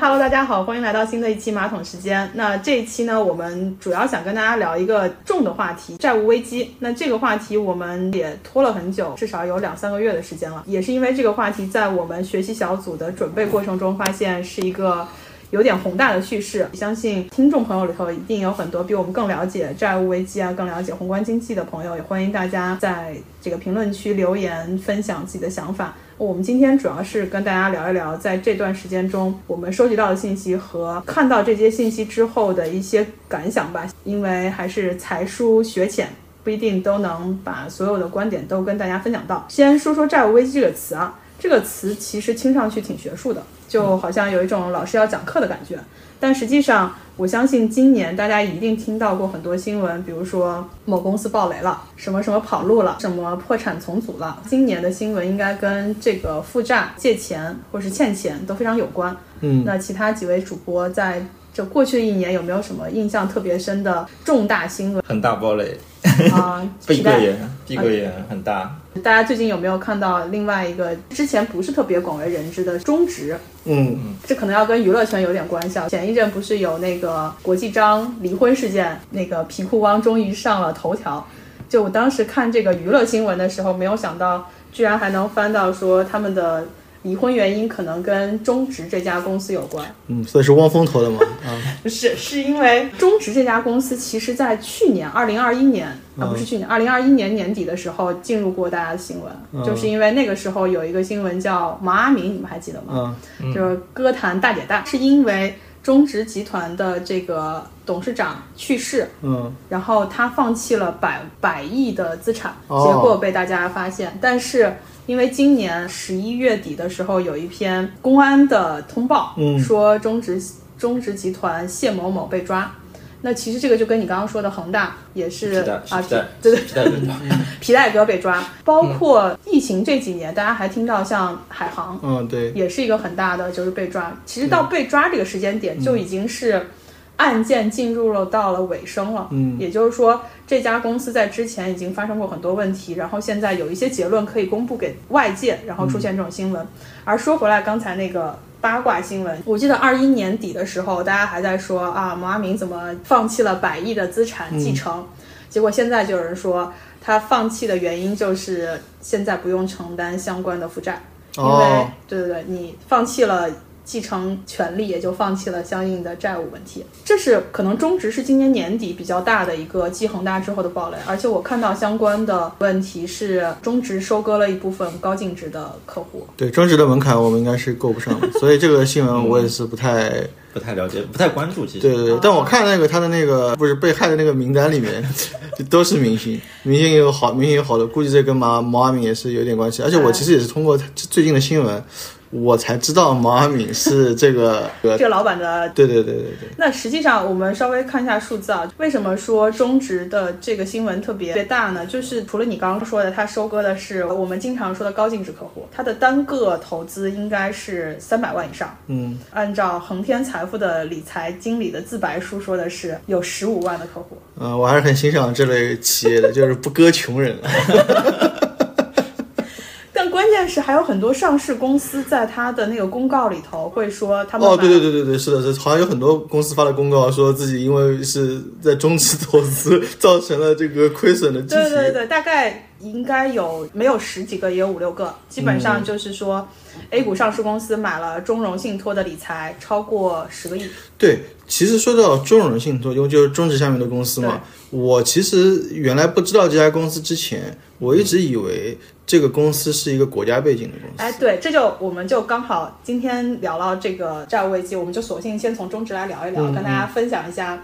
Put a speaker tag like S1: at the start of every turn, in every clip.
S1: Hello，大家好，欢迎来到新的一期马桶时间。那这一期呢，我们主要想跟大家聊一个重的话题——债务危机。那这个话题我们也拖了很久，至少有两三个月的时间了。也是因为这个话题，在我们学习小组的准备过程中，发现是一个有点宏大的叙事。相信听众朋友里头一定有很多比我们更了解债务危机啊、更了解宏观经济的朋友，也欢迎大家在这个评论区留言分享自己的想法。我们今天主要是跟大家聊一聊，在这段时间中我们收集到的信息和看到这些信息之后的一些感想吧。因为还是才疏学浅，不一定都能把所有的观点都跟大家分享到。先说说债务危机这个词啊，这个词其实听上去挺学术的，就好像有一种老师要讲课的感觉。但实际上，我相信今年大家一定听到过很多新闻，比如说某公司暴雷了，什么什么跑路了，什么破产重组了。今年的新闻应该跟这个负债、借钱或是欠钱都非常有关。
S2: 嗯，
S1: 那其他几位主播在这过去的一年有没有什么印象特别深的重大新闻
S2: 很大暴雷，
S1: 啊？
S2: 碧
S1: 期
S2: 桂
S1: 待
S2: 园，碧桂园很大。
S1: 大家最近有没有看到另外一个之前不是特别广为人知的中植？
S2: 嗯，
S1: 这可能要跟娱乐圈有点关系啊。前一阵不是有那个国际章离婚事件，那个皮裤汪终于上了头条。就我当时看这个娱乐新闻的时候，没有想到居然还能翻到说他们的离婚原因可能跟中植这家公司有关。
S3: 嗯，所以是汪峰投的嘛？啊，
S1: 是是因为中植这家公司，其实在去年二零二一年
S3: 嗯
S1: 啊，不是去年二零二一年年底的时候进入过大家的新闻，
S3: 嗯
S1: 就是因为那个时候有一个新闻叫毛阿敏，你们还记得吗？
S3: 嗯，
S1: 就是歌坛大姐大，是因为中植集团的这个董事长去世，
S3: 嗯，
S1: 然后他放弃了百百亿的资产，
S3: 哦
S1: 结果被大家发现。但是因为今年十一月底的时候有一篇公安的通报，
S3: 嗯
S1: 说中植中植集团谢某某被抓。那其实这个就跟你刚刚说的恒大也是
S2: 皮带
S1: 啊，
S2: 皮带
S1: 对对
S2: 期待很大。
S1: 皮带哥被抓，包括疫情这几年，大家还听到像海航，
S3: 嗯，对，嗯
S1: 也是一个很大的就是被抓。其实到被抓这个时间点，就已经是案件进入了到了尾声了。
S3: 嗯，
S1: 也就是说，这家公司在之前已经发生过很多问题，然后现在有一些结论可以公布给外界，然后出现这种新闻。
S3: 嗯
S1: 而说回来，刚才那个。八卦新闻，我记得二一年底的时候，大家还在说啊，毛阿敏怎么放弃了百亿的资产继承，
S3: 嗯
S1: 结果现在就有人说他放弃的原因就是现在不用承担相关的负债。因为
S3: 哦，
S1: 对对对，你放弃了继承权利，也就放弃了相应的债务问题。这是可能中植是今年年底比较大的一个继恒大之后的暴雷，而且我看到相关的问题是中植收割了一部分高净值的客户。
S3: 对，中职的门槛我们应该是够不上的，所以这个新闻我也是不太，
S2: 不太了解，不太关注，其实。
S3: 对对对。但我看那个他的那个不是被害的那个名单里面，就都是明星，明星也有好，明星有好的，估计这跟毛毛阿敏也是有点关系。而且我其实也是通过他最近的新闻，我才知道毛阿敏是这个，
S1: 这个老板的
S3: 对对对对对，
S1: 那实际上，我们稍微看一下数字啊。为什么说中植的这个新闻特别特别大呢？就是除了你刚刚说的，它收割的是我们经常说的高净值客户，它的单个投资应该是三百万以上。
S3: 嗯，
S1: 按照恒天财富的理财经理的自白书说的是，有十五万的客户。
S3: 嗯、我还是很欣赏这类企业的，就是不割穷人。啊
S1: 但关键是还有很多上市公司在它的那个公告里头会说他们
S3: 哦，
S1: 把
S3: 对对对对对，是的，是的好像有很多公司发了公告，说自己因为是在中止投资，造成了这个亏损的具
S1: 对
S3: 体。
S1: 对对，大概应该有没有十几个，也有五六个，基本上就是说、a
S3: 嗯
S1: 股上市公司买了中融信托的理财超过十个亿。
S3: 对其实说到中融信托，因为就是中指下面的公司嘛，我其实原来不知道这家公司之前，我一直以为这个公司是一个国家背景的公司。
S1: 哎，对，这就我们就刚好今天聊到这个债务危机，我们就索性先从中植来聊一聊，
S3: 嗯
S1: 跟大家分享一下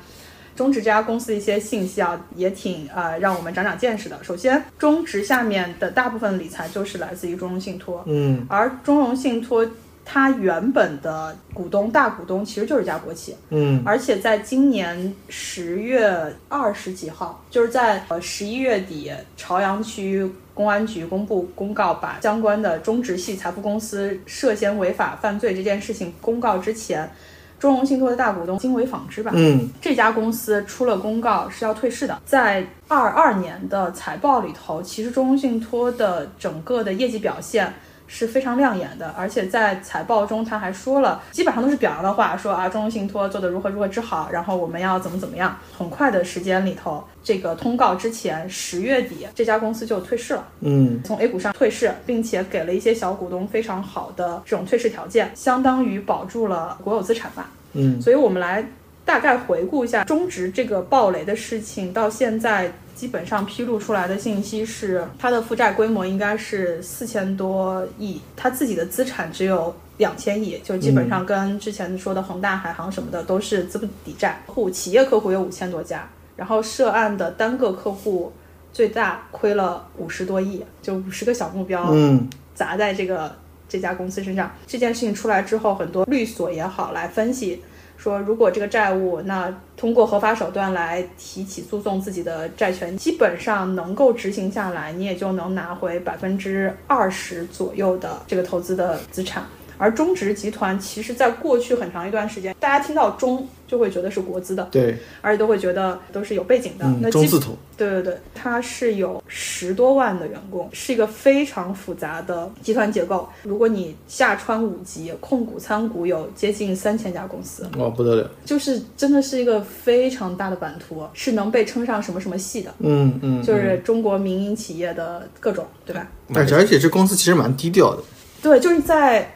S1: 中植这家公司的一些信息啊，也挺呃让我们长长见识的。首先，中植下面的大部分理财就是来自于中融信托，
S3: 嗯，
S1: 而中融信托它原本的股东大股东其实就是一家国企，
S3: 嗯，
S1: 而且在今年十月二十几号，就是在呃十一月底，朝阳区公安局公布公告，把相关的中植系财富公司涉嫌违法犯罪这件事情公告之前，中融信托的大股东经纬纺织吧，
S3: 嗯，
S1: 这家公司出了公告是要退市的。在二二年的财报里头，其实中融信托的整个的业绩表现是非常亮眼的，而且在财报中他还说了，基本上都是表扬的话，说啊中信托做的如何如何之好，然后我们要怎么怎么样。很快的时间里头，这个通告之前十月底，这家公司就退市了。
S3: 嗯，
S1: 从 A 股上退市，并且给了一些小股东非常好的这种退市条件，相当于保住了国有资产吧。
S3: 嗯，
S1: 所以我们来大概回顾一下中植这个暴雷的事情，到现在基本上披露出来的信息是，它的负债规模应该是四千多亿，它自己的资产只有。两千亿，就基本上跟之前说的恒大、海航什么的都是资不抵债。客户企业客户有五千多家，然后涉案的单个客户最大亏了五十多亿，就五十个小目标，
S3: 嗯，
S1: 砸在这个这家公司身上。这件事情出来之后，很多律所也好来分析，说如果这个债务，那通过合法手段来提起诉讼自己的债权，基本上能够执行下来，你也就能拿回百分之二十左右的这个投资的资产。而中植集团其实，在过去很长一段时间，大家听到中就会觉得是国资的，
S3: 对，
S1: 而且都会觉得都是有背景的。
S3: 嗯
S1: 那，基
S3: 中
S1: 本
S3: 字头，
S1: 对对对，它是有十多万的员工，是一个非常复杂的集团结构。如果你下穿五级，控股参股有接近三千家公司，
S3: 哇，哦不得了，
S1: 就是真的是一个非常大的版图，是能被称上什么什么系的，
S3: 嗯嗯，
S1: 就是中国民营企业的各种，对吧？
S3: 而且而且这公司其实蛮低调的，
S1: 对，就是在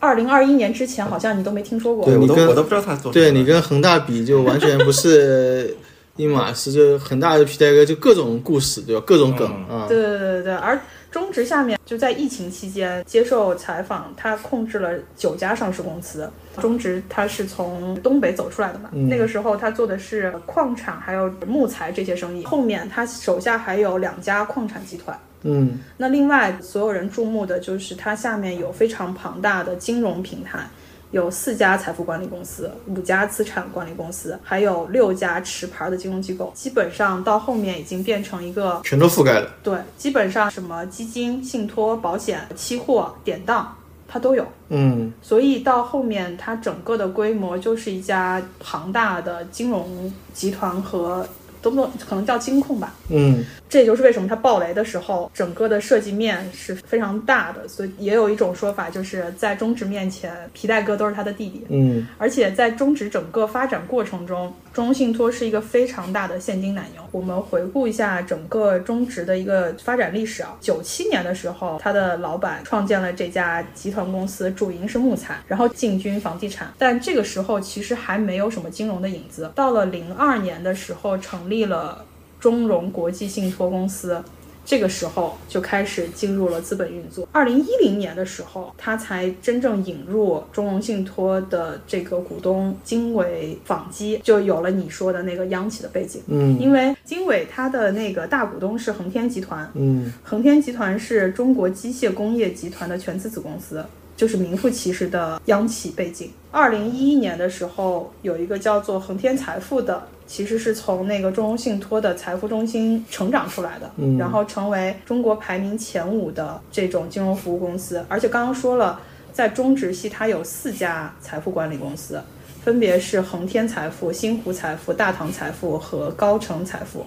S1: 二零二一年之前，好像你都没听说过。
S3: 对
S2: 我
S3: 你
S2: 都
S3: 跟
S2: 我都不知道他做什么
S3: 对你跟恒大比就完全不是一码事，就恒大的皮带哥就各种故事对吧？各种梗啊，
S1: 对对对对对，而中植下面就在疫情期间接受采访，他控制了九家上市公司。中植它是从东北走出来的嘛，那个时候他做的是矿产还有木材这些生意，后面他手下还有两家矿产集团。
S3: 嗯
S1: 那另外，所有人注目的就是它下面有非常庞大的金融平台，有四家财富管理公司、五家资产管理公司，还有六家持牌的金融机构。基本上到后面已经变成一个
S3: 全都覆盖了，
S1: 对，基本上什么基金、信托、保险、期货、典当，它都有。
S3: 嗯
S1: 所以到后面，它整个的规模就是一家庞大的金融集团和都不可能叫金控吧。
S3: 嗯，
S1: 这也就是为什么它暴雷的时候，整个的设计面是非常大的。所以也有一种说法，就是在中植面前，皮带哥都是他的弟弟。
S3: 嗯，
S1: 而且在中植整个发展过程中，中信托是一个非常大的现金奶牛。我们回顾一下整个中植的一个发展历史啊，九七年的时候，他的老板创建了这家集团公司，主营是木材，然后进军房地产，但这个时候其实还没有什么金融的影子。到了零二年的时候，成立了中融国际信托公司。这个时候就开始进入了资本运作。二零一零年的时候，他才真正引入中融信托的这个股东经纬纺机，就有了你说的那个央企的背景。
S3: 嗯，
S1: 因为经纬它的那个大股东是恒天集团，
S3: 嗯
S1: 恒天集团是中国机械工业集团的全资子公司，就是名副其实的央企背景。二零一一年的时候，有一个叫做恒天财富的，其实是从那个中融信托的财富中心成长出来的，然后成为中国排名前五的这种金融服务公司。而且刚刚说了，在中植系它有四家财富管理公司。分别是恒天财富、新湖财富、大唐财富和高诚财富。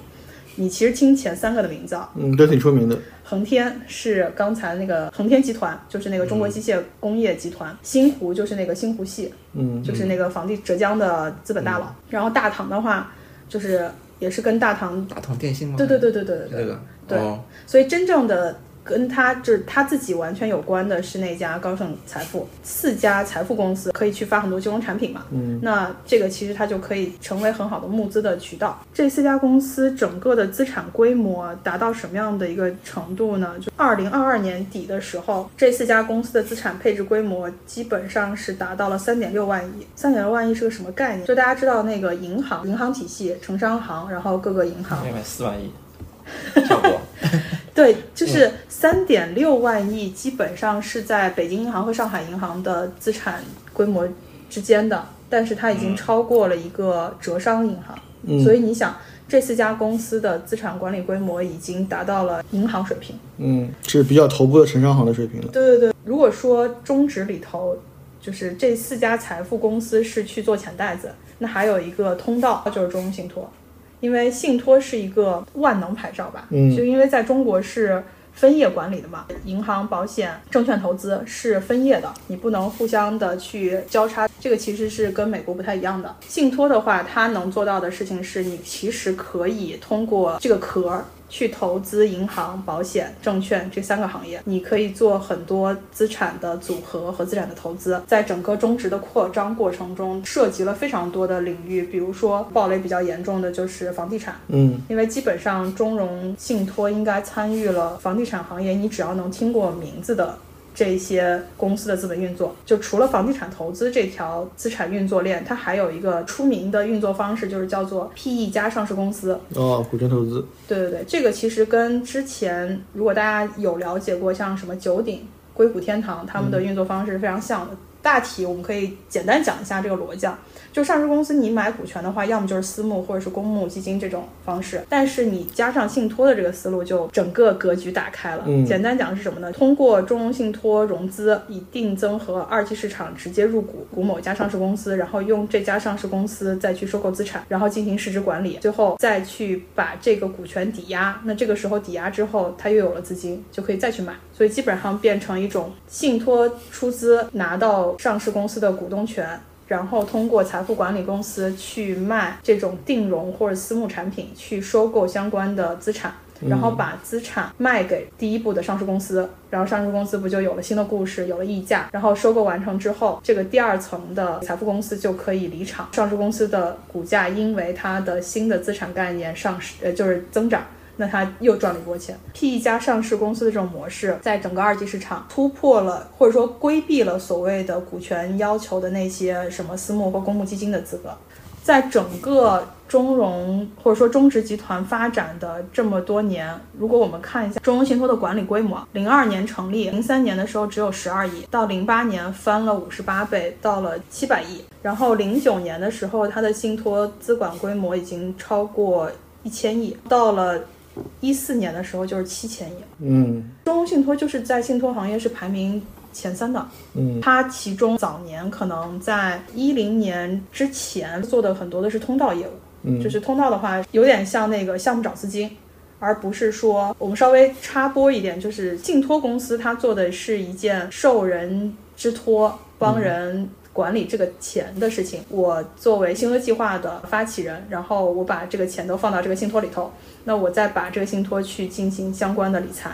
S1: 你其实听前三个的名字啊，
S3: 嗯，都挺出名的，
S1: 恒天是刚才那个恒天集团，就是那个中国机械工业集团；新湖就是那个新湖系，
S3: 嗯，
S1: 就是那个房地浙江的资本大佬。然后大唐的话，就是也是跟大唐，
S2: 大唐电信吗？
S1: 对对对对对对对。
S2: 这个
S1: 对
S2: 哦
S1: 所以真正的跟他就是他自己完全有关的是那家高盛财富，四家财富公司可以去发很多金融产品嘛。嗯，那这个其实它就可以成为很好的募资的渠道。这四家公司整个的资产规模达到什么样的一个程度呢？就二零二二年底的时候，这四家公司的资产配置规模基本上是达到了三点六万亿。三点六万亿是个什么概念？就大家知道那个银行、银行体系、城商行，然后各个银行，
S2: 应该四万 亿，差不多。
S1: 对，就是三点六万亿，基本上是在北京银行和上海银行的资产规模之间的，但是它已经超过了一个浙商银行，所以你想，这四家公司的资产管理规模已经达到了银行水平。
S3: 嗯，是比较头部的城商行的水平了，
S1: 对对对，如果说中植里头，就是这四家财富公司是去做钱袋子，那还有一个通道就是中融信托，因为信托是一个万能牌照吧，
S3: 嗯
S1: 就因为在中国是分业管理的嘛，银行、保险、证券投资是分业的，你不能互相的去交叉。这个其实是跟美国不太一样的。信托的话，它能做到的事情是你其实可以通过这个壳儿去投资银行、保险、证券这三个行业，你可以做很多资产的组合和资产的投资，在整个中值的扩张过程中，涉及了非常多的领域，比如说暴雷比较严重的就是房地产，
S3: 嗯，
S1: 因为基本上中融信托应该参与了房地产行业，你只要能听过名字的这些公司的资本运作，就除了房地产投资这条资产运作链，它还有一个出名的运作方式，就是叫做 PE 加上市公司。
S3: 哦，股权投资，
S1: 对对对，这个其实跟之前如果大家有了解过，像什么九鼎、硅谷天堂，他们的运作方式是非常像的。大体我们可以简单讲一下这个逻辑啊。就上市公司，你买股权的话，要么就是私募或者是公募基金这种方式，但是你加上信托的这个思路，就整个格局打开了。
S3: 嗯
S1: 简单讲是什么呢？通过中融信托融资，以定增和二级市场直接入股股某一家上市公司，然后用这家上市公司再去收购资产，然后进行市值管理，最后再去把这个股权抵押。那这个时候抵押之后，它又有了资金，就可以再去买。所以基本上变成一种信托出资拿到上市公司的股东权，然后通过财富管理公司去卖这种定融或者私募产品，去收购相关的资产，然后把资产卖给第一步的上市公司，然后上市公司不就有了新的故事，有了溢价，然后收购完成之后，这个第二层的财富公司就可以离场，上市公司的股价因为它的新的资产概念上市，呃，就是增长。那它又赚了一波钱。PE 加上市公司的这种模式，在整个二级市场突破了，或者说规避了所谓的股权要求的那些什么私募或公募基金的资格，在整个中融或者说中植集团发展的这么多年，如果我们看一下中融信托的管理规模，零二年成立，零三年的时候只有十二亿，到零八年翻了五十八倍，到了七百亿，然后零九年的时候，它的信托资管规模已经超过一千亿，到了一四年的时候就是七千亿。
S3: 嗯
S1: 中融信托就是在信托行业是排名前三的，
S3: 嗯
S1: 它其中早年可能在一零年之前做的很多的是通道业务，
S3: 嗯，
S1: 就是通道的话有点像那个项目找资金。而不是说我们稍微插播一点，就是信托公司它做的是一件受人之托，帮人管理这个钱的事情。我作为信托计划的发起人，然后我把这个钱都放到这个信托里头，那我再把这个信托去进行相关的理财。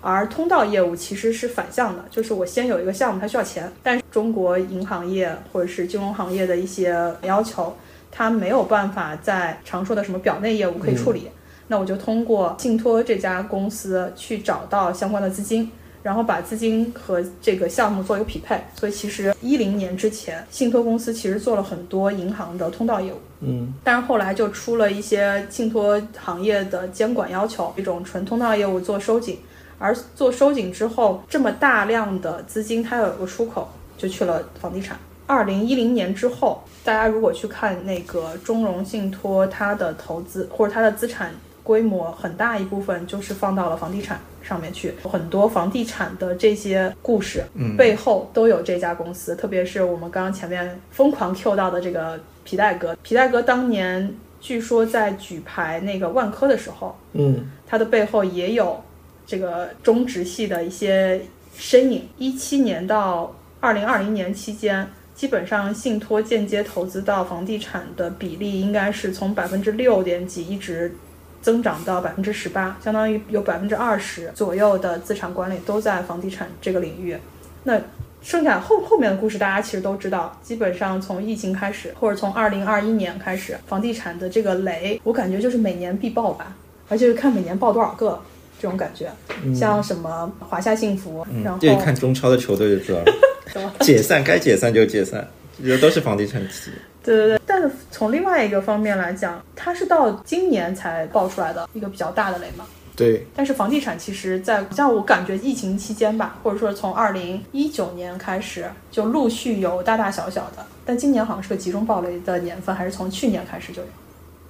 S1: 而通道业务其实是反向的，就是我先有一个项目，它需要钱，但是中国银行业或者是金融行业的一些要求，它没有办法在常说的什么表内业务可以处理，那我就通过信托这家公司去找到相关的资金。然后把资金和这个项目做一个匹配，所以其实一零年之前，信托公司其实做了很多银行的通道业务。
S3: 嗯
S1: 但是后来就出了一些信托行业的监管要求，一种纯通道业务做收紧，而做收紧之后，这么大量的资金它有个出口，就去了房地产。二零一零年之后，大家如果去看那个中融信托，它的投资或者它的资产规模很大一部分就是放到了房地产上面去，很多房地产的这些故事
S2: 嗯，
S1: 背后都有这家公司，特别是我们刚刚前面疯狂 Q 到的这个嗯皮带哥，皮带哥当年据说在举牌那个万科的时候，
S3: 嗯
S1: 它的背后也有这个中植系的一些身影。一七年到二零二零年期间，基本上信托间接投资到房地产的比例应该是从百分之六点几一直增长到百分之十八，相当于有百分之二十左右的资产管理都在房地产这个领域。那剩下后后面的故事，大家其实都知道，基本上从疫情开始，或者从二零二一年开始，房地产的这个雷，我感觉就是每年必爆吧，而且是看每年爆多少个这种感觉。像什么华夏幸福，然后
S2: 这嗯一看中超的球队就 知道了，
S1: 什么
S2: 解散该解散就解散，这都是房地产企业。
S1: 对对对，但是从另外一个方面来讲，它是到今年才爆出来的一个比较大的雷嘛。
S3: 对，
S1: 但是房地产其实在，像我感觉疫情期间吧，或者说从二零一九年开始，就陆续有大大小小的，但今年好像是个集中暴雷的年份，还是从去年开始就有。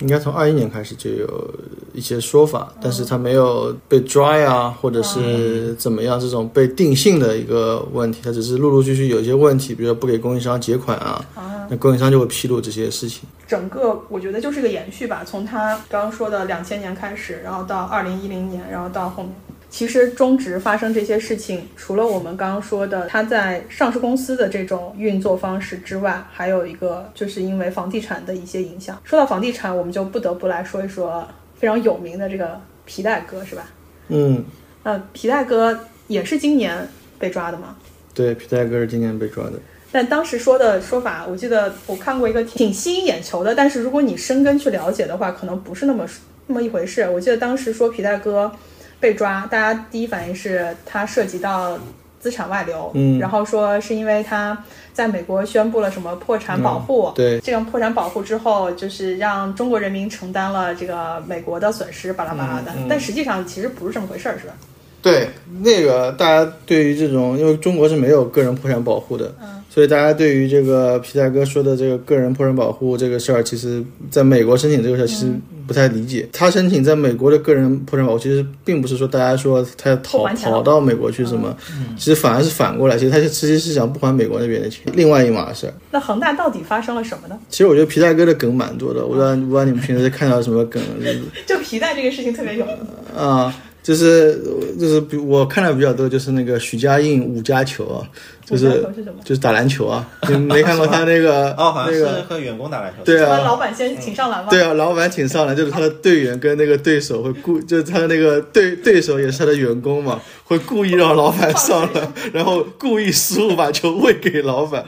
S3: 应该从二一年开始就有一些说法，但是它没有被 dry 啊，或者是怎么样这种被定性的一个问题，它只是陆陆续续有一些问题，比如说不给供应商结款啊，那供应商就会披露这些事情。
S1: 整个我觉得就是个延续吧，从他刚刚说的两千年开始，然后到二零一零年，然后到后面。其实中植发生这些事情，除了我们刚刚说的它在上市公司的这种运作方式之外，还有一个就是因为房地产的一些影响。说到房地产，我们就不得不来说一说非常有名的这个皮带哥，是吧？
S3: 嗯，
S1: 呃，皮带哥也是今年被抓的嘛，
S3: 对，皮带哥是今年被抓的。
S1: 但当时说的说法，我记得我看过一个挺吸引眼球的，但是如果你深根去了解的话，可能不是那么呃那么一回事。我记得当时说皮带哥被抓，大家第一反应是他涉及到资产外流，
S3: 嗯
S1: 然后说是因为他在美国宣布了什么破产保护，
S3: 对，
S1: 这样破产保护之后，就是让中国人民承担了这个美国的损失，巴拉巴拉
S3: 嗯
S1: 的。但实际上其实不是这么回事儿，是吧？
S3: 对，那个大家对于这种，因为中国是没有个人破产保护的，
S1: 嗯
S3: 所以大家对于这个皮带哥说的这个个人破产保护这个事儿，其实在美国申请这个事儿其
S1: 嗯
S3: 实不太理解。他申请在美国的个人破产保护，其实并不是说大家说他
S1: 不
S3: 逃
S1: 还钱了嗯
S3: 跑到美国去什么，其实反而是反过来，其实他是其实是想不还美国那边的钱，另外一码事儿。
S1: 那恒大到底发生了什么呢？
S3: 其实我觉得皮带哥的梗蛮多的，我不知道不知道你们平时看到什么梗，
S1: 就皮带这个事情特别有意思。
S3: 啊、就是就是比我看到比较多就是那个许家印五加球啊，就
S1: 五加
S3: 是
S1: 球是什么
S3: 就是打篮 球啊，你没看过他那个
S2: 哦，好像
S3: 那
S2: 是
S3: 个
S2: 和员工打篮球。
S3: 对
S1: 什么
S3: 啊
S1: 老板先请上篮吗？
S3: 对啊，老板请上来就是他的队员跟那个对手会故，就是他的那个对对手也是他的员 工嘛，会故意让老板上
S2: 哦
S3: 来，然后故意失误把球喂给 老板。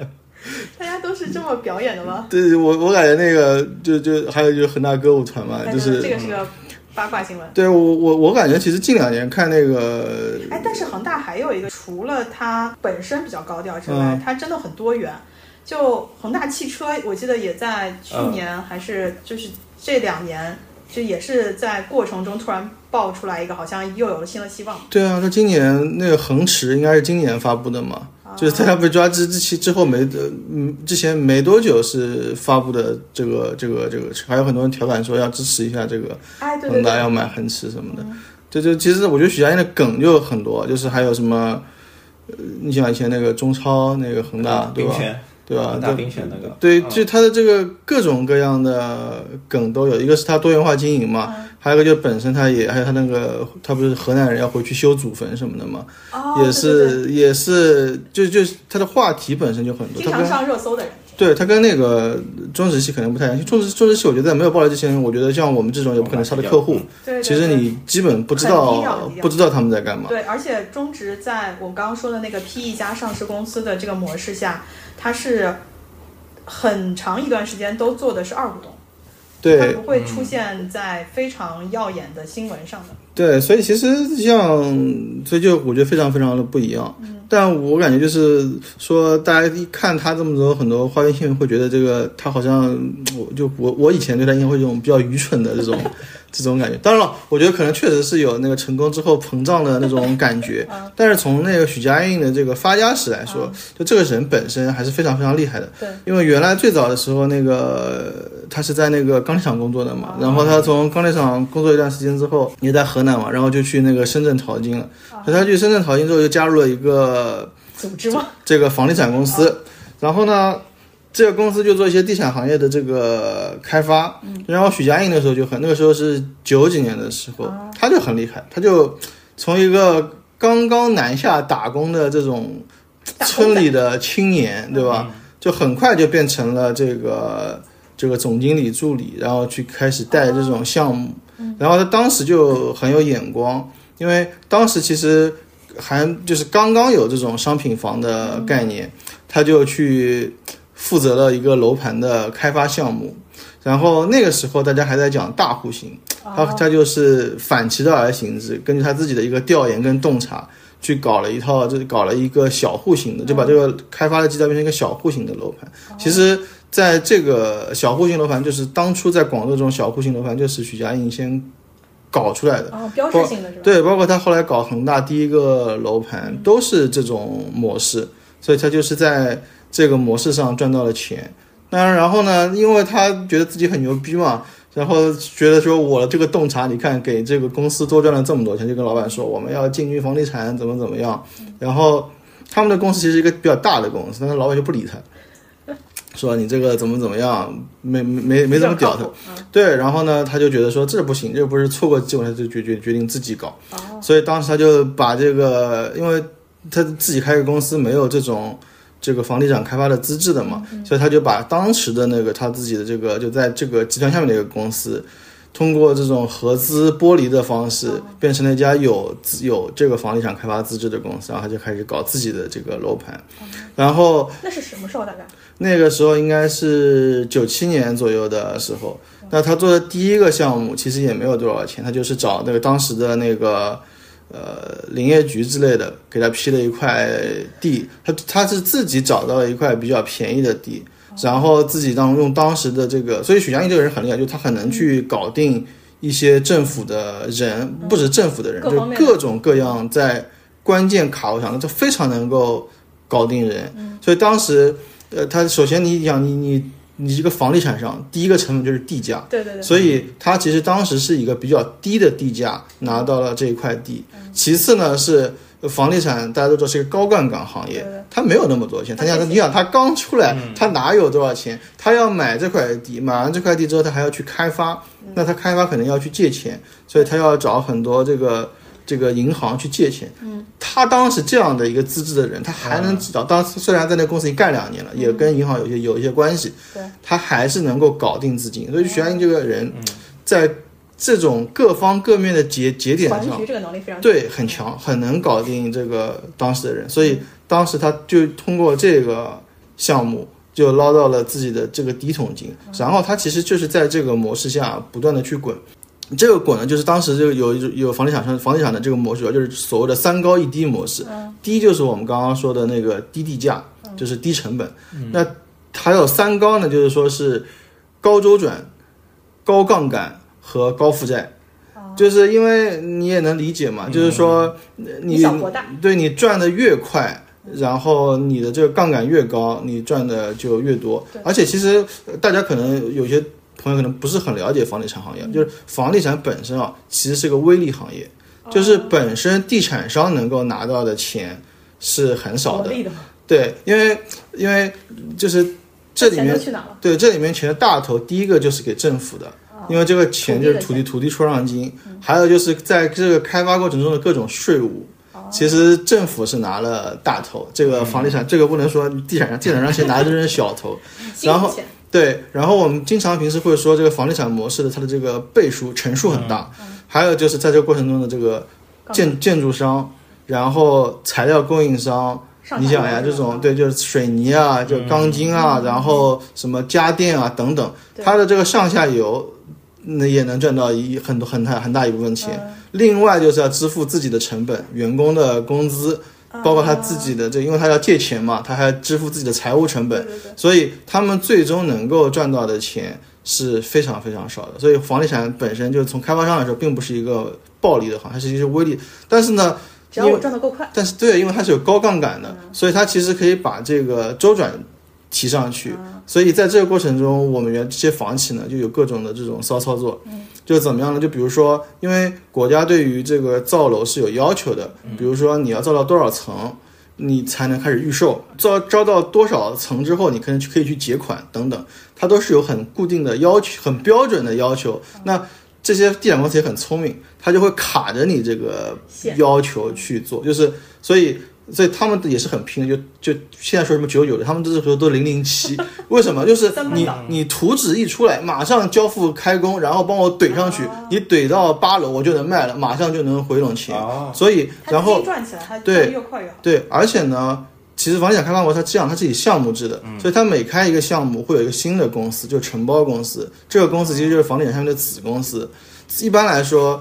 S1: 大家都是这么表演的吗？
S3: 对我我感觉那个就就还有就是恒大歌舞团嘛，
S1: 哎
S3: 啊就
S1: 这
S3: 是
S1: 个是个八卦新闻。
S3: 对我我我感觉其实近两年看那个
S1: 哎，但是恒大还有一个，除了它本身比较高调之外
S3: 嗯，
S1: 它真的很多元。就恒大汽车，我记得也在去
S3: 嗯
S1: 年还是就是这两年，就也是在过程中突然爆出来一个，好像又有了新的希望。
S3: 对啊，他今年那个恒驰应该是今年发布的嘛，
S1: 哦
S3: 就是在他被抓之之前之后没呃嗯之前没多久是发布的这个这个这个，还有很多人调侃说要支持一下这个
S1: 哎，对对
S3: 恒大
S1: 对，
S3: 要买恒驰什么的，这就其实我觉得许家印的梗就很多，就是还有什么，呃你想以前那个中超那个恒大对
S2: 啊冰
S3: 吧？
S2: 泉，
S3: 对吧
S1: 嗯
S2: 恒？大
S3: 对
S2: 冰泉那个。
S3: 对，
S2: 嗯
S3: 就它的这个各种各样的梗都有，一个是它多元化经营嘛，
S1: 嗯
S3: 还有一个就本身它也还有它那个，它不是河南人要回去修祖坟什么的嘛，
S1: 哦，
S3: 也是也是就就是它的话题本身就很
S1: 对对对经
S3: 多，它
S1: 常
S3: 跟
S1: 上热搜的人。
S3: 对它跟那个中植系可能不太一样，中植中植系我觉得在没有爆料之前，我觉得像我们这种有不可能是它的客户，
S1: 对，对
S3: 其实
S1: 对
S3: 你基本不知
S1: 很低调很
S3: 道
S1: 低调
S3: 不知道他们在干嘛，
S1: 对，而且中植在我刚刚说的那个 PE 加上市公司的这个模式下，它是很长一段时间都做的是二股东，
S3: 对
S1: 它不会出现在非常耀眼的新闻上的。
S3: 对，所以其实像，所以就我觉得非常非常的不一样。但我感觉就是说，大家一看他这么多很多花边新闻，会觉得这个他好像，我就我我以前对他印象会有一种比较愚蠢的这种 这种感觉。当然了，我觉得可能确实是有那个成功之后膨胀的那种感觉。但是从那个许家印的这个发家史来说，就这个人本身还是非常非常厉害的。
S1: 对，
S3: 因为原来最早的时候，那个他是在那个钢铁厂工作的嘛，然后他从钢铁厂工作一段时间之后，也在河南嘛，然后就去那个深圳淘金了。所以他去深圳淘金之后，就加入了一个
S1: 组织吗？
S3: 这个房地产公司，然后呢，这个公司就做一些地产行业的这个开发。然后许家印那时候就很，那个时候是九几年的时候，他就很厉害，他就从一个刚刚南下打工的这种
S1: 打工
S3: 村里的青年，对吧？就很快就变成了这个这个总经理助理，然后去开始带这种项目。然后他当时就很有眼光，因为当时其实还就是刚刚有这种商品房的概念，他就去负责了一个楼盘的开发项目。然后那个时候大家还在讲大户型，
S1: 啊哦
S3: 他他就是反其道而行之，根据他自己的一个调研跟洞察，去搞了一套，就是搞了一个小户型的，就把这个开发的基调变成一个小户型的楼盘。其实，在这个小户型楼盘，就是当初在广州这种小户型楼盘，就是许家印先搞出来的。
S1: 啊，标志性的是吧？
S3: 对，包括他后来搞恒大第一个楼盘，都是这种模式，所以他就是在这个模式上赚到了钱。那然后呢，因为他觉得自己很牛逼嘛，然后觉得说我这个洞察，你看给这个公司多赚了这么多钱，就跟老板说我们要进军房地产，怎么怎么样。然后他们的公司其实是一个比较大的公司，但是老板就不理他，说你这个怎么怎么样，没没没怎么屌他
S1: 比较靠谱。嗯
S3: 对，然后呢，他就觉得说这不行，这不是错过机会，他就决决决定自己搞。所以当时他就把这个，因为他自己开个公司没有这种这个房地产开发的资质的嘛，所以他就把当时的那个他自己的这个就在这个集团下面的一个公司。通过这种合资剥离的方式，变成了一家有资有这个房地产开发资质的公司，然后他就开始搞自己的这个楼盘，然后
S1: 那是什么时候大概？
S3: 那个时候应该是九七年左右的时候。那他做的第一个项目其实也没有多少钱，他就是找那个当时的那个呃林业局之类的，给他批了一块地，他他是自己找到了一块比较便宜的地，然后自己当用当时的这个，所以许家印这个人很厉害，就他很能去搞定一些政府的人，不止政府的人，
S1: 各
S3: 就
S1: 方面的
S3: 各种各样在关键卡位上，他非常能够搞定人，所以当时。呃，他首先你想你你你这个房地产上第一个成本就是地价，
S1: 对对对，
S3: 所以他其实当时是一个比较低的地价拿到了这一块地。
S1: 嗯
S3: 其次呢是房地产，大家都知道是一个高杠杆行业
S1: 对对，
S3: 他没有那么多钱。他
S1: 他
S3: 想，
S1: 没钱
S3: 你想他刚出来，他哪有多少钱？他要买这块地，买完这块地之后，他还要去开发，
S1: 嗯
S3: 那他开发可能要去借钱，所以他要找很多这个。这个银行去借钱，嗯，他当时这样的一个资质的人，他还能知道，当时虽然在那公司已经干两年了，也跟银行有一些有一些关系，
S1: 对，
S3: 他还是能够搞定资金。所以徐安英这个人，在这种各方各面的节节点
S1: 团
S3: 上，
S1: 局这个能力非常强。
S3: 对很强，很能搞定这个当时的人。所以当时他就通过这个项目。就捞到了自己的这个第一桶金，
S1: 嗯
S3: 然后他其实就是在这个模式下不断的去滚，这个滚呢，就是当时这个有一种有房地产商房地产的这个模式，主要就是所谓的三高一低模式。第一就是我们刚刚说的那个低地价，就是低成本。那还有三高呢，就是说是高周转、高杠杆和高负债。就是因为你也能理解嘛，就是说
S1: 以小博大，
S3: 对你赚的越快，然后你的这个杠杆越高，你赚的就越多。而且其实呃大家可能有些朋友可能不是很了解房地产行
S1: 嗯
S3: 业，就是房地产本身啊，其实是个微利行业，
S1: 哦
S3: 就是本身地产商能够拿到的钱是很少
S1: 国
S3: 的。
S1: 力的嘛，
S3: 对，因为因为就是这里
S1: 钱
S3: 面
S1: 都去哪了？啊
S3: 对，这里面钱的大头，第一个就是给政府的，因为这个钱嗯就是啊土地土地出让金，还有就是在这个开发过程中的各种税务。其实政府是拿了大头，这个房地产、这个不能说地产上 地产上其实拿的真是小头，
S1: 辛
S3: 然
S1: 苦
S3: 后
S1: 钱
S3: 对，然后我们经常平时会说这个房地产模式的它的这个倍数乘数很大，还有就是在这个过程中的这个建建筑商，然后材料供应商，
S1: 上
S3: 你
S1: 海
S3: 想
S1: 楼
S3: 呀，
S1: 这
S3: 这
S1: 种
S3: 种对，就是水泥啊，就钢筋啊，然后什么家电啊等等，
S1: 对
S3: 它的这个上下游，那也能赚到一很多很大很大一部分钱。另外就是要支付自己的成本，员工的工资，
S1: 嗯啊
S3: 包括他自己的这，因为他要借钱嘛，他还要支付自己的财务成本，所以他们最终能够赚到的钱是非常非常少的。所以房地产本身就是从开发商来说，并不是一个暴利的行业，它是一个微利。但是呢，
S1: 只要我赚得够快，
S3: 但是对，因为它是有高杠杆的，所以它其实可以把这个周转提上去。所以在这个过程中，我们原这些房企呢就有各种的这种骚操作，就怎么样呢？就比如说，因为国家对于这个造楼是有要求的，比如说你要造到多少层，你才能开始预售，造招到多少层之后，你可能去可以去结款等等，它都是有很固定的要求，很标准的要求。那这些地产公司也很聪明，它就会卡着你这个
S1: 线
S3: 要求去做，就是所以所以他们也是很拼的，就就现在说什么九九的，他们这时候都零零七，为什么？就是
S1: 三班
S3: 你你图纸一出来，马上交付开工，然后帮我怼上去，你怼到八楼我就能卖了，马上就能回笼钱，
S2: 哦
S3: 所以
S1: 他
S3: 然后
S1: 资金赚起来，他
S3: 对
S1: 越快越好。
S3: 对，而且呢，其实房地产开发国它这样，它是以项目制的，所以它每开一个项目会有一个新的公司，就是承包公司。这个公司其实就是房地产上面的子公司。一般来说，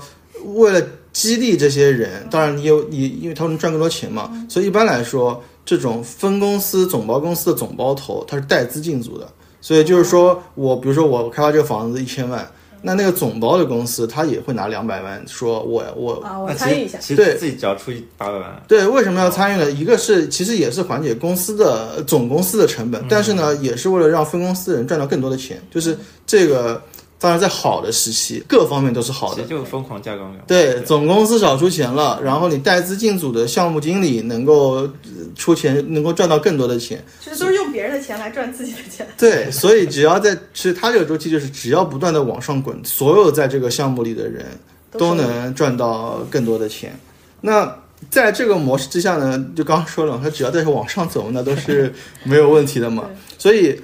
S3: 为了激励这些人，当然你有你，因为他们能赚更多钱嘛，所以一般来说，这种分公司、总包公司的总包头，它是带资进组的。所以就是说我，比如说我开发这个房子一千万，那那个总包的公司他也会拿两百万，说我我
S1: 啊，我
S2: 那
S1: 参与
S2: 其
S1: 一下
S2: 实，其
S3: 对
S2: 实自己只要出一八百万，
S3: 对，为什么要参与呢？一个是其实也是缓解公司的总公司的成本，但是呢，也是为了让分公司的人赚到更多的钱。就是这个当然在好的时期，各方面都是好
S2: 其
S3: 的
S2: 实。就疯狂架杠杆。
S3: 对，总公司少出钱了，然后你带资进组的项目经理能够呃出钱，能够赚到更多的钱。
S1: 其实都是用别人的钱来赚自己的钱。
S3: 对，所以只要在，其实它这个周期就是只要不断的往上滚，所有在这个项目里的人都能赚到更多的钱。那在这个模式之下呢，就刚刚说了嘛，它只要在往上走，那都是没有问题的嘛。所以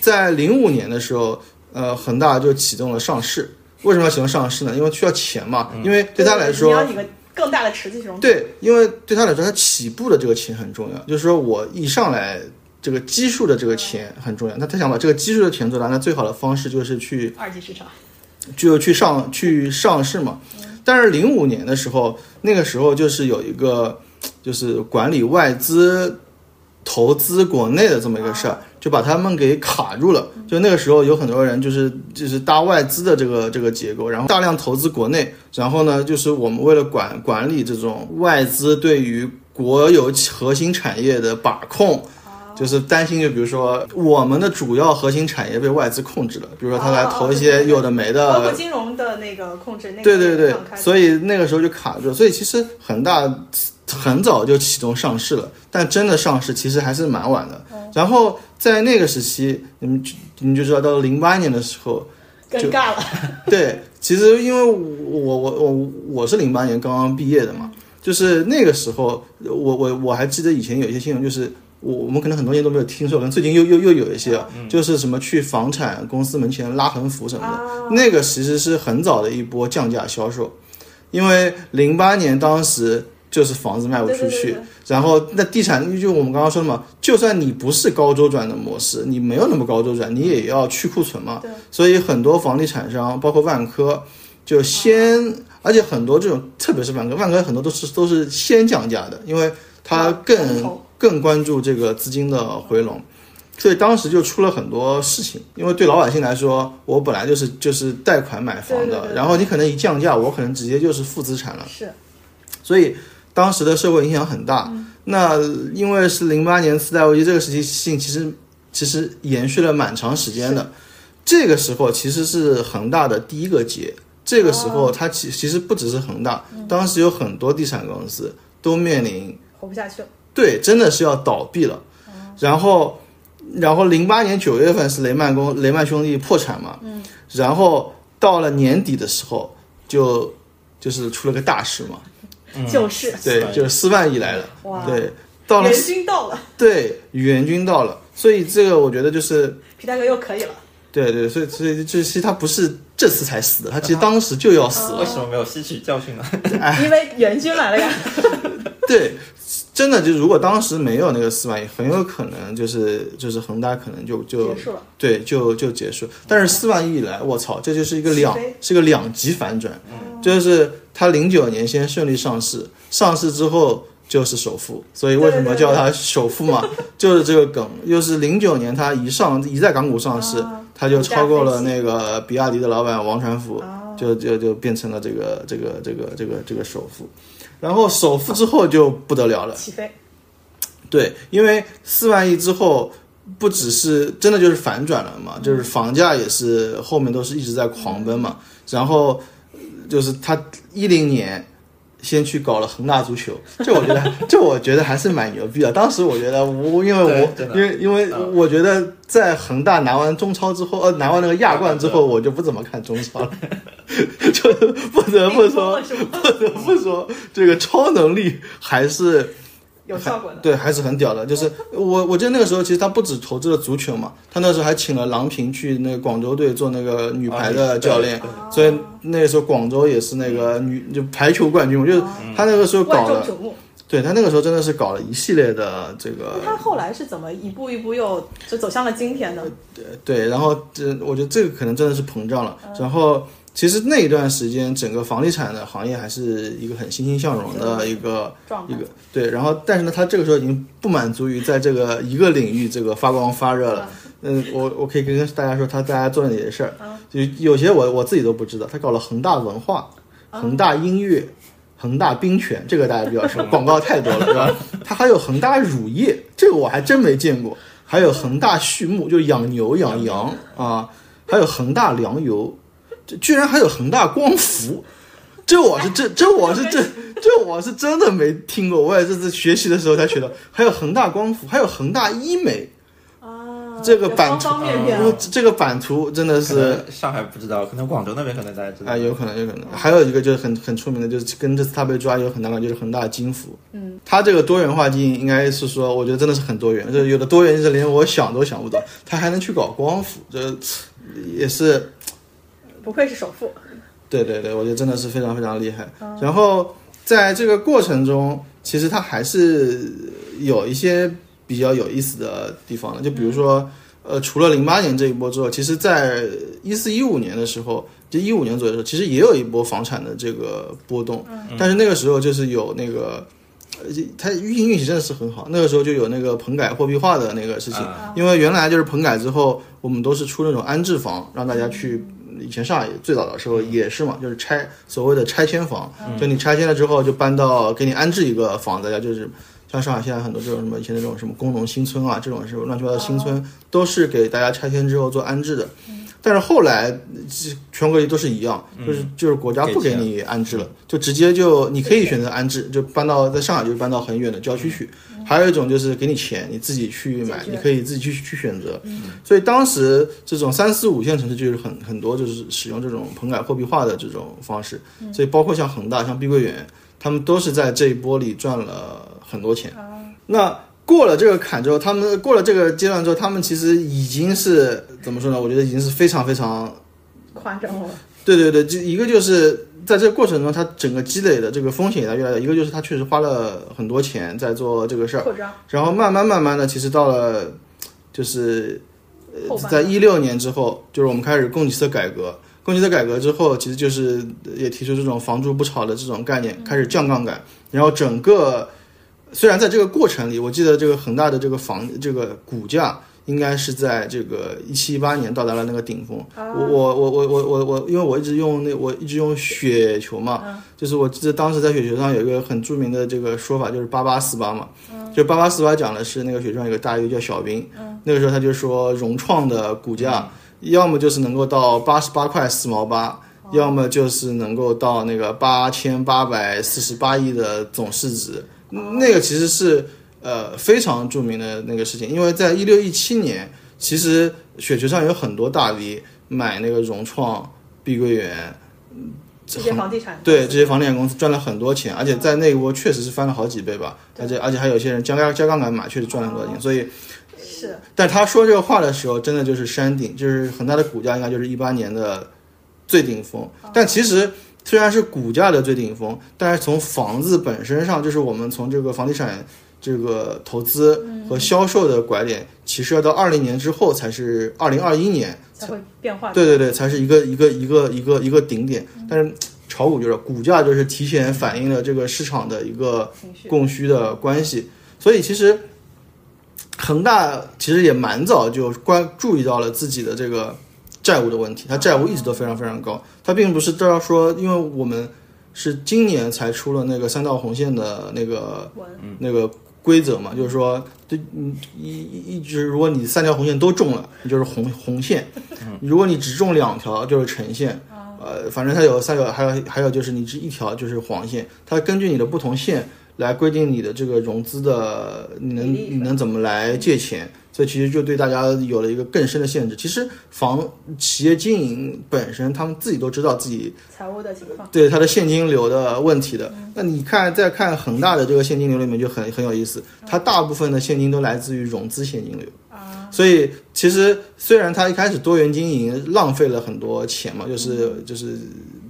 S3: 在零五年的时候，呃，恒大就启动了上市。为什么要启动上市呢？因为需要钱嘛，因为对他来说，
S1: 你要一个更大的池子中，
S3: 对，因为对他来说，他起步的这个钱很重要，就是说我一上来这个基数的这个钱很重要。那他想把这个基数的钱做大，那最好的方式就是去
S1: 二级市场，
S3: 就去上去上市嘛。但是零五年的时候，那个时候就是有一个就是管理外资投资国内的这么一个事
S1: 啊
S3: 儿，就把他们给卡住了。就那个时候有很多人就是就是搭外资的这个这个结构，然后大量投资国内，然后呢，就是我们为了管管理这种外资对于国有核心产业的把控。
S1: 啊
S3: 就是担心，就比如说我们的主要核心产业被外资控制了，比如说他来
S1: 哦哦
S3: 投一
S1: 对
S3: 些
S1: 对对
S3: 有的没
S1: 包括
S3: 的，
S1: 金融的那个控哦制，那个
S3: 对对对
S1: 放，开
S3: 所以那个时候就卡住了。所以其实恒大很早就启动上市了，但真的上市其实还是蛮晚的。
S1: 哦
S3: 然后在那个时期，你们就你就知道，到零八年的时候，
S1: 尴尬了。
S3: 对，其实因为我我我我是零八年刚刚毕业的嘛，就是那个时候，我我我还记得以前有一些新闻，就是我我们可能很多年都没有听说，可能最近又又又有一些啊，
S1: 嗯
S3: 就是什么去房产公司门前拉横幅什么
S1: 哦
S3: 的，那个其实是很早的一波降价销售，因为零八年当时。就是房子卖不出
S1: 对对
S3: 去，
S1: 对对
S3: 然后那地产就我们刚刚说的嘛，就算你不是高周转的模式，你没有那么高周转，你也要去库存嘛。
S1: 对
S3: 所以很多房地产商，包括万科，就先，而且很多这种，特别是万科，万科很多都是都是先降价的，因为它
S1: 龙
S3: 更
S1: 头
S3: 更关注这个资金的回笼，所以当时就出了很多事情。因为对老百姓来说，我本来就是就是贷款买房的，
S1: 对对对
S3: 然后你可能一降价，我可能直接就是负资产了。
S1: 是，
S3: 所以当时的社会影响很大。那因为是零八年次贷危机这个时期性，其实其实延续了蛮长时间的。这个时候其实是恒大的第一个劫。这个时候，它其其实不只是恒大，当时有很多地产公司都面临
S1: 活不下去了。
S3: 对，真的是要倒闭了。然后，然后零八年九月份是雷曼公雷曼兄弟破产嘛，嗯，然后到了年底的时候，就就是出了个大事嘛，
S1: 嗯就是
S3: 对
S2: 四，万
S3: 就是四万亿来了。
S1: 哇
S3: 对，到了
S1: 援军到了，
S3: 对援军到了，所以这个我觉得就是
S1: 皮大哥又可以了。
S3: 对对，所以所以这其实他不是这次才死的，他其实当时就要死了。
S2: 为什么没有吸取教训呢？
S3: 哎
S1: 因为援军来了呀，
S2: 嗯
S3: 对，真的就如果当时没有那个四万亿，很有可能就是就是恒大可能就就
S1: 结束了。
S3: 对就就结束。但是四万亿一来，我操，这就是一个两
S1: 起飞嗯
S3: 是个两极反转，就是他零九年先顺利上市，上市之后。就是首富，所以为什么叫他首富嘛？就是这个梗，又是零九年他一上一在港股上市，
S1: 啊
S3: 他就超过了那个比亚迪的老板王传福，
S1: 啊
S3: 就就就变成了这个这个这个这个这个首富。然后首付之后就不得了了，
S1: 起飞，
S3: 对，因为四万亿之后，不只是真的就是反转了嘛，就是房价也是后面都是一直在狂奔
S2: 嗯
S3: 嘛，然后呃就是他一零年。先去搞了恒大足球，这我觉得，这我觉得还是蛮牛逼的。当时我觉得我，因为
S2: 对
S3: 我
S2: 真的嗯
S3: 因为因为我觉得在恒大拿完中超之后，呃，拿完那个亚冠之后，我就不怎么看中超了， 就不得 不说，
S1: 是吗？
S3: 不得不说，这个超能力还是
S1: 有效果的。
S3: 对，还是很屌的。就是我，我记得那个时候，其实他不止投资了足球嘛，他那时候还请了郎平去那个广州队做那个啊女排的教练，所以那个时候广州也是那个女就排球冠军嘛。就是他那个时候
S1: 万
S3: 搞
S1: 众
S3: 了，
S1: 瞩目。
S3: 对他那个时候真的是搞了一系列的这个
S1: 那他后来是怎么一步一步又就走向了今天的？
S3: 对，然后这我觉得这个可能真的是膨胀了。
S1: 嗯
S3: 然后其实那一段时间，整个房地产的行业还是一个很欣欣向荣的一个
S1: 状态
S3: 一个对。然后但是呢，他这个时候已经不满足于在这个一个领域这个发光发热了。嗯，我我可以跟大家说，他大家做了哪些事儿，
S1: 嗯
S3: 就有些我我自己都不知道。他搞了恒大文化、
S1: 嗯
S3: 恒大音乐、恒大冰泉，这个大家比较熟，广告太多了，对吧？它还有恒大乳业，这个我还真没见过。还有恒大畜牧，就养牛养羊啊，还有恒大粮油，这居然还有恒大光伏，这我是这这我是这这我是真的没听过，我也是这次学习的时候才学到，还有恒大光伏，还有恒大医美，
S1: 啊，
S3: 这个
S1: 有方
S3: 版图嗯
S1: 方面面
S2: 啊
S1: 了
S3: 我这个版图真的
S2: 可
S3: 是
S2: 能上海不知道，可能广州那边可能大家知道。
S3: 啊，有可能，有可能。还有一个就是很很出名的，就是跟这次他被抓有很大关系，就是恒大金服。嗯，他这个多元化经营应该是说，我觉得真的是很多元，就是有的多元就是连我想都想不到，他还能去搞光伏，这也是
S1: 不愧是首富，
S3: 对对对，我觉得真的是非常非常厉害。然后在这个过程中，其实它还是有一些比较有意思的地方的，就比如说，呃，除了零八年这一波之后，其实在一四一五年的时候，就一五年左右的时候，其实也有一波房产的这个波动，但是那个时候就是有那个。呃，它运行运气真的是很好。那个时候就有那个棚改货币化的那个事
S2: 啊
S3: 情，因为原来就是棚改之后，我们都是出那种安置房，让大家去以前上海最早的时候也是嘛，就是拆所谓的拆迁房，就你拆迁了之后就搬到给你安置一个房子，大家就是像上海现在很多这种什么以前那种什么工农新村啊，这种什么乱七八糟的新村，都是给大家拆迁之后做安置的。但是后来这全国都是一样，就是就是国家不给你安置了，就直接就你可以选择安置，就搬到在上海就搬到很远的郊区去。还有一种就是给你钱，你自己去买，
S1: 解决嗯
S3: 你可以自己去去选择。所以当时这种三四五线城市就是很很多就是使用这种棚改货币化的这种方式，
S1: 嗯
S3: 所以包括像恒大、像碧桂园，他们都是在这一波里赚了很多钱。
S1: 啊
S3: 那过了这个坎之后，他们过了这个阶段之后，他们其实已经是怎么说呢？我觉得已经是非常非常
S1: 夸张了，
S3: 对对对，就一个就是在这个过程中，他整个积累的这个风险也在越来越大，一个就是他确实花了很多钱在做这个事儿，
S1: 扩张
S3: 然后慢慢慢慢的，其实到了就是
S1: 后半
S3: 呃在一六年之后，就是我们开始供给侧改革。供给侧改革之后，其实就是呃也提出这种“房住不炒”的这种概念，开始降杠杆。然后整个虽然在这个过程里，我记得这个恒大的这个房这个股价应该是在这个一七一八年到达了那个顶峰。
S1: 啊
S3: 我我我我我我我，因为我一直用那我一直用雪球
S1: 嗯
S3: 嘛，就是我记得当时在雪球上有一个很著名的这个说法，就是八八四八嘛，
S1: 嗯
S3: 就八八四八讲的是那个雪球上有个大 U 叫小兵，那个时候他就说融创的股价要么就是能够到八十八块四毛八。要么就是能够到那个八千八百四十八亿的总市值，那个其实是呃非常著名的那个事情，因为在一六一七年，其实雪球上有很多大 V 买那个融创、碧桂园，
S1: 这些房地产
S3: 对这些房地产公司赚了很多钱，而且在那一波确实是翻了好几倍吧，而且而且还有些人加杠加杠杆买，确实赚了很多钱，所以
S1: 是
S3: 但他说这个话的时候，真的就是山顶，就是恒大的股价应该就是一八年的最顶峰。但其实虽然是股价的最顶峰，但是从房子本身上，就是我们从这个房地产这个投资和销售的拐点，其实要到二零年之后才是二零二一年，
S1: 才会变化的。
S3: 对对对，才是一个一个一个一个一个顶点。但是炒股就是股价就是提前反映了这个市场的一个
S1: 情绪
S3: 供需的关系。所以其实恒大其实也蛮早就关注意到了自己的这个债务的问题，它债务一直都非常非常高。它并不是都要说，因为我们是今年才出了那个三道红线的那个
S1: 文
S3: 那个规则嘛，就是说，对，你一一一直，如果你三条红线都中了，你就是红红线； 如果你只中两条，就是橙线。
S1: 哦
S3: 呃，反正它有三条，还有还有就是你只一条就是黄线，它根据你的不同线来规定你的这个融资的，你能
S1: 比例是吧
S3: 你能怎么来借钱，所以其实就对大家有了一个更深的限制。其实房企业经营本身，他们自己都知道自己
S1: 财务的情况，
S3: 对它的现金流的问题的。那你看，再看恒大的这个现金流里面就很很有意思，它大部分的现金都来自于融资现金流。所以其实虽然它一开始多元经营浪费了很多钱嘛，就是就是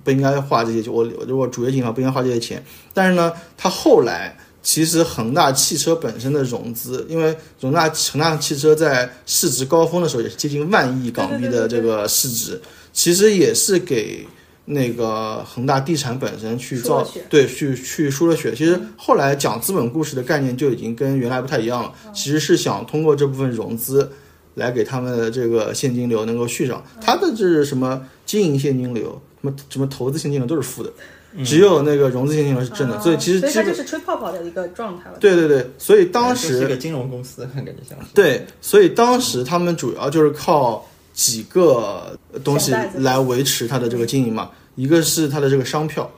S3: 不应该花这些钱，我我如果主业经营的话不应该花这些钱，但是呢，它后来。其实恒大汽车本身的融资，因为恒大恒大汽车在市值高峰的时候也是接近万亿港币的这个市值，其实也是给那个恒大地产本身去
S1: 输了
S3: 造
S1: 血嗯
S3: 对去去输了血。其实后来讲资本故事的概念就已经跟原来不太一样了，
S1: 嗯
S3: 其实是想通过这部分融资来给他们的这个现金流能够续上。
S1: 嗯
S3: 他的这是什么经营现金流，什么什么投资现金流都是负的，只有那个融资现金流是正的。
S1: 啊
S3: 所以其实
S1: 所以
S3: 基
S1: 它就
S3: 本
S1: 是吹泡泡的一个状态了。
S3: 对对对，所以当
S2: 就是
S3: 时
S2: 一个金融公司，感觉像是。
S3: 对，所以当时他们主要就是靠几个东西
S1: 小袋子
S3: 来维持它的这个经营嘛。一个是它的这个商票，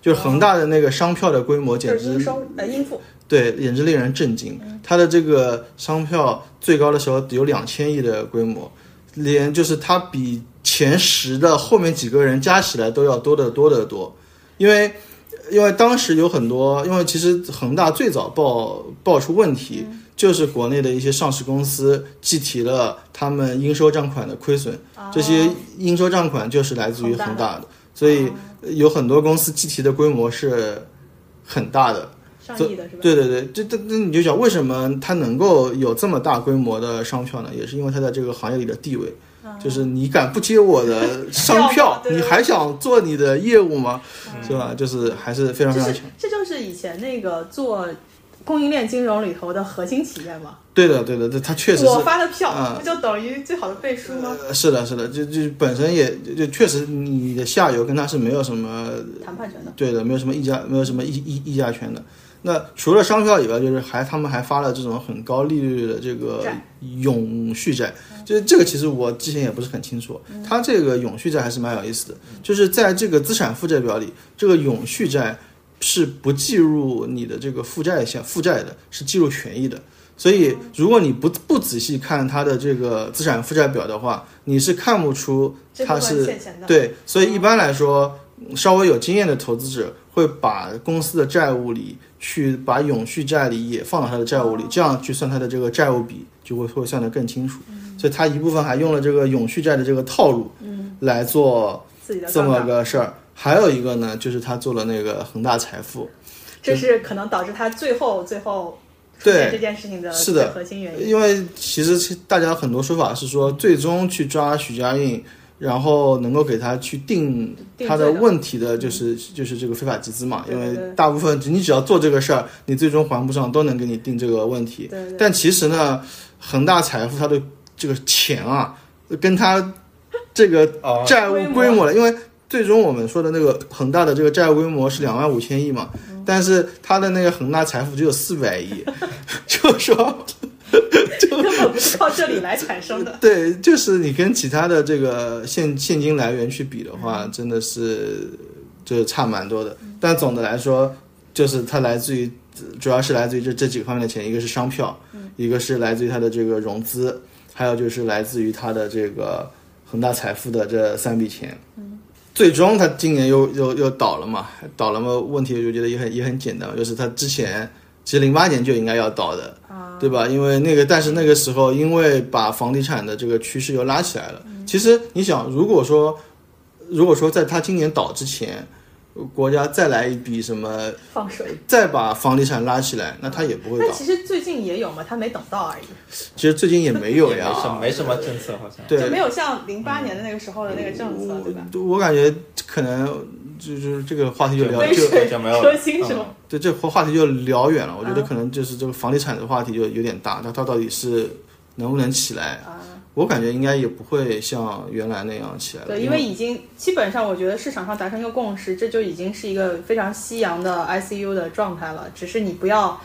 S3: 就是恒大的那个商票的规模简
S1: 就是应
S3: 直
S1: 收呃应付，
S3: 对，简直令人震惊。
S1: 嗯
S3: 它的这个商票最高的时候有两千亿的规模，连就是它比前十的后面几个人加起来都要多得多得多。因为因为当时有很多，因为其实恒大最早爆爆出问题，
S1: 嗯
S3: 就是国内的一些上市公司计提了他们应收账款的亏损，这些应收账款就是来自于
S1: 哦恒
S3: 恒
S1: 大哦
S3: 大的，所以有很多公司计提的规模是很大的。
S1: 上
S3: 这
S1: 亿的是吧？
S3: 对对对，这这这你就想，为什么它能够有这么大规模的商票呢？也是因为它在这个行业里的地位，就是你敢不接 我的商
S1: 要吗嗯
S3: 票，
S1: 对
S3: 你
S1: 对
S3: 还想做你的业务吗？是吧？就是还是非常非
S1: 这
S3: 常
S1: 是
S3: 强。
S1: 这就是以前那个做供应链金融里头的核心企业嘛。
S3: 对的，对的，对，它确实是
S1: 我发的票、
S3: 嗯
S1: 不就等于最好的背书吗？
S3: 呃，是的，是的，就就本身也就就确实你的下游跟它是没有什么
S1: 谈判权的，
S3: 对的，没有什么议价，没有什么议议议价权的。那除了商票以外，就是还他们还发了这种很高利率的这个
S1: 债嗯
S3: 永续债，就是这个其实我之前也不是很清楚。它这个永续债还是蛮有意思的，就是在这个资产负债表里，这个永续债是不计入你的这个负债项负债的，是计入权益的。所以，
S1: 嗯
S3: 如果你不不仔细看它的这个资产负债表的话，你是看不出
S1: 这部
S3: 它是
S1: 分欠钱的。嗯
S3: 对，所以一般来说，稍微有经验的投资者会把公司的债务里去把永续债里也放到他的债务里，这样去算他的这个债务比，就会会算得更清楚。
S1: 嗯
S3: 所以他一部分还用了这个永续债的这个套路，来做
S1: 嗯自己的
S3: 这
S1: 杠
S3: 么
S1: 杠，
S3: 个事儿。还有一个呢，就是他做了那个恒大财富，
S1: 这是可能导致他最后最后出
S3: 对
S1: 现这件事情的
S3: 是的
S1: 最核心原因。
S3: 因为其实其大家很多说法是说，最终去抓许家印，然后能够给他去定
S1: 定
S3: 嗯他
S1: 罪
S3: 的
S1: 的
S3: 问题的，就是就是这个非法集资嘛。
S1: 对
S3: 因
S1: 对对
S3: 为大部分你只要做这个事儿，你最终还不上，都能给你定这个问题。
S1: 对对，
S3: 但其实呢，恒大财富它的这个钱啊，跟它这个
S2: 哦，
S3: 债务规模了，因为最终我们说的那个恒大的这个债务规模是两万五千亿嘛，
S1: 嗯
S3: 但是它的那个恒大财富只有四百亿， 就是说。
S1: 根本不是靠这里来产生的。
S3: 呃对，就是你跟其他的这个现现金来源去比的话，真的是就是差蛮多的。但总的来说，就是它来自于，主要是来自于这这几个方面的钱，一个是商票，一个是来自于它的这个融资，还有就是来自于它的这个恒大财富的这三笔钱。最终它今年又又又倒了嘛，倒了嘛，问题我觉得也很也很简单，就是它之前其实零八年就应该要倒的，对吧？因为那个，但是那个时候，因为把房地产的这个趋势又拉起来了。其实你想，如果说，如果说在它今年倒之前，国家再来一笔什么，
S1: 放水。
S3: 再把房地产拉起来，那它也不会
S1: 但
S3: 倒。
S1: 其实最近也有嘛，他没等到而已，
S3: 其实最近也没有
S2: 也没什
S3: 呀，
S2: 么没什么政策好像。
S3: 对嗯
S1: 就没有像零八年的那个时候的那个政策，对吧？
S3: 我感觉可能就是这个话题就聊
S1: 杯
S3: 就
S1: 水
S2: 就没有
S1: 车薪是
S2: 嗯
S1: 吗？
S3: 对这话题就聊远了。我觉得
S1: 啊
S3: 可能就是这个房地产的话题就有点大，它它到底是能不能起来？
S1: 啊，
S3: 我感觉应该也不会像原来那样起来了。
S1: 对，因为已经基本上，我觉得市场上达成一个共识，这就已经是一个非常夕阳的 ICU 的状态了。只是你不要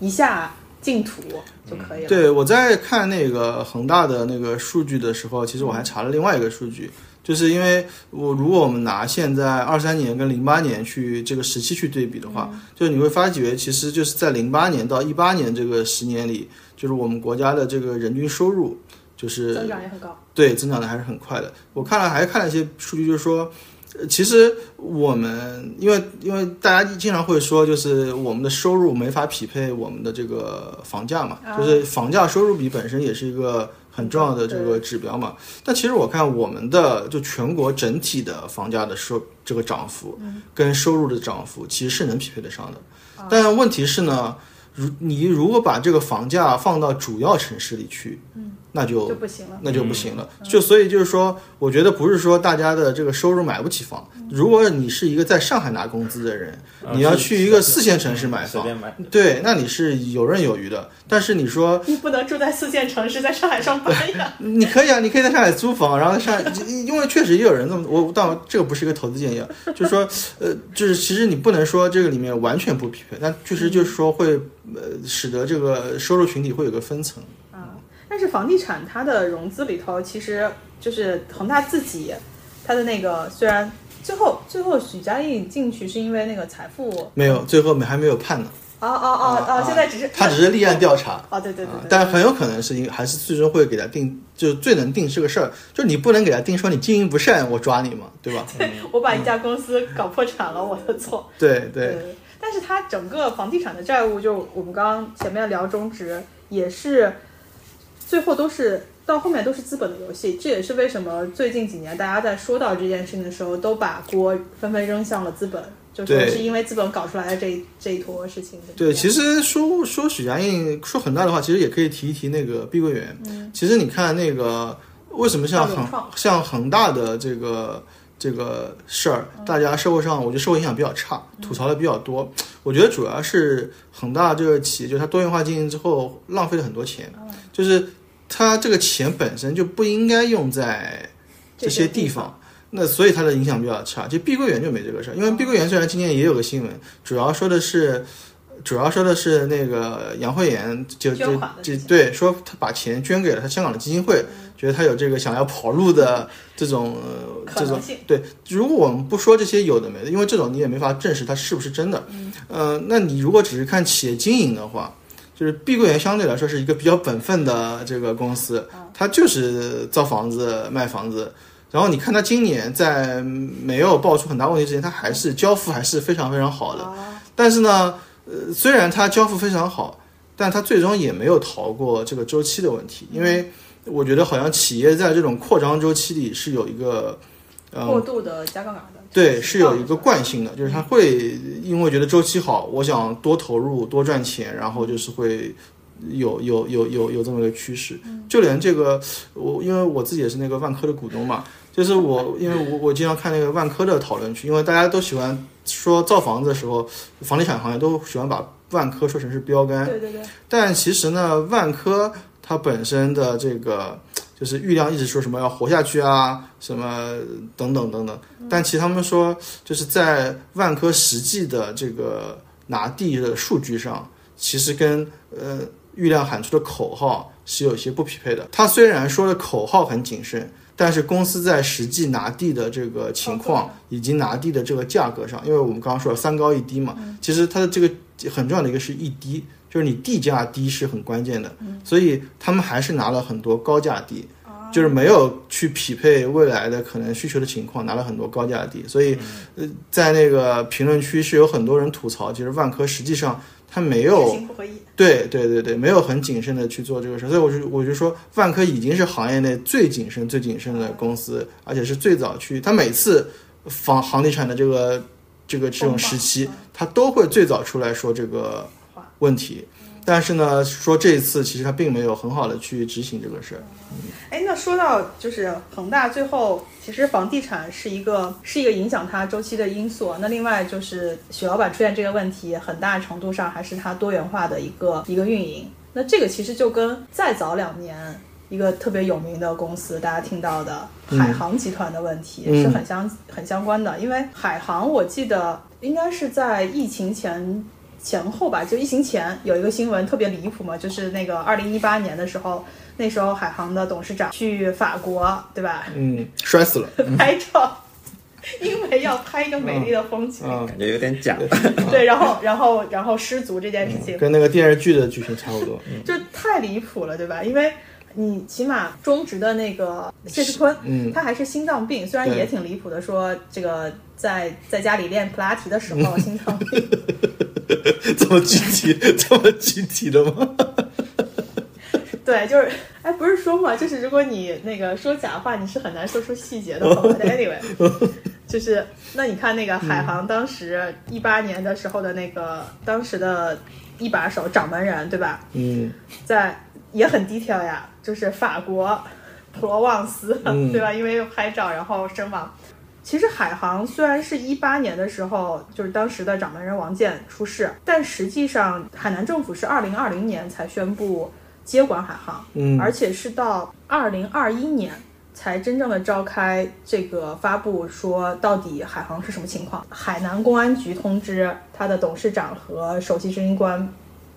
S1: 一下净土就可以了。
S3: 对，我在看那个恒大的那个数据的时候，其实我还查了另外一个数据，就是因为我如果我们拿现在二三年跟零八年去这个时期去对比的
S1: 嗯
S3: 话，就是你会发觉，其实就是在零八年到一八年这个十年里，就是我们国家的这个人均收入就是
S1: 增长也很高。
S3: 对增长的还是很快的。我看了还看了一些数据，就是说，呃其实我们因为因为大家经常会说，就是我们的收入没法匹配我们的这个房价嘛，
S1: 啊
S3: 就是房价收入比本身也是一个很重要的这个指标嘛。但其实我看我们的就全国整体的房价的收这个涨幅
S1: 嗯
S3: 跟收入的涨幅其实是能匹配得上的，
S1: 啊
S3: 但问题是呢。如你如果把这个房价放到主要城市里去，嗯，那就
S1: 就不行了。
S3: 那就不行了。
S1: 嗯
S3: 就所以就是说，我觉得不是说大家的这个收入买不起房，
S1: 嗯
S3: 如果你是一个在上海拿工资的人，
S2: 啊
S3: 你要去一个
S2: 是
S3: 四线城市买
S2: 随
S3: 房，嗯
S2: 便买。
S3: 对，那你是游刃有余的。但是你说
S1: 你不能住在四线城市，在上海上班 呀。
S3: 你可以啊，你可以在上海租房，然后在上海， 因为确实也有人这么，我但我这个不是一个投资建议，啊，就是说，呃，就是其实你不能说这个里面完全不匹配，但确实就是说会呃使得这个收入群体会有个分层。
S1: 嗯啊，但是房地产它的融资里头，其实就是恒大自己，他的那个虽然最后最后许家印进去是因为那个财富，哦
S3: 没有，最后没还没有判呢。
S1: 哦哦
S3: 啊
S1: 哦，现在只是
S3: 他只是立案调查。
S1: 哦对对对
S3: 啊
S1: 对，
S3: 但很有可能是因为还是最终会给他定，就是最能定是个事儿，就是你不能给他定说你经营不善，我抓你嘛，对吧？
S1: 我把一家公司搞破产了，我的错。
S3: 对对，
S1: 对，但是它整个房地产的债务，就我们刚刚前面聊中值，也是最后都是到后面都是资本的游戏。这也是为什么最近几年大家在说到这件事情的时候，都把锅纷纷扔向了资本，就说
S3: 对
S1: 是因为资本搞出来的这一这一坨事情。
S3: 对，其实说说许家印说恒大的话，其实也可以提一提那个碧桂园。其实你看那个为什么像
S1: 嗯大融
S3: 恒
S1: 创
S3: 像恒大的这个这个事儿，
S1: 嗯
S3: 大家社会上我觉得社会影响比较差，吐槽的比较多。我觉得主要是恒大这个企业，就是它多元化经营之后浪费了很多钱，
S1: 嗯
S3: 就是它这个钱本身就不应该用在这些地方，那所以它的影响比较差。就碧桂园就没这个事儿，因为碧桂园虽然今年也有个新闻，主要说的是，主要说的是那个杨惠妍就
S1: 捐
S3: 就
S1: 款的
S3: 就
S1: 事情
S3: 对说她把钱捐给了她香港的基金会，觉得她有这个想要跑路的这种、呃
S1: 可
S3: 这种
S1: 能性
S3: 对。如果我们不说这些有的没的，因为这种你也没法证实它是不是真的。嗯、呃，那你如果只是看企业经营的话。就是碧桂园相对来说是一个比较本分的这个公司，它就是造房子、卖房子。然后你看它今年在没有爆出很大问题之前，它还是交付还是非常非常好的。
S1: 啊嗯
S3: 但是呢，呃，虽然它交付非常好，但它最终也没有逃过这个周期的问题，因为我觉得好像企业在这种扩张周期里是有一个，呃，
S1: 过度的加杠杆的，
S3: 对，是有一个惯性的，就是他会因为觉得周期好，我想多投入、多赚钱，然后就是会有有有有有这么一个趋势。就连这个，我因为我自己也是那个万科的股东嘛，就是我因为我我经常看那个万科的讨论区，因为大家都喜欢说造房子的时候，房地产行业都喜欢把万科说成是标杆，
S1: 对对对，
S3: 但其实呢，万科它本身的这个就是郁亮一直说什么要活下去啊，什么等等等等，但其实他们说就是在万科实际的这个拿地的数据上，其实跟呃郁亮喊出的口号是有些不匹配的。他虽然说的口号很谨慎。但是公司在实际拿地的这个情况以及拿地的这个价格上，因为我们刚刚说了三高一低嘛，其实它的这个很重要的一个是一低，就是你地价低是很关键的，所以他们还是拿了很多高价地，就是没有去匹配未来的可能需求的情况，拿了很多高价地，所以呃，在那个评论区是有很多人吐槽，其实万科实际上它没有
S1: 知行不合一，
S3: 对对对对，没有很谨慎的去做这个事，所以我就我就说，万科已经是行业内最谨慎、最谨慎的公司，而且是最早去，它每次房房地产的这个这个这种时期，它都会最早出来说这个问题。但是呢，说这一次其实它并没有很好的去执行这个事儿。
S1: 哎，那说到就是恒大，最后其实房地产是一个是一个影响它周期的因素啊。那另外就是许老板出现这个问题，很大程度上还是它多元化的一个一个运营。那这个其实就跟再早两年一个特别有名的公司，大家听到的海航集团的问题、
S3: 嗯
S1: 是很相很相关的，因为海航我记得应该是在疫情前前后吧，就疫情前有一个新闻特别离谱嘛，就是那个二零一八年的时候，那时候海航的董事长去法国，对吧？
S3: 嗯，摔死 了。
S1: 拍照， 因为要拍一个美丽的风景，
S3: 嗯，嗯
S2: 感觉有点假。
S1: 对，然后然后然后失足这件事情，
S3: 跟那个电视剧的剧情差不多。嗯
S1: 就太离谱了，对吧？因为你起码中职的那个谢世坤，
S3: 嗯
S1: 他还是心脏病，虽然
S3: 对
S1: 也挺离谱的，说这个在在家里练普拉提的时
S3: 嗯
S1: 候心脏病。
S3: 这么具体，这么具体的吗？
S1: 对，就是，哎，不是说嘛，就是如果你那个说假话，你是很难说出细节的。好吧但 anyway，就是那你看那个海航当时一八年的时候的那个当时的一把手掌门人，对吧？
S3: 嗯，
S1: 在也很低调呀，就是法国普罗旺斯，
S3: 嗯
S1: 对吧？因为拍照然后身亡。其实海航虽然是一八年的时候，就是当时的掌门人王健出事，但实际上海南政府是二零二零年才宣布接管海航，
S3: 嗯
S1: 而且是到二零二一年才真正的召开这个发布，说到底海航是什么情况。海南公安局通知他的董事长和首席执行官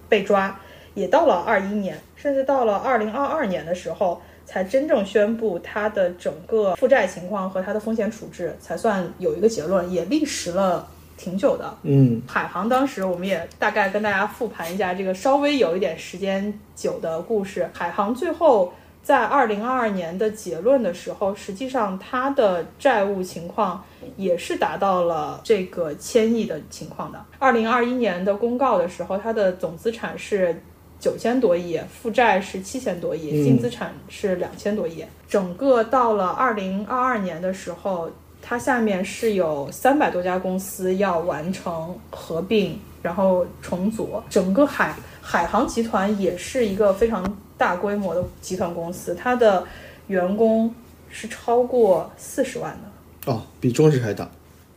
S1: 被抓，也到了二一年，甚至到了二零二二年的时候，才真正宣布它的整个负债情况和它的风险处置，才算有一个结论，也历时了挺久的。
S3: 嗯，
S1: 海航当时我们也大概跟大家复盘一下这个稍微有一点时间久的故事。海航最后在二零二二年的结论的时候，实际上它的债务情况也是达到了这个千亿的情况的。二零二一年的公告的时候，它的总资产是。九千多亿，负债是七千多亿，
S3: 嗯
S1: 净资产是两千多亿。整个到了二零二二年的时候，它下面是有三百多家公司要完成合并，然后重组。整个海海航集团也是一个非常大规模的集团公司，它的员工是超过四十万的。
S3: 哦，比中石还大，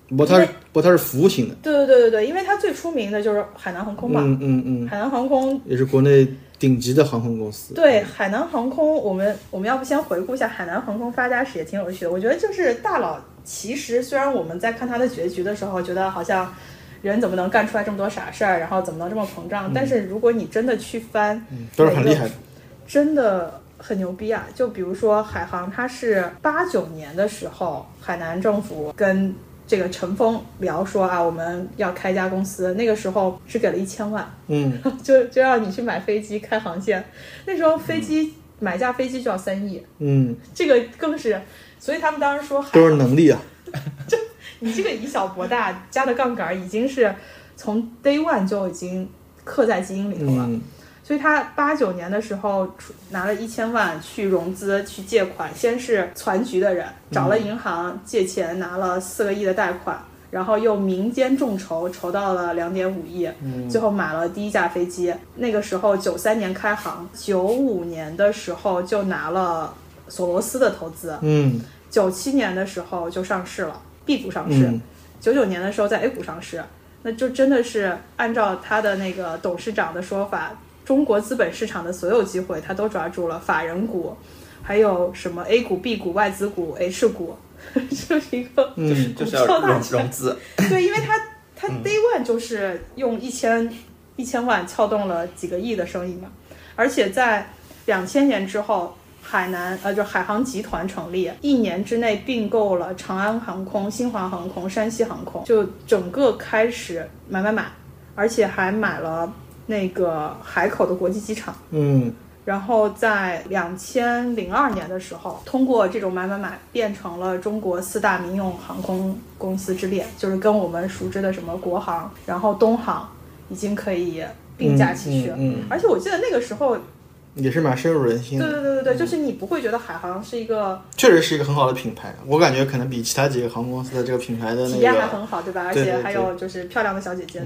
S3: 不过它是不过它是服务型的，
S1: 对对对对对，因为它最出名的就是海南航空嘛，
S3: 嗯嗯嗯，
S1: 海南航空
S3: 也是国内顶级的航空公司。
S1: 对海南航空，我们我们要不先回顾一下海南航空发家史也挺有趣的。我觉得就是大佬，其实虽然我们在看他的结局的时候，觉得好像人怎么能干出来这么多傻事儿，然后怎么能这么膨胀，但是如果你真的去翻，
S3: 嗯都是很厉害的。
S1: 真的很牛逼啊！就比如说海航，它是八九年的时候，海南政府跟这个陈峰聊说啊，我们要开一家公司，那个时候是给了一千万。
S3: 嗯，
S1: 就就让你去买飞机开航线，那时候飞机、买架飞机就要三亿，
S3: 嗯，
S1: 这个更是，所以他们当时说，海
S3: 都是能力啊。
S1: 你这个以小博大加的杠杆儿已经是从 day one 就已经刻在基因里头了。
S3: 嗯，
S1: 所以他八九年的时候出拿了一千万去融资去借款，先是攒局的人找了银行借钱，拿了四个亿的贷款，然后又民间众筹筹到了两点五亿，最后买了第一架飞机。那个时候九三年开航，九五年的时候就拿了索罗斯的投资，
S3: 嗯，
S1: 九七年的时候就上市了，B 股上市
S3: 嗯，
S1: 九九、年的时候在 A 股上市，那就真的是按照他的那个董事长的说法，中国资本市场的所有机会他都抓住了，法人股，还有什么 A 股、B 股、外资股、H 股， 就是一个
S2: 嗯
S3: 嗯
S2: 就是就是要
S1: 股票大
S2: 融
S1: 全
S2: 融资，
S1: 对，因为他他 day one 就是用一千一千万撬动了几个亿的生意嘛，而且在两千年之后，海南呃就海航集团成立，一年之内并购了长安航空、新华航空、山西航空，就整个开始买买买，而且还买了那个海口的国际机场。
S3: 嗯，
S1: 然后在两千零二年的时候，通过这种买买买变成了中国四大民用航空公司之列，就是跟我们熟知的什么国航，然后东航已经可以并驾齐驱。
S3: 嗯嗯
S1: 而且我记得那个时候，
S3: 也是蛮深入人心
S1: 对
S3: 的，
S1: 对对对对，就是你不会觉得海航是一个
S3: 确实是一个很好的品牌。啊我感觉可能比其他几个航空公司的这个品牌的
S1: 体
S3: 那
S1: 验还
S3: 个，
S1: 很好，对吧？而
S3: 对
S1: 且
S3: 对对嗯
S1: 还有就是漂亮的小姐姐，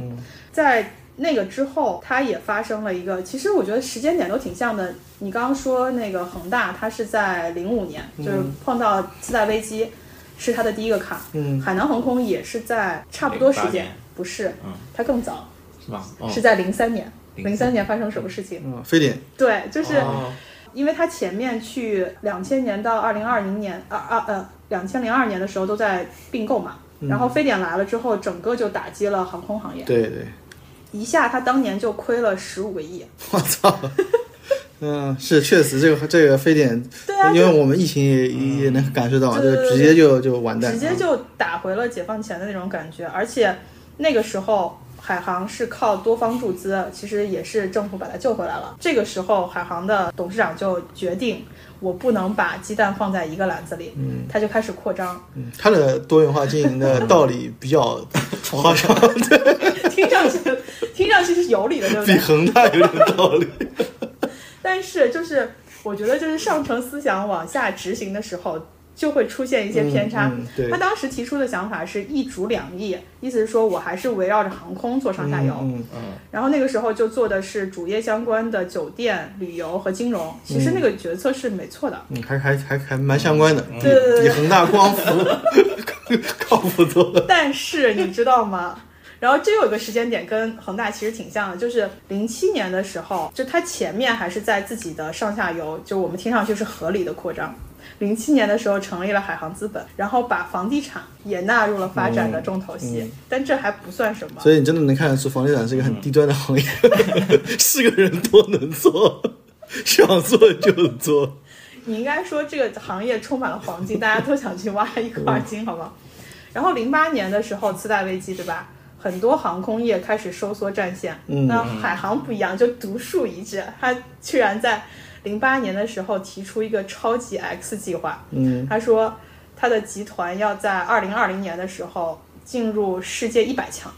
S1: 在那个之后，它也发生了一个，其实我觉得时间点都挺像的。你刚刚说那个恒大，它是在零五年，就是碰到次贷危机，是它的第一个坎。
S3: 嗯
S1: 海南航空也是在差不多时
S2: 08
S1: 间
S2: 年，
S1: 不是
S2: 嗯，
S1: 它更早，
S2: 是吧？哦
S1: 是在零三年。
S2: 03
S1: 零三年发生什么事情？
S3: 嗯，非典，
S1: 对，就是
S2: 哦
S1: 因为它前面去两千年到二零二零年，二二呃两千零二年的时候都在并购嘛，
S3: 嗯
S1: 然后非典来了之后，整个就打击了航空行业，
S3: 对对，
S1: 一下它当年就亏了十五个亿。
S3: 我操。嗯，是确实，这个这个非典，
S1: 对啊
S3: 因为我们疫情也、也能感受到嘛，就
S1: 对对对
S3: 直接就就完蛋，
S1: 直接就打回了解放前的那种感觉。而且那个时候海航是靠多方注资，其实也是政府把它救回来了。这个时候海航的董事长就决定，我不能把鸡蛋放在一个篮子里，他就开始扩张。
S3: 嗯它的多元化经 营的道理比较 好像
S1: 听上去听上去是有理的，对不
S3: 比
S1: 对？
S3: 恒大有点道理。
S1: 但是就是我觉得就是上层思想往下执行的时候。就会出现一些偏差。
S3: 嗯嗯对
S1: 他当时提出的想法是一主两翼，意思是说我还是围绕着航空做上下游，
S3: 嗯，
S2: 嗯，
S1: 然后那个时候就做的是主业相关的酒店、旅游和金融，其实那个决策是没错的。
S3: 嗯，还还还还蛮相关的，比
S1: 嗯对对对
S3: 比恒大光伏 靠谱多了。
S1: 但是你知道吗？然后这有一个时间点跟恒大其实挺像的，就是零七年的时候，就它前面还是在自己的上下游，就我们听上去是合理的扩张。零七年的时候成立了海航资本，然后把房地产也纳入了发展的重头戏，但这还不算什么。
S3: 所以你真的能看得出，房地产是一个很低端的行业，
S1: 嗯
S3: 是个人都能做，想做就做。
S1: 你应该说这个行业充满了黄金，大家都想去挖一块
S3: 嗯
S1: 金，好不好？然后零八年的时候，次贷危机，对吧？很多航空业开始收缩战线。
S3: 嗯
S1: 那海航不一样，就独树一帜，它居然在零八年的时候提出一个超级 X 计划。
S3: 嗯，
S1: 他说他的集团要在二零二零年的时候进入世界一百强，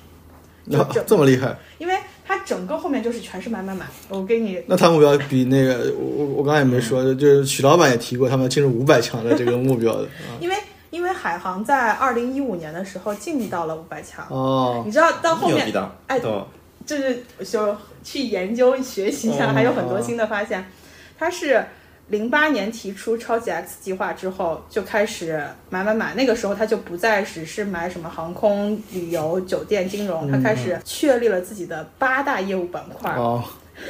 S1: 就
S3: 那
S1: 整
S3: 这么厉害，
S1: 因为它整个后面就是全是买买买。我给你
S3: 那他目标比那个我我我刚才也没说，
S1: 嗯
S3: 就是许老板也提过他们要进入五百强的这个目标的。
S1: 因为因为海航在二零一五年的时候晋到了五百强，
S3: 哦，
S1: 你知道到后
S2: 牛
S1: 面
S2: 逼的，
S1: 哎
S2: 对，
S1: 就是就去研究学习一下，
S3: 嗯
S1: 还有很多新的发现。它是零八年提出超级 X 计划之后就开始买买买，那个时候它就不再只是买什么航空、旅游、酒店、金融，它开始确立了自己的八大业务板块。
S3: 哦，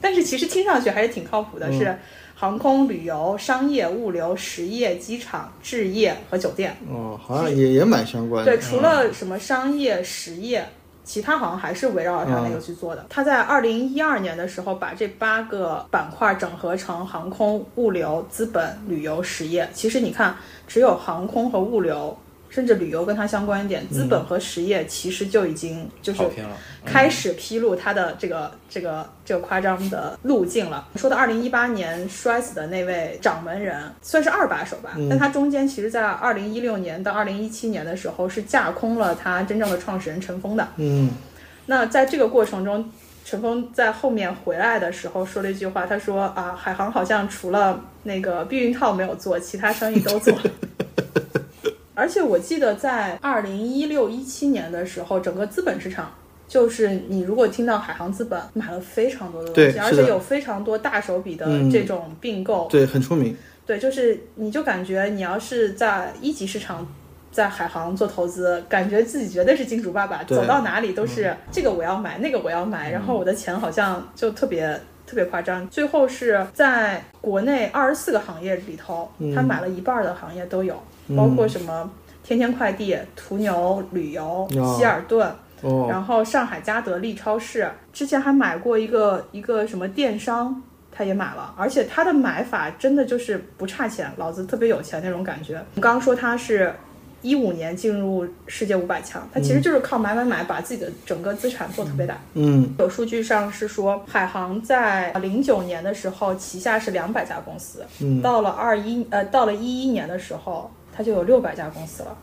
S1: 但是其实听上去还是挺靠谱的，是航空、旅游、商业、物流、实业、机场、置业和酒店。
S3: 哦，好像也也蛮相关的。嗯
S1: 对，除了什么商业、实业，其他好像还是围绕着它那个去做的。他在二零一二年的时候，把这八个板块整合成航空、物流、资本、旅游、实业。其实你看，只有航空和物流，甚至旅游跟它相关一点，资本和实业其实就已经就是
S2: 跑偏了，
S1: 开始披露他的这个这个这个夸张的路径了。说到二零一八年摔死的那位掌门人，算是二把手吧，但他中间其实在二零一六年到二零一七年的时候是架空了他真正的创始人陈峰的。
S3: 嗯，
S1: 那在这个过程中，陈峰在后面回来的时候说了一句话，他说啊，海航好像除了那个避孕套没有做，其他生意都 做了。而且我记得在二零一六一七年的时候，整个资本市场。就是你如果听到海航资本买了非常多的东西，
S3: 对
S1: 而
S3: 是的
S1: 且有非常多大手笔的
S3: 嗯
S1: 这种并购，
S3: 对，很出名。
S1: 对，就是你就感觉你要是在一级市场，在海航做投资，感觉自己绝对是金主爸爸，
S3: 对
S1: 走到哪里都是、这个我要买，那个我要买，然后我的钱好像就特别。特别夸张，最后是在国内二十四个行业里头，他买了一半儿的行业都有，包括什么天天快递、途牛旅游、
S3: 哦
S1: 希尔顿，
S3: 哦，
S1: 然后上海嘉德利超市之前还买过一个一个什么电商，他也买了，而且他的买法真的就是不差钱，老子特别有钱那种感觉。我刚刚说他是一五年进入世界五百强，他其实就是靠买买买把自己的整个资产做特别大。
S3: 嗯，
S1: 有数据上是说，海航在呃零九年的时候旗下是两百家公司，到了二一呃到了一一年的时候，它就有六百家公司了，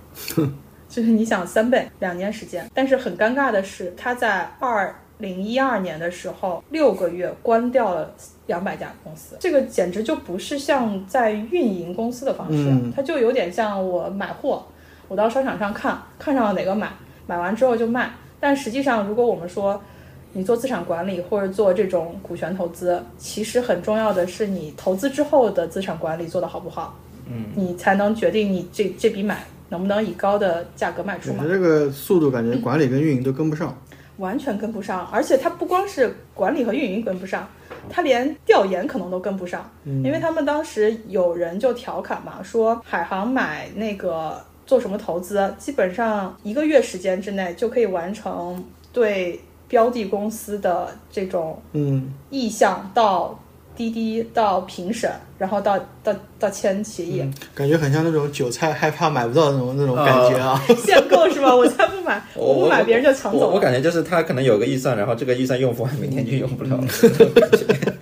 S1: 就是你想三倍，两年时间。但是很尴尬的是，它在二零一二年的时候六个月关掉了两百家公司，这个简直就不是像在运营公司的方式，
S3: 嗯
S1: 它就有点像我买货，我到商场上看看上了哪个买，买完之后就卖。但实际上，如果我们说你做资产管理或者做这种股权投资，其实很重要的是你投资之后的资产管理做得好不好，嗯，你才能决定你这这笔买能不能以高的价格卖出
S3: 对
S1: 嘛
S3: 他。这个速度感觉管理跟运营都跟不上。
S1: 完全跟不上，而且它不光是管理和运营跟不上，它连调研可能都跟不上，
S2: 嗯
S1: 因为他们当时有人就调侃嘛，说海航买那个做什么投资，基本上一个月时间之内就可以完成对标的公司的这种
S3: 嗯，
S1: 意向到滴滴到评审，然后到到到签协议，
S3: 感觉很像那种韭菜害怕买不到那种那种感
S1: 哦
S3: 觉啊。
S1: 限购是吧？我才不 买，
S2: 嗯我
S1: 不买别人就抢
S2: 我
S1: 走
S2: 我
S1: 了。
S2: 感觉就是他可能有个预算，然后这个预算用不完，明天就用不了了。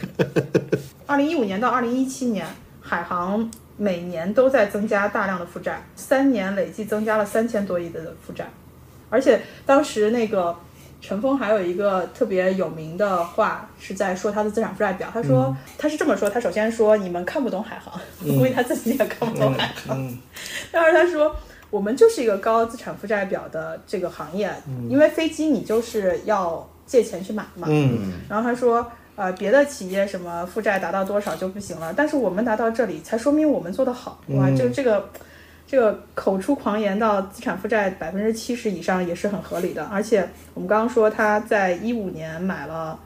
S1: 二零一五年到二零一七年，海航每年都在增加大量的负债，三年累计增加了三千多亿的负债，而且当时那个陈峰还有一个特别有名的话是在说他的资产负债表，他说、他是这么说，他首先说你们看不懂海航，估计他自己也看不懂海航，但是他说。我们就是一个高资产负债表的这个行业，因为飞机你就是要借钱去买嘛，
S3: 嗯，
S1: 然后他说，呃，别的企业什么负债达到多少就不行了，但是我们达到这里，才说明我们做得好。哇，这这个这个口出狂言到资产负债百分之七十以上也是很合理的。而且我们刚刚说他在一五年买了，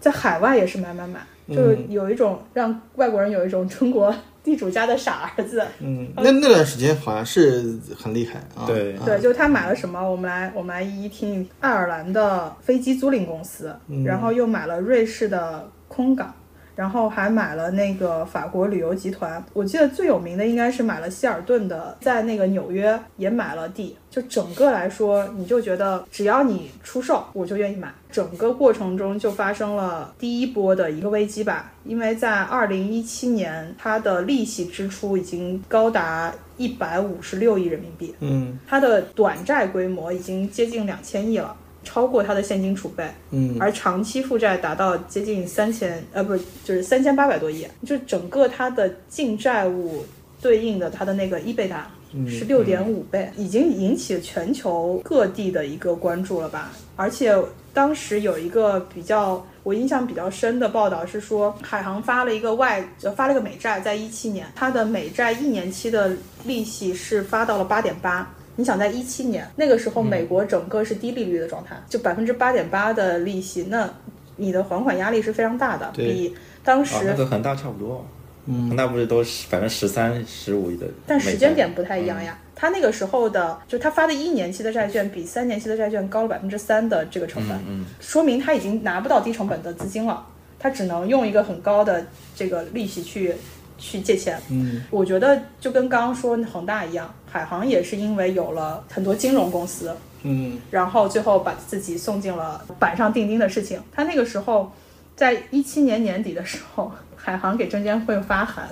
S1: 在海外也是买买买，就是有一种让外国人有一种中国地主家的傻儿子。
S3: 嗯，那那段时间好像是很厉害啊。
S2: 对
S3: 啊
S1: 对，就是他买了什么，我们来我们来一一听一听。爱尔兰的飞机租赁公司，然后又买了瑞士的空港，然后还买了那个法国旅游集团，我记得最有名的应该是买了希尔顿的，在那个纽约也买了地。就整个来说，你就觉得只要你出售，我就愿意买。整个过程中就发生了第一波的一个危机吧，因为在二零一七年，它的利息支出已经高达一百五十六亿人民币，
S3: 嗯
S1: 它的短债规模已经接近两千亿了，超过它的现金储备。
S3: 嗯，
S1: 而长期负债达到接近三千，呃，不是，就是三千八百多亿，就整个它的净债务对应的它的那个 E 一倍达是六点五倍，已经引起全球各地的一个关注了吧？而且当时有一个比较。我印象比较深的报道是说，海航发了一个外，呃发了个美债，在一七年，它的美债一年期的利息是发到了八点八，你想在一七年那个时候，美国整个是低利率的状态，就百分之八点八的利息，那你的还款压力是非常大的，
S3: 对
S1: 比当
S2: 啊，
S1: 时、
S2: 那跟恒大差不多。嗯，恒大不是都是百分之十三、十五的？
S1: 但时间点不太一样呀。他那个时候的，就他发的一年期的债券比三年期的债券高了百分之三的这个成本，
S2: 嗯
S1: 说明他已经拿不到低成本的资金了，他只能用一个很高的这个利息去去借钱。
S3: 嗯，
S1: 我觉得就跟刚刚说恒大一样，海航也是因为有了很多金融公司，
S3: 嗯
S1: 然后最后把自己送进了板上钉钉的事情。他那个时候，在一七年年底的时候，海航给证监会发函，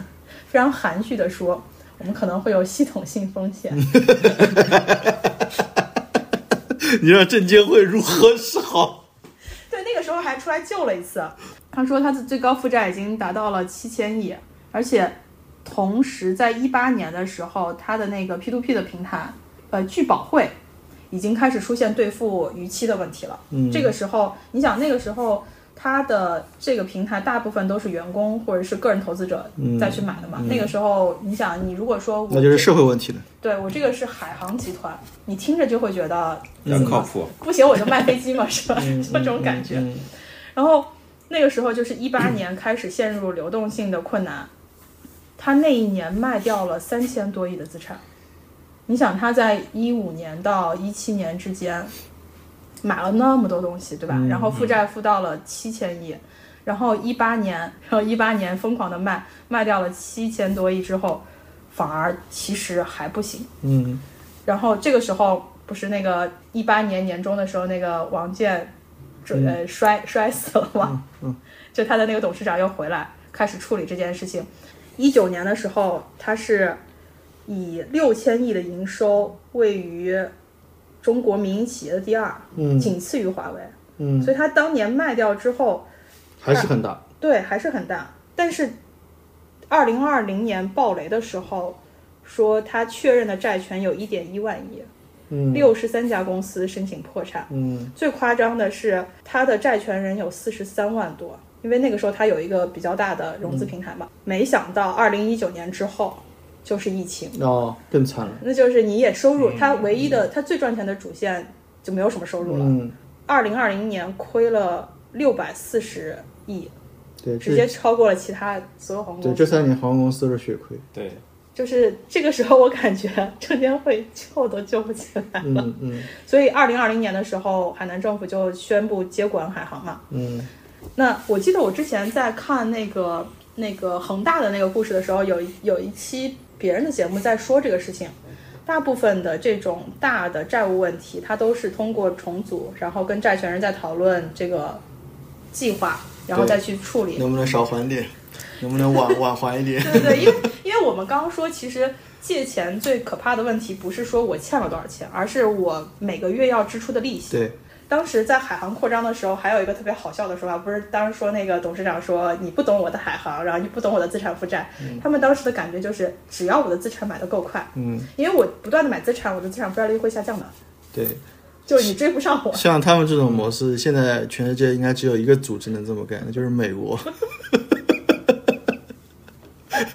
S1: 非常含蓄的说，我们可能会有系统性风险。
S3: 嗯你让证监会如何是好？
S1: 对，那个时候还出来救了一次。他说他的最高负债已经达到了七千亿，而且同时在一八年的时候，他的那个 P to P 的平台，呃，聚宝汇已经开始出现兑付逾期的问题了。
S3: 嗯
S1: 这个时候，你想那个时候。他的这个平台大部分都是员工或者是个人投资者
S3: 嗯
S1: 再去买的嘛。那个时候，你想，你如果说我
S3: 那就是社会问题了。
S1: 对我这个是海航集团，你听着就会觉得
S2: 嗯，要靠谱。
S1: 不行我就卖飞机嘛，是吧？ 就这种感觉。
S3: 嗯
S1: 然后那个时候就是一八年开始陷入流动性的困难，他那一年卖掉了三千多亿的资产。你想他在一五年到一七年之间买了那么多东西，对
S3: 嗯
S1: 吧？然后负债负到了七千亿，然后一八年，然后一八年疯狂的卖，卖掉了七千多亿之后，反而其实还不行。
S3: 嗯
S1: 然后这个时候不是那个一八年年中的时候，那个王健
S3: 嗯
S1: 准呃摔 摔死了嘛，就他的那个董事长又回来开始处理这件事情。一九年的时候，他是以六千亿的营收位于中国民营企业的第二，
S3: 嗯
S1: 仅次于华为，
S3: 嗯，
S1: 所以他当年卖掉之后，
S3: 还是很大。
S1: 对，还是很大。但是，二零二零年暴雷的时候，说他确认的债权有一点一万亿，
S3: 嗯
S1: 六十三家公司申请破产。
S3: 嗯
S1: 最夸张的是，他的债权人有四十三万多，因为那个时候他有一个比较大的融
S3: 嗯
S1: 资平台嘛。没想到二零一九年之后就是疫情，
S3: 哦，更惨了。
S1: 那就是你也收入，他唯一的他最赚钱的主线就没有什么收入了。
S3: 嗯，
S1: 二零二零年亏了六百四十亿，
S3: 对，
S1: 直接
S3: 这
S1: 超过了其他所有航空
S3: 对
S1: 公
S3: 这
S1: 司。
S3: 三年航空公司都是血亏。
S2: 对，
S1: 就是这个时候，我感觉证监会救都救不起来。
S3: 嗯嗯
S1: 所以，二零二零年的时候，海南政府就宣布接管海航嘛。
S3: 嗯
S1: 那我记得我之前在看那个那个恒大的那个故事的时候，有一有一期别人的节目在说这个事情。大部分的这种大的债务问题，它都是通过重组，然后跟债权人在讨论这个计划，然后再去处理。
S3: 能不能少还点？能不能晚晚还一点？
S1: 对对，对，因为因为我们刚刚说，其实借钱最可怕的问题不是说我欠了多少钱，而是我每个月要支出的利息。
S3: 对，
S1: 当时在海航扩张的时候，还有一个特别好笑的说法，不是当时说那个董事长说你不懂我的海航，然后你不懂我的资产负债。他们当时的感觉就是，只要我的资产买的够快，
S3: 嗯
S1: 因为我不断的买资产，我的资产负债率会下降的，
S3: 对，
S1: 就是你追不上我。
S3: 像他们这种模式，现在全世界应该只有一个组织能这么干，那就是美国。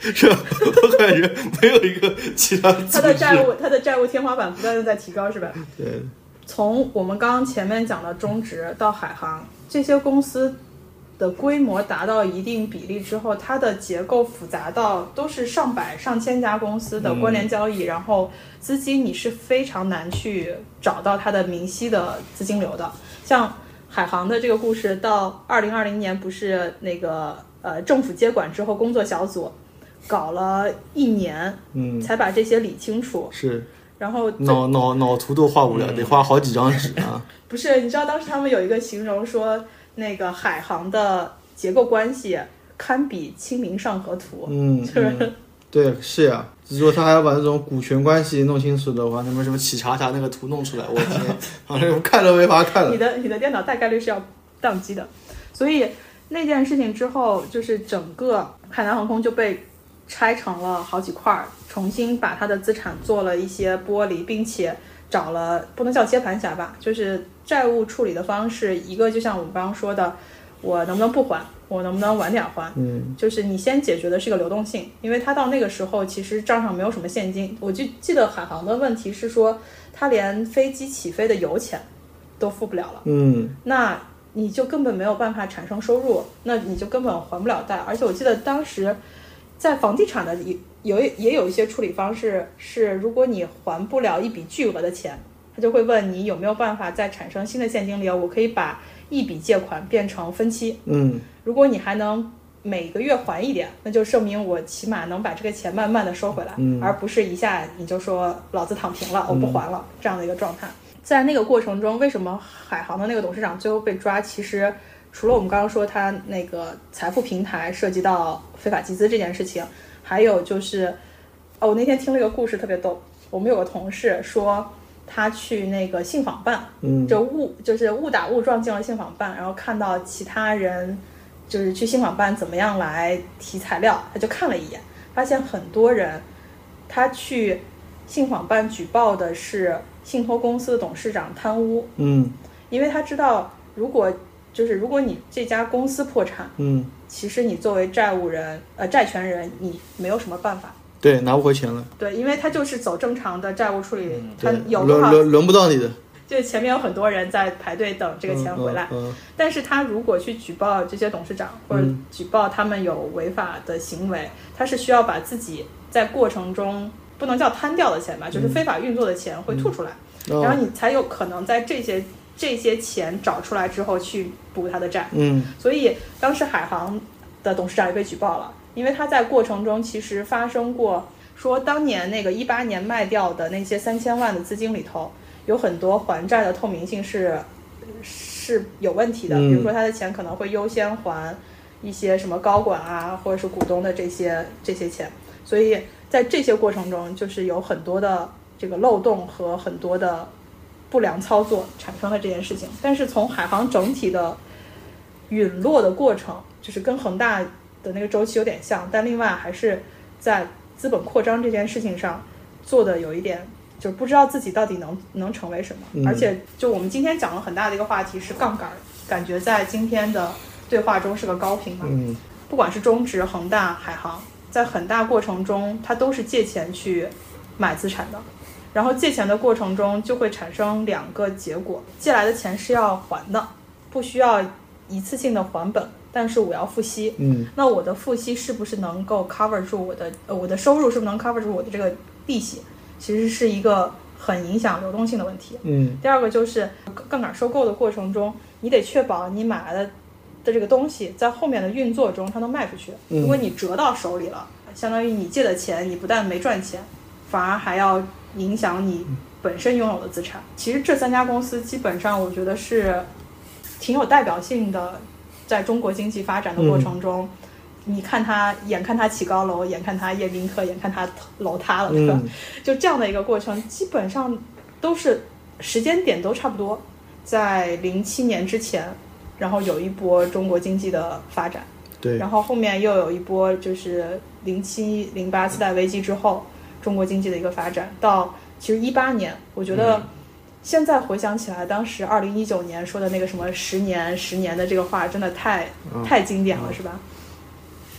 S3: 是吧？我感觉没有一个其他 组
S1: 他的
S3: 织。
S1: 债务，他的债务天花板不断的在提高，是吧？
S3: 对，
S1: 从我们刚刚前面讲的中植到海航，这些公司的规模达到一定比例之后，它的结构复杂到都是上百、上千家公司的关联交易，然后资金你是非常难去找到它的明晰的资金流的。像海航的这个故事，到二零二零年不是那个。呃政府接管之后工作小组搞了一年，
S3: 嗯，
S1: 才把这些理清楚。
S3: 是
S1: 然后最
S3: 脑脑脑图都画不了，得画好几张纸啊。
S1: 不是，你知道当时他们有一个形容说，那个海航的结构关系堪比《清明上河图》
S3: 嗯，
S1: 就是、
S3: 对，是呀、如果他还要把那种股权关系弄清楚的话，那么什么企查查那个图弄出来，我天，好像看都没法看了。
S1: 你的你的电脑大概率是要宕机的。所以那件事情之后，就是整个海南航空就被拆成了好几块儿，重新把它的资产做了一些剥离，并且找了不能叫接盘侠吧，就是债务处理的方式，一个就像我们刚刚说的，我能不能不还，我能不能晚点还。
S3: 嗯，
S1: 就是你先解决的是个流动性，因为他到那个时候其实账上没有什么现金。我就记得海航的问题是说，他连飞机起飞的油钱都付不了了，
S3: 嗯，
S1: 那你就根本没有办法产生收入，那你就根本还不了贷。而且我记得当时在房地产的也有也有一些处理方式是，如果你还不了一笔巨额的钱，他就会问你有没有办法再产生新的现金流，我可以把一笔借款变成分期。
S3: 嗯，
S1: 如果你还能每个月还一点，那就证明我起码能把这个钱慢慢的收回来，而不是一下你就说老子躺平了，我不还了、这样的一个状态。在那个过程中，为什么海航的那个董事长最后被抓？其实除了我们刚刚说他那个财富平台涉及到非法集资这件事情，还有就是，哦，我那天听了一个故事特别逗，我们有个同事说。他去那个信访办，嗯，就误就是误打误撞进了信访办，然后看到其他人就是去信访办怎么样来提材料，他就看了一眼，发现很多人他去信访办举报的是信托公司的董事长贪污，
S3: 嗯，
S1: 因为他知道如果就是如果你这家公司破产，
S3: 嗯，
S1: 其实你作为债务人呃债权人你没有什么办法，
S3: 对，拿不回钱了，
S1: 对，因为他就是走正常的债务处理，他
S3: 嗯对，
S1: 有
S3: 轮
S1: 多少
S3: 轮轮不到你的，
S1: 就是前面有很多人在排队等这个钱回来，
S3: 嗯，嗯
S1: 但是他如果去举报这些董事长或者举报他们有违法的行为，他是需要把自己在过程中不能叫贪掉的钱吧，就是非法运作的钱会吐出来，
S3: 嗯
S1: 然后你才有可能在这些这些钱找出来之后去补他的债。
S3: 嗯
S1: 所以当时海航的董事长也被举报了，因为他在过程中其实发生过，说当年那个一八年卖掉的那些三千万的资金里头，有很多还债的透明性是是有问题的，
S3: 嗯
S1: 比如说他的钱可能会优先还一些什么高管啊，或者是股东的这些这些钱，所以在这些过程中，就是有很多的这个漏洞和很多的不良操作产生了这件事情。但是从海航整体的陨落的过程，就是跟恒大的那个周期有点像，但另外还是在资本扩张这件事情上做的有一点，就是不知道自己到底能能成为什么。
S3: 嗯
S1: 而且，就我们今天讲了很大的一个话题是杠杆，感觉在今天的对话中是个高频嘛。
S3: 嗯，
S1: 不管是中植、恒大、海航，在很大过程中，它都是借钱去买资产的。然后借钱的过程中就会产生两个结果：借来的钱是要还的，不需要一次性的还本，但是我要付息。
S3: 嗯，
S1: 那我的付息是不是能够 cover 住我的呃我的收入是不是能 cover 住我的这个利息？其实是一个很影响流动性的问题。
S3: 嗯，
S1: 第二个就是呃杠杆收购的过程中，你得确保你买来的的这个东西在后面的运作中它能卖出去。
S3: 嗯
S1: 如果你折到手里了，相当于你借的钱，你不但没赚钱，反而还要影响你
S3: 嗯
S1: 本身拥有的资产。其实这三家公司基本上，我觉得是挺有代表性的，在中国经济发展的过程
S3: 嗯
S1: 中。你看它，眼看它起高楼，眼看它夜宾客，眼看它楼塌了，对吧？
S3: 嗯，
S1: 就这样的一个过程，基本上都是时间点都差不多，在零七年之前，然后有一波中国经济的发展，
S3: 对，
S1: 然后后面又有一波就是零七零八次贷危机之后中国经济的一个发展，到其实一八年，我觉
S3: 嗯
S1: 得现在回想起来，当时二零一九年说的那个什么十年十年的这个话，真的太
S3: 嗯
S1: 太经典了，是吧？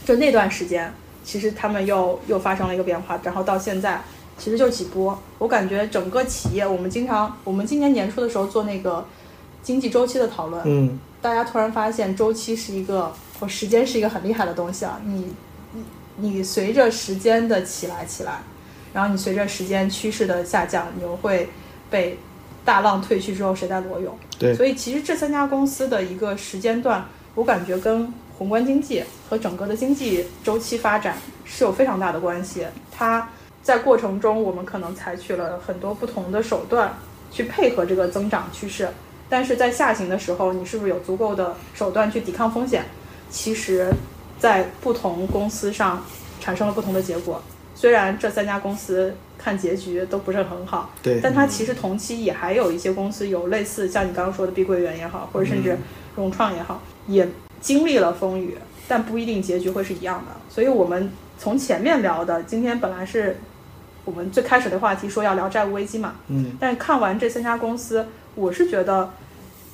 S1: 就那段时间，其实他们又又发生了一个变化，然后到现在其实就几波。我感觉整个企业，我们经常我们今年年初的时候做那个经济周期的讨论，
S3: 嗯，
S1: 大家突然发现周期是一个或时间是一个很厉害的东西啊，你你你随着时间的起来起来，然后你随着时间趋势的下降，你又会被大浪退去之后谁在裸泳？
S3: 对
S1: 所以其实这三家公司的一个时间段，我感觉跟宏观经济和整个的经济周期发展是有非常大的关系。它在过程中，我们可能采取了很多不同的手段去配合这个增长趋势，但是在下行的时候，你是不是有足够的手段去抵抗风险？其实，在不同公司上产生了不同的结果。虽然这三家公司看结局都不是很好，
S3: 对，
S1: 但它其实同期也还有一些公司有类似像你刚刚说的碧桂园也好，或者甚至融创也好，也经历了风雨，但不一定结局会是一样的。所以我们从前面聊的，今天本来是我们最开始的话题说要聊债务危机嘛，
S3: 嗯，
S1: 但看完这三家公司，我是觉得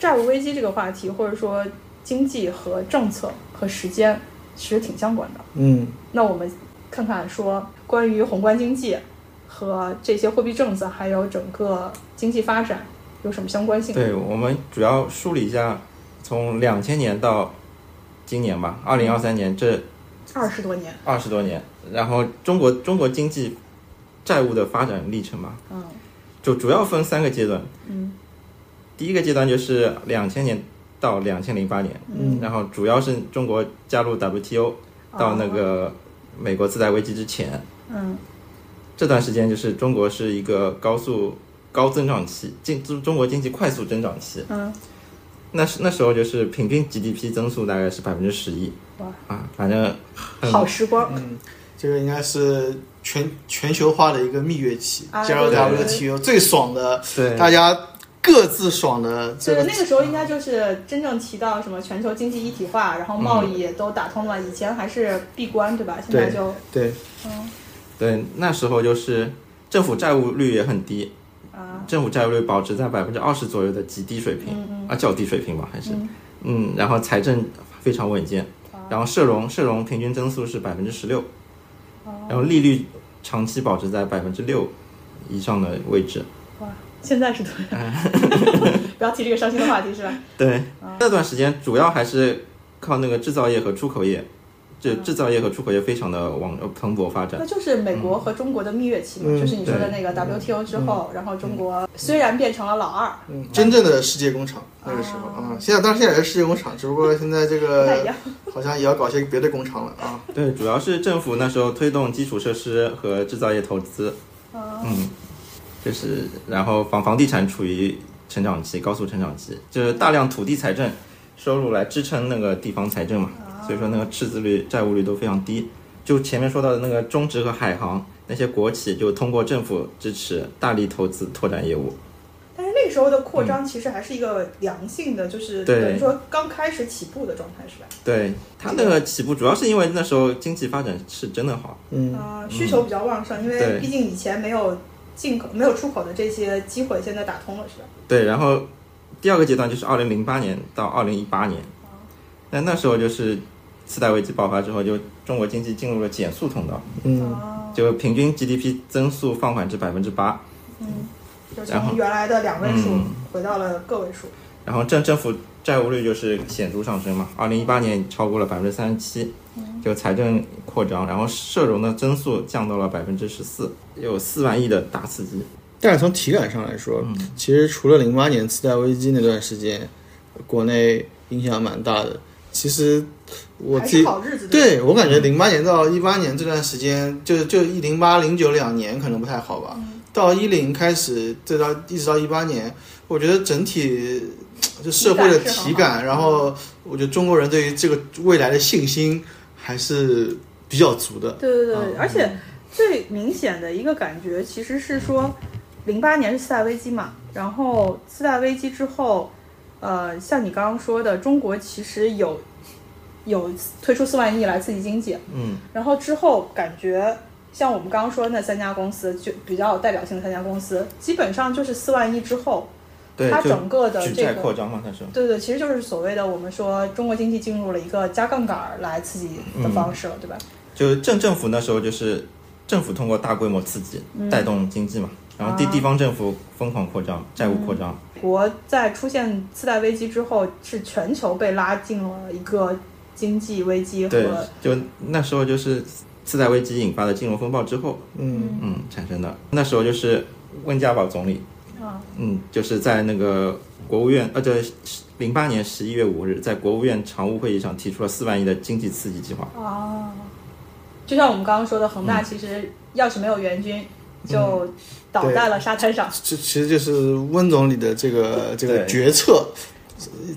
S1: 债务危机这个话题，或者说经济和政策和时间其实挺相关的。
S3: 嗯，
S1: 那我们看看说关于宏观经济和这些货币政策，还有整个经济发展有什么相关性？
S2: 对，我们主要梳理一下，从两千年到今年吧，二零二三年这
S1: 二十多年，
S2: 二十多年，然后中国中国经济债务的发展历程嘛，
S1: 嗯
S2: 就主要分三个阶段。
S1: 嗯
S2: 第一个阶段就是两千年到两千零八年，
S3: 嗯
S2: 然后主要是中国加入 WTO
S1: 哦
S2: 到那个美国次贷危机之前，
S1: 嗯
S2: 这段时间就是中国是一个高速高增长期，经中中国经济快速增长期。
S1: 嗯，
S2: 那时那时候就是平均 GDP 增速大概是百分之十一
S1: 哇
S2: 啊，反正很
S1: 好时光，
S3: 这个应该是全全球化的一个蜜月期，
S1: 啊
S3: 加入
S2: 对对
S3: WTO 最爽的，
S2: 对
S3: 大家各自爽的这
S1: 对
S3: 个
S1: 那个时候应该就是真正提到什么全球经济一体化，然后贸易也都打通了，以前还是闭关对吧？现在就
S3: 对，
S1: 嗯
S2: 对，那时候就是政府债务率也很低，
S1: 啊
S2: 政府债务率保持在百分之二十左右的极低水平，
S1: 嗯嗯
S2: 啊较低水平吧，还是
S1: 嗯啊
S2: 嗯，然后财政非常稳健，然后社融社融平均增速是百分之十六，
S1: 哦
S2: 然后利率长期保持在百分之六以上的位置。
S1: 哇，现在是多少？
S3: 哎
S1: 不要提这个伤心的话题是吧？
S2: 对，那段时间主要还是靠那个制造业和出口业，这制造业和出口业非常的往呃蓬勃发展
S1: 那。就是美国和中国的蜜月期嘛，
S3: 嗯
S1: 就是你说的那个 WTO 之后，然后中国虽然变成了老二，
S3: 嗯，真正的世界工厂那个时候啊，现在当然现在也是世界工厂，只不过现在这
S1: 不太一
S3: 个
S1: 样，
S3: 好像也要搞些别的工厂了啊。
S2: 对，主要是政府那时候推动基础设施和制造业投资，嗯，就是然后房房地产处于成长期，高速成长期，就是大量土地财政收入来支撑那个地方财政嘛，所以说那个赤字率、债务率都非常低。就前面说到的那个中植和海航那些国企，就通过政府支持大力投资拓展业务。
S1: 但是那个时候的扩张其实还是一个良性的，就是
S2: 对
S1: 等于说刚开始起步的状态是吧？
S2: 对它那个起步，主要是因为那时候经济发展是真的好，
S3: 嗯，
S1: 啊、需求比较旺盛，因为
S2: 对
S1: 毕竟以前没有进口、没有出口的这些机会，现在打通了是吧？
S2: 对。然后第二个阶段就是二零零八年到二零一八年，那那时候就是次贷危机爆发之后，就中国经济进入了减速通道，
S3: 嗯，
S1: 啊、
S2: 就平均 GDP 增速放缓至百分之八，
S1: 嗯，就
S2: 然后
S1: 从原来的两位数
S2: 嗯
S1: 回到了个位数，
S2: 然后政政府债务率就是显著上升嘛，二零一八年超过了百分之三十七，就财政扩张，然后社融的增速降到了百分之十四，有四万亿的大刺激。
S3: 但是从体感上来说，其实除了零八年次贷危机那段时间，国内影响蛮大的。其实我
S1: 还
S3: 自己
S1: 是好日子吧
S3: 对我感觉零八年到一八年这段时间，就就一零八零九两年可能不太好吧，
S1: 嗯
S3: 到一零开始，再到一直到一八年，我觉得整体就社会的体
S1: 体感是很
S3: 感，
S1: 好
S3: 然后我觉得中国人对于这个未来的信心还是比较足的。
S1: 对对对，而且最明显的一个感觉其实是说，零八年是次贷危机嘛，然后次贷危机之后，呃，像你刚刚说的，中国其实有有推出四万亿来刺激经济，
S2: 嗯，
S1: 然后之后感觉。像我们刚刚说的那三家公司，就比较有代表性的三家公司，基本上就是四万亿之后，
S2: 对，
S1: 它
S2: 就
S1: 整个的
S2: 举
S1: 这
S2: 债
S1: 个
S2: 扩张嘛，它是。
S1: 对对，其实就是所谓的我们说中国经济进入了一个加杠杆儿来刺激的方式了，对吧？
S2: 就政政府那时候就是政府通过大规模刺激带动经济嘛，然后地
S1: 嗯啊嗯
S2: 地方政府疯狂扩张，债务扩张，
S1: 美国在出现次贷危机之后，是全球被拉进了一个经济危机
S2: 对
S1: 和，
S2: 就那时候就是次贷危机引发的金融风暴之后，
S3: 嗯
S2: 嗯产生的。那时候就是温家宝总理，
S1: 啊
S2: 嗯，就是在那个国务院呃，对，零八年十一月五日在国务院常务会议上提出了四万亿的经济刺激计划。
S1: 哦，就像我们刚刚说的，恒
S3: 嗯
S1: 大其实要是没有援军，就倒在了沙滩上。
S3: 这其实就是温总理的这 个这个
S2: 对
S3: 决策，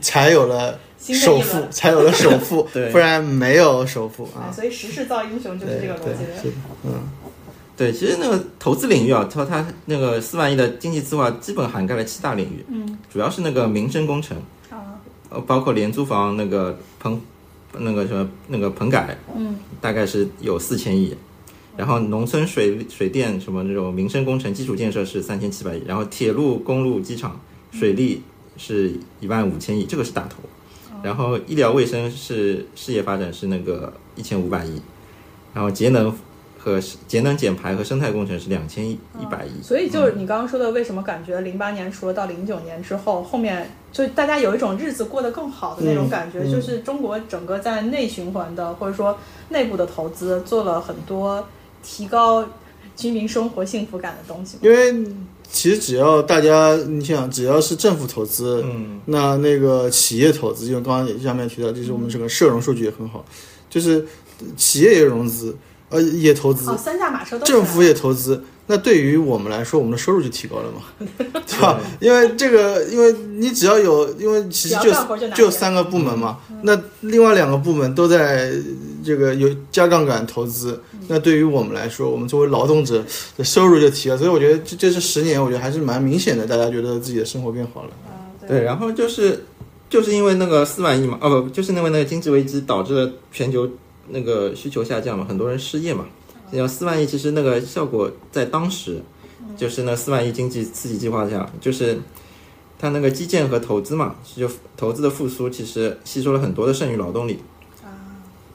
S3: 才有了
S1: 新的一
S3: 首
S1: 轮
S3: 富，才有了首富
S2: 对，
S3: 不然没有首富
S1: 啊，
S3: 啊。
S1: 所以时势造英雄哎就是
S3: 对
S1: 这个逻
S3: 对
S1: 辑。
S3: 是的，嗯，
S2: 对，其实那个投资领域啊，它它那个四万亿的经济计划基本涵盖了七大领域，
S1: 嗯
S2: 主要是那个民生工程，
S1: 啊
S2: 呃，包括廉租房那个棚，那个什么那个棚改，
S1: 嗯
S2: 大概是有四千亿，然后农村水水电什么这种民生工程基础建设是三千七百亿，然后铁路、公路、机场、水利是一万五千亿，这个是大头。然后医疗卫生是事业发展是那个一千五百亿，然后节能和节能减排和生态工程是两千一百亿。
S1: 所以就是你刚刚说的，为什么感觉零八年除了到零九年之后，后面就大家有一种日子过得更好的那种感觉，
S3: 嗯嗯
S1: 就是中国整个在内循环的或者说内部的投资做了很多提高居民生活幸福感的东西。
S3: 因为其实只要大家，你想，只要是政府投资，
S2: 嗯，
S3: 那那个企业投资，因为刚刚也下面提到，就是我们整个社融数据也很好，就是企业也融资，呃，也投资，
S1: 哦，三驾马车都
S3: 政府
S1: 也
S3: 也投资，那对于我们来说，我们的收入就提高了嘛， 对吧？因为这个，因为你只要有，因为其实
S1: 只
S3: 就
S1: 要干活就拿钱嗯
S3: 就三个部门嘛，那另外两个部门都在这个有加杠杆投资，
S1: 嗯
S3: 那对于我们来说，我们作为劳动者的收入就提了，所以我觉得这这是十年，我觉得还是蛮明显的，大家觉得自己的生活变好了。
S1: 啊，
S2: 对，然后就是就是因为那个四万亿嘛，哦不，就是因为那个经济危机导致了全球那个需求下降嘛，很多人失业嘛。然后四万亿其实那个效果在当时，就是那四万亿经济刺激计划下，就是它那个基建和投资嘛，就投资的复苏其实吸收了很多的剩余劳动力，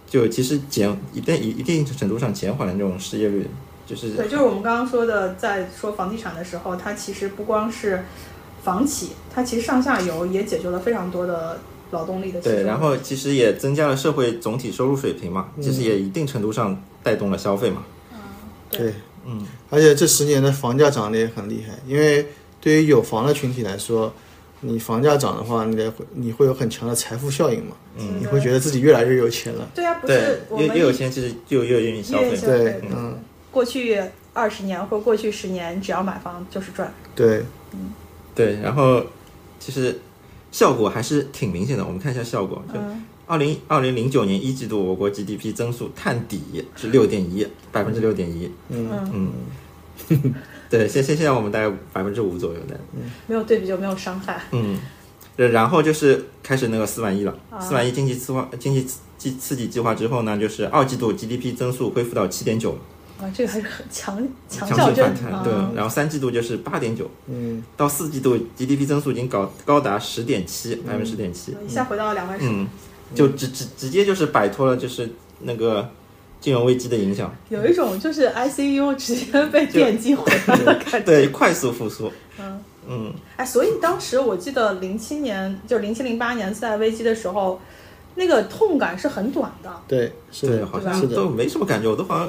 S2: 就其实减一定一定程度上减缓了那种失业率，就是
S1: 对，就是我们刚刚说的，在说房地产的时候，它其实不光是房企，它其实上下游也解决了非常多的劳动力的
S2: 对，
S1: 牺牲
S2: 然后其实也增加了社会总体收入水平嘛，
S1: 嗯
S2: 其实也一定程度上带动了消费嘛。
S1: 对
S3: 对，
S2: 嗯，
S3: 而且这十年的房价涨得也很厉害，因为对于有房的群体来说，你房价涨的话，你的你会有很强的财富效应嘛，
S1: 嗯
S3: 你会觉得自己越来越有钱了。
S1: 对呀、啊不
S2: 对
S1: 是，我
S2: 越
S1: 们
S2: 越有钱其实就越愿意消
S1: 越
S2: 费
S1: 消。对
S3: 对
S1: 对，
S3: 嗯，
S1: 过去二十年或过去十年，只要买房就是赚。
S3: 对，
S2: 对，然后其实效果还是挺明显的。我们看一下效果，就
S1: 嗯，
S2: 二零二零零九年一季度，我国 GDP 增速探底是六点一，百分之六点一。
S3: 嗯，
S2: 嗯， 对，现现现在我们大概百分之五左右的。
S1: 没有对比就没有伤害。
S2: 嗯，呃然后就是开始那个四万亿了
S1: 啊，
S2: 四万亿经济刺划经济刺刺激计划之后呢，就是二季度 GDP 增速恢复到七点九，
S1: 啊，这个还是很强强
S2: 强
S1: 校
S2: 劲
S1: 正
S2: 反弹，
S1: 啊。
S2: 对，然后三季度就是八点九，
S3: 嗯，
S2: 到四季度 GDP 增速已经高高达十点七，百分之十点七，
S1: 一下回到两万十，
S2: 嗯，就直直直接就是摆脱了就是那个金融危机的影响，
S1: 有一种就是 ICU 直接被电击回来的感觉。
S2: 对，快速复苏，
S1: 嗯
S2: 嗯，
S1: 哎，所以当时我记得零七年，就零七零八年次贷危机的时候，那个痛感是很短的。
S3: 对，是
S2: 对，
S3: 的，
S2: 好
S3: 是
S2: 像
S3: 的。
S2: 都没什么感觉，我都好像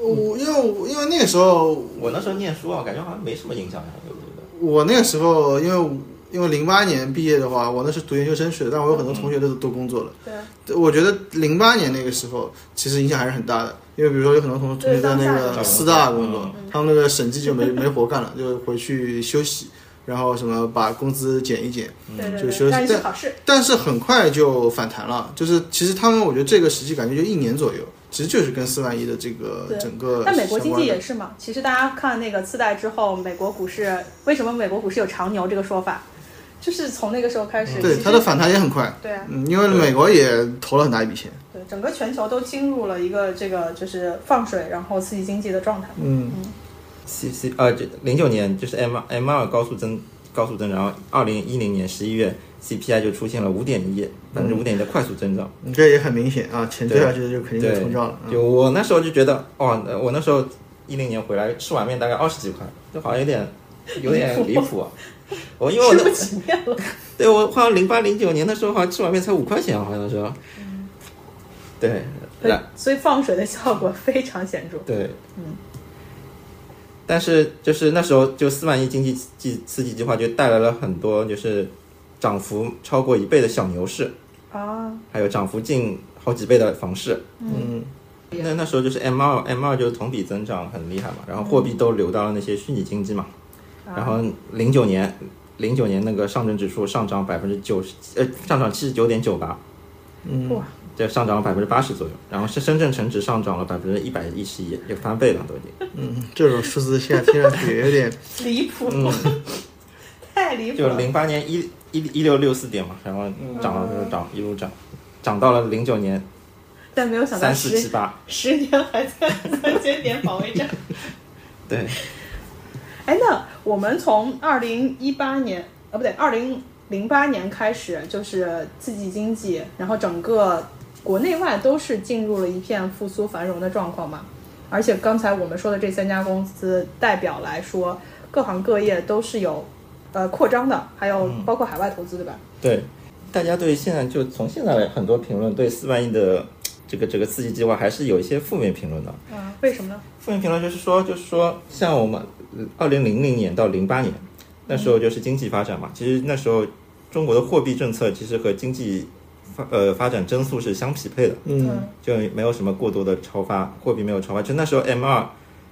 S3: 我因为我因为那个时候
S2: 我那时候念书啊，感觉好像没什么影响呀，对不对？
S3: 我那个时候因为我因为零八年毕业的话，我那是读研究生去的，但我有很多同学都都工作了。
S1: 对，
S3: 我觉得零八年那个时候其实影响还是很大的，因为比如说有很多同同学在那个师大工作，他们那个审计就没没活干了，就回去休息，然后什么把工资减一减，
S2: 嗯
S1: 对对
S3: 就
S1: 对，
S3: 是
S1: 但是
S3: 但
S1: 考试，
S3: 但是很快就反弹了。就是其实他们我觉得这个时期感觉就一年左右，其实就是跟四万亿的这个
S1: 对
S3: 整
S2: 呃
S3: 个
S1: 但美国经济
S3: 相关
S1: 也
S3: 的
S1: 是嘛。其实大家看那个次贷之后，美国股市为什么美国股市有长牛这个说法，就是从那个时候开始。
S3: 对
S1: 其
S3: 它
S1: 实
S3: 的反弹也很快，
S1: 对啊，
S3: 嗯，因为美国也投了很大一笔钱，
S1: 对，整个全球都进入了一个这个就是放水，然后刺激经济的状态。
S3: 嗯
S2: C C 呃，这零九年就是 M M 二高速增高速增长，然后二零一零年十一月 CPI 就出现了五点一百分之五点一的快速增长。
S3: 这也很明显啊，钱掉
S2: 对
S3: 下去就肯定就
S2: 对
S3: 通胀了，，嗯
S2: 就我那时候就觉得，哦，那我那时候一零年回来吃碗面大概二十几块，就好像有点有点离 谱、啊。我因为我
S1: 吃
S2: 那
S1: 不起
S2: 嗯
S1: 面了，
S2: 对我好像零八零九年的时候好像吃碗面才五块钱，啊好像是。
S3: 嗯
S2: 对，
S1: 对
S2: 然，
S1: 所以放水的效果非常显著。
S2: 对，嗯。但是就是那时候就四万亿经济刺激刺激计划就带来了很多就是涨幅超过一倍的小牛市，
S1: 啊，
S2: 还有涨幅近好几倍的房市。
S3: 嗯，
S2: 那那时候就是 M 二 M 二就是同比增长很厉害嘛，然后货币都流到了那些虚拟经济嘛。
S1: 啊
S2: 然后零九年零九年那个上证指数上涨百分之九十，呃，上涨七十九点九八，
S1: 哇，
S2: 这上涨了百分之八十左右。然后深深圳成指上涨了百分之一百一十一，也翻倍了都已经。
S3: 嗯这种数字现在听上去也有点，
S1: 离谱， 太离谱
S2: 嗯就
S1: 了。
S2: 零八年一一一六六四点嘛，然后涨了就是涨，一路涨，涨到了零九年
S1: 但没有想到
S2: 三四七
S1: 十
S2: 八，
S1: 十年还在三千点防卫战。
S2: 对，
S1: 哎，那我们从二零一八年，呃，不对，二零零八年开始，就是刺激经济，然后整个国内外都是进入了一片复苏繁荣的状况嘛。而且刚才我们说的这三家公司代表来说，各行各业都是有呃扩张的，还有包括海外投资，对吧？
S2: 对，大家对现在就从现在来很多评论对四万亿的这个这个刺激计划还是有一些负面评论的。
S1: 嗯，为什么呢？
S2: 负面评论就是说，就是说，像我们呃二零零零年到零八年那时候就是经济发展
S3: 嗯
S2: 嘛，其实那时候中国的货币政策其实和经济发呃发展增速是相匹配的。
S3: 嗯，
S2: 就没有什么过多的超发，货币没有超发。就那时候 M 二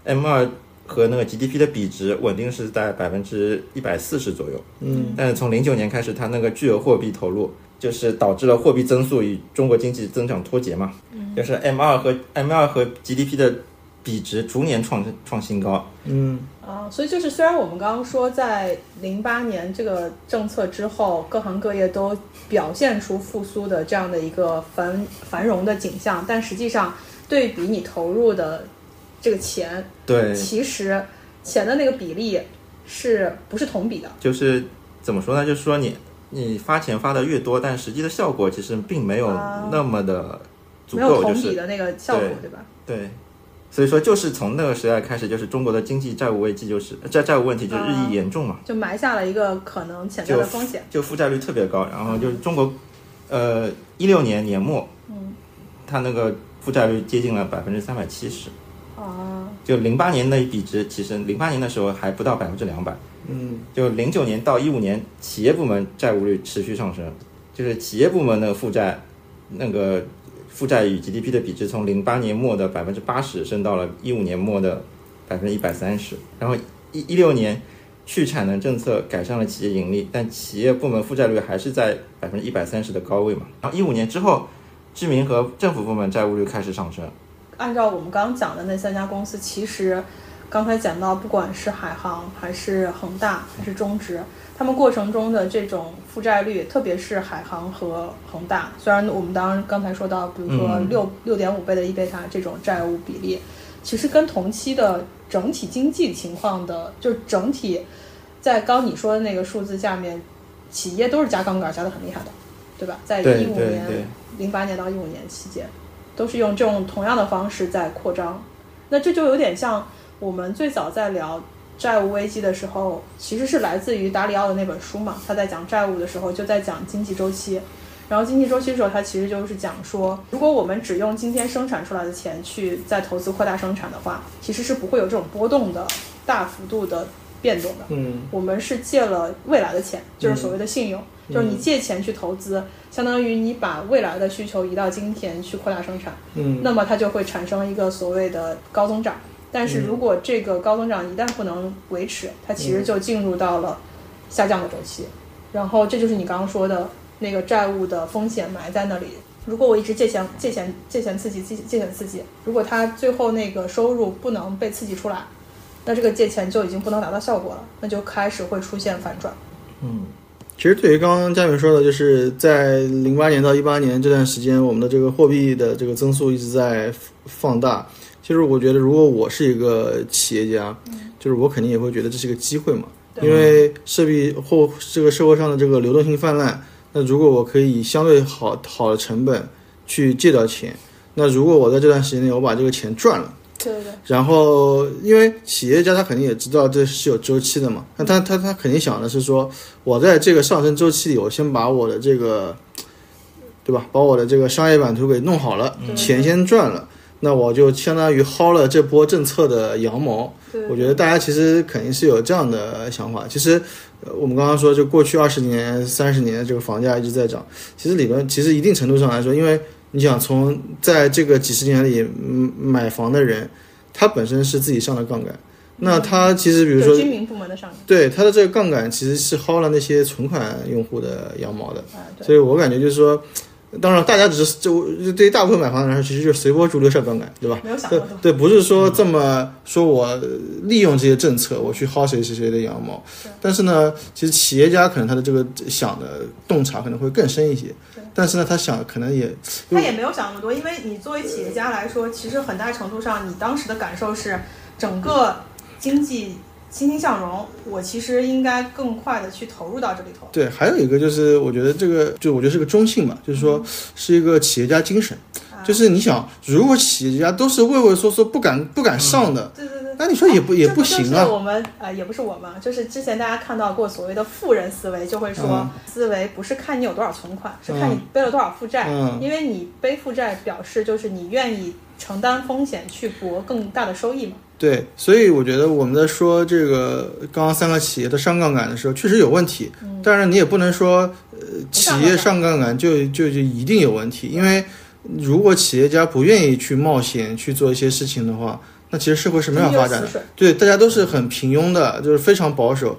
S2: M 二和那个 GDP 的比值稳定是在百分之一百四十左右。
S3: 嗯，
S2: 但是从零九年开始，它那个巨额货币投入，就是导致了货币增速与中国经济增长脱节嘛。嗯、就是 M 二和 M 二和 GDP 的比值逐年创创新高。
S3: 嗯，
S1: 啊，所以就是，虽然我们刚刚说在零八年这个政策之后，各行各业都表现出复苏的这样的一个繁繁荣的景象，但实际上对比你投入的这个钱，
S2: 对，
S1: 其实钱的那个比例是不是同比的？
S2: 就是怎么说呢？就是说你你发钱发的越多，但实际的效果其实并没有
S1: 啊
S2: 那么的足
S1: 没有
S2: 够，
S1: 同
S2: 就
S1: 比
S2: 是
S1: 的那个效果，
S2: 对
S1: 对吧？
S2: 对，所以说就是从那个时代开始，就是中国的经济债务危机，就是债债务问题就日益严重嘛，
S1: 就埋下了一个可能潜在
S2: 就
S1: 的风险。
S2: 就负债率特别高，然后就是中国，呃，一六年年末，嗯，它那个负债率接近了百分之三百七十，
S1: 啊，
S2: 就零八年那一笔值，其实零八年的时候还不到百分之两百，
S3: 嗯，
S2: 就零九年到一五年，企业部门债务率持续上升，就是企业部门的负债，那个负债与 GDP 的比值从零八年末的百分之八十升到了一五年末的百分之一百三十。然后一一六年去产能政策改善了企业盈利，但企业部门负债率还是在百分之一百三十的高位嘛。然后一五年之后，居民和政府部门债务率开始上升。
S1: 按照我们刚刚讲的那三家公司，其实刚才讲到，不管是海航还是恒大还是中植，他们过程中的这种负债率，特别是海航和恒大，虽然我们当然刚才说到，比如说
S2: 嗯
S1: 六六点五倍的一倍塔这种债务比例，其实跟同期的整体经济情况的，就是整体在刚你说的那个数字下面，企业都是加杠杆加的很厉害的，对吧？在
S2: 对
S1: 一五
S2: 对
S1: 年
S2: 对
S1: 零八年到一五年期间，都是用这种同样的方式在扩张。那这就有点像我们最早在聊债务危机的时候，其实是来自于达里奥的那本书嘛。他在讲债务的时候，就在讲经济周期。然后经济周期的时候，它其实就是讲说，如果我们只用今天生产出来的钱去再投资扩大生产的话，其实是不会有这种波动的、大幅度的变动的。
S3: 嗯，
S1: 我们是借了未来的钱，就是所谓的信用，就是你借钱去投资，相当于你把未来的需求移到今天去扩大生产，
S3: 嗯，
S1: 那么它就会产生一个所谓的高增长。但是如果这个高增长一旦不能维持，它其实就进入到了下降的周期，然后这就是你刚刚说的那个债务的风险埋在那里。如果我一直借钱、借钱、借钱刺激、借借钱刺激，如果它最后那个收入不能被刺激出来，那这个借钱就已经不能达到效果了，那就开始会出现反转。
S2: 嗯，
S3: 其实对于刚刚佳敏说的，就是在零八年到一八年这段时间，我们的这个货币的这个增速一直在放大。其实我觉得，如果我是一个企业家，就是我肯定也会觉得这是一个机会嘛，因为势必或这个社会上的这个流动性泛滥。那如果我可以以相对好好的成本去借到钱，那如果我在这段时间内我把这个钱赚了。
S1: 对对对，
S3: 然后，因为企业家他肯定也知道这是有周期的嘛，那他他他肯定想的是说，我在这个上升周期里，我先把我的这个，对吧，把我的这个商业版图给弄好了，
S1: 嗯
S3: 钱先赚了，那我就相当于薅了这波政策的羊毛。我觉得大家其实肯定是有这样的想法。其实，呃我们刚刚说，就过去二十年、三十年，这个房价一直在涨。其实里边，其实一定程度上来说，因为你想从在这个几十年里，嗯，买房的人，他本身是自己上的杠杆。那他其实比如
S1: 对
S3: 说
S1: 居民部门的上涨
S3: 对它的这个杠杆其实是薅了那些存款用户的羊毛的，
S1: 啊，对，
S3: 所以我感觉就是说，当然大家只是就对于大部分买房的人来说，其实就是随波逐流上杠杆，对吧？
S1: 没有想
S3: 对
S1: 过这么
S3: 对，不是说这么说我利用这些政策我去薅谁谁谁的羊毛，但是呢，其实企业家可能他的这个想的洞察可能会更深一些，但是呢，他想可能也
S1: 他也没有想那么多，因为你作为企业家来说，其实很大程度上你当时的感受是整个经济欣欣向荣，我其实应该更快的去投入到这里头。
S3: 对，还有一个就是，我觉得这个就我觉得是个中性吧，就是
S1: 嗯
S3: 说是一个企业家精神，
S1: 啊
S3: 就是你想，如果企业家都是畏畏缩缩、不敢不敢上的，
S1: 对对对。
S3: 那你说也不、也
S1: 嗯这不
S3: 行
S1: 就是
S3: 啊。
S1: 我们呃，也不是我们，就是之前大家看到过所谓的富人思维，就会说、
S3: 嗯
S1: 思维不是看你有多少存款，是
S3: 嗯
S1: 看你背了多少负债。
S3: 嗯
S1: 因为你背负债，表示就是你愿意承担风险去博更大的收益嘛。
S3: 对，所以我觉得我们在说这个刚刚三个企业的上杠杆的时候，确实有问题。
S1: 嗯
S3: 当然，你也不能说呃企业上杠杆就就就一定有问题，因为如果企业家不愿意去冒险去做一些事情的话，那其实社会是没法
S1: 一流
S3: 发展的
S1: 死。水
S3: 对，大家都是很平庸的，就是非常保守，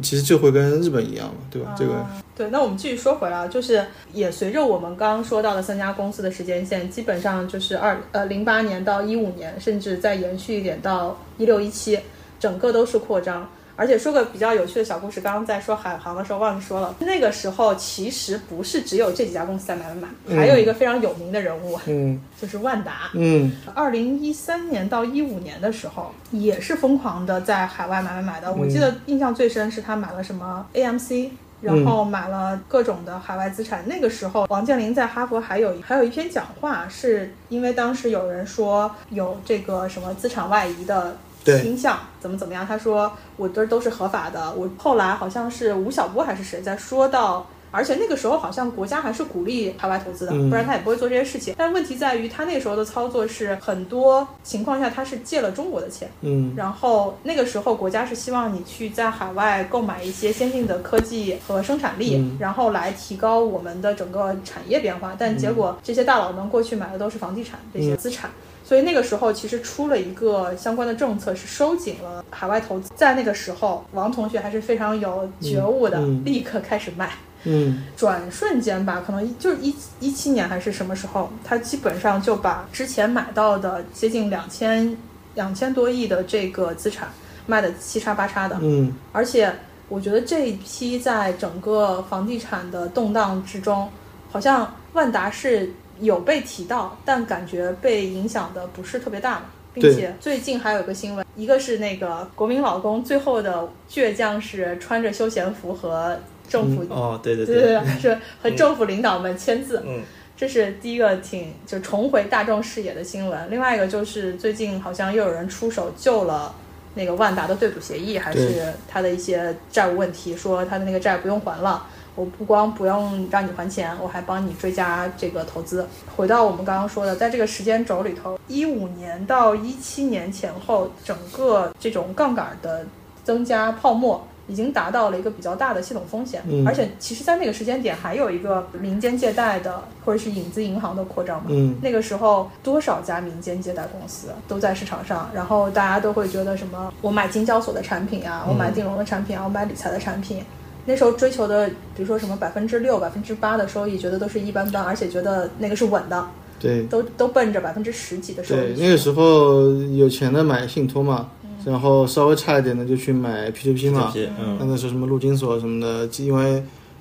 S3: 其实就会跟日本一样嘛，对
S1: 啊
S3: 吧？这个
S1: 对，那我们继续说回来啊，就是也随着我们刚刚说到的三家公司的时间线，基本上就是二呃零八年到一五年，甚至再延续一点到一六一七，整个都是扩张。而且说个比较有趣的小故事，刚刚在说海航的时候忘记说了，那个时候其实不是只有这几家公司在买买买，还有一个非常有名的人物、
S3: 嗯
S1: 就是万达。
S3: 嗯，
S1: 二零一三年到一五年的时候，也是疯狂的在海外买买买的。我记得印象最深是他买了什么 AMC，然后买了各种的海外资产。那个时候，王健林在哈佛还有还有一篇讲话，是因为当时有人说有这个什么资产外移的。
S3: 对
S1: 倾向怎么怎么样？他说我这都是合法的。我后来好像是吴晓波还是谁在说到，而且那个时候好像国家还是鼓励海外投资的，
S3: 嗯
S1: 不然他也不会做这些事情。但问题在于，他那时候的操作是很多情况下他是借了中国的钱，
S3: 嗯，
S1: 然后那个时候国家是希望你去在海外购买一些先进的科技和生产力，
S3: 嗯
S1: 然后来提高我们的整个产业变化。但结果这些大佬们过去买的都是房地产这
S3: 嗯
S1: 些资产。所以那个时候其实出了一个相关的政策，是收紧了海外投资。在那个时候，王同学还是非常有觉悟的，
S3: 嗯嗯
S1: 立刻开始卖。
S3: 嗯
S1: 转瞬间吧，可能一就是一一七年还是什么时候，他基本上就把之前买到的接近两千两千多亿的这个资产卖的七叉八叉的，
S3: 嗯
S1: 而且我觉得这一批在整个房地产的动荡之中，好像万达是有被提到，但感觉被影响的不是特别大嘛。并
S3: 对
S1: 且最近还有一个新闻，一个是那个国民老公最后的倔强是穿着休闲服和政府
S2: 哦，对对
S1: 对，对，是和政府领导们签字，
S2: 嗯，
S1: 这是第一个挺就重回大众视野的新闻。另外一个就是最近好像又有人出手救了那个万达的对赌协议，还是他的一些债务问题，说他的那个债不用还了。我不光不用让你还钱，我还帮你追加这个投资。回到我们刚刚说的，在这个时间轴里头，一五年到一七年前后，整个这种杠杆的增加泡沫已经达到了一个比较大的系统风险，
S3: 嗯
S1: 而且其实，在那个时间点还有一个民间借贷的或者是影子银行的扩张嘛。
S3: 嗯，
S1: 那个时候，多少家民间借贷公司都在市场上，然后大家都会觉得什么，我买经交所的产品啊，我
S3: 嗯
S1: 买金融的产品啊，我买理财的产品。那时候追求的，比如说什么百分之六、百分之八的收益，觉得都是一般般，而且觉得那个是稳的，
S3: 对
S1: 都都奔着百分之十几的收嗯
S3: 对
S1: 益，去。
S3: 那个时候有钱的买信托嘛，然后稍微差一点的就去买 P2P 嘛，
S2: 这些嗯
S3: 那个时候什么陆金所什么的，因为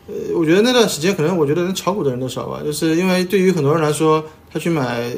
S3: 呃，我觉得那段时间可能我觉得能炒股的人都少吧，就是因为对于很多人来说，他去买呃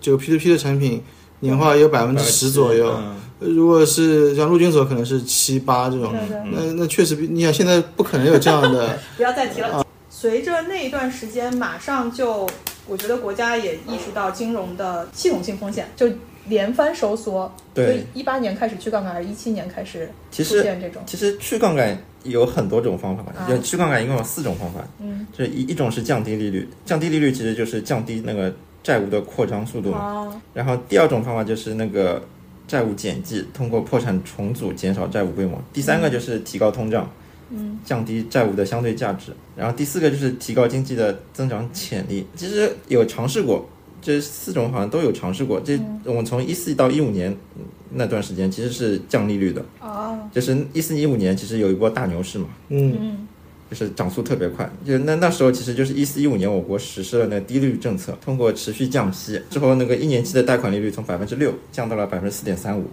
S3: 这个 P2P 的产品，年化也有百分之十左右。呃
S2: 嗯
S3: 如果是像陆金所，可能是七八这种，
S1: 对对
S3: 那那确实比你想现在不可能有这样的，
S1: 不要再提了。随着那一段时间，马上就，我觉得国家也意识到金融的系统性风险，就连番收缩。
S2: 对
S1: 所以一八年开始去杠杆，一七年开始
S2: 其
S1: 出
S2: 实
S1: 现这种。
S2: 其实去杠杆有很多种方法，有、去杠杆一共有四种方法。
S1: 嗯，
S2: 这一一种是降低利率，降低利率其实就是降低那个债务的扩张速度嘛。
S1: 哦，
S2: 然后第二种方法就是那个债务减记，通过破产重组减少债务规模。第三个就是提高通胀，嗯，降低债务的相对价值。然后第四个就是提高经济的增长潜力。其实有尝试过。这四种好像都有尝试过。这我们从一四到一五年嗯那段时间其实是降利率的，
S1: 哦，
S2: 就是一四一五年其实有一波大牛市嘛，
S3: 嗯，
S1: 嗯，
S2: 就是涨速特别快。就那那时候其实就是一四一五年，我国实施了那个低利率政策，通过持续降息之后，那个一年期的贷款利率从百分之六降到了百分之四点三五。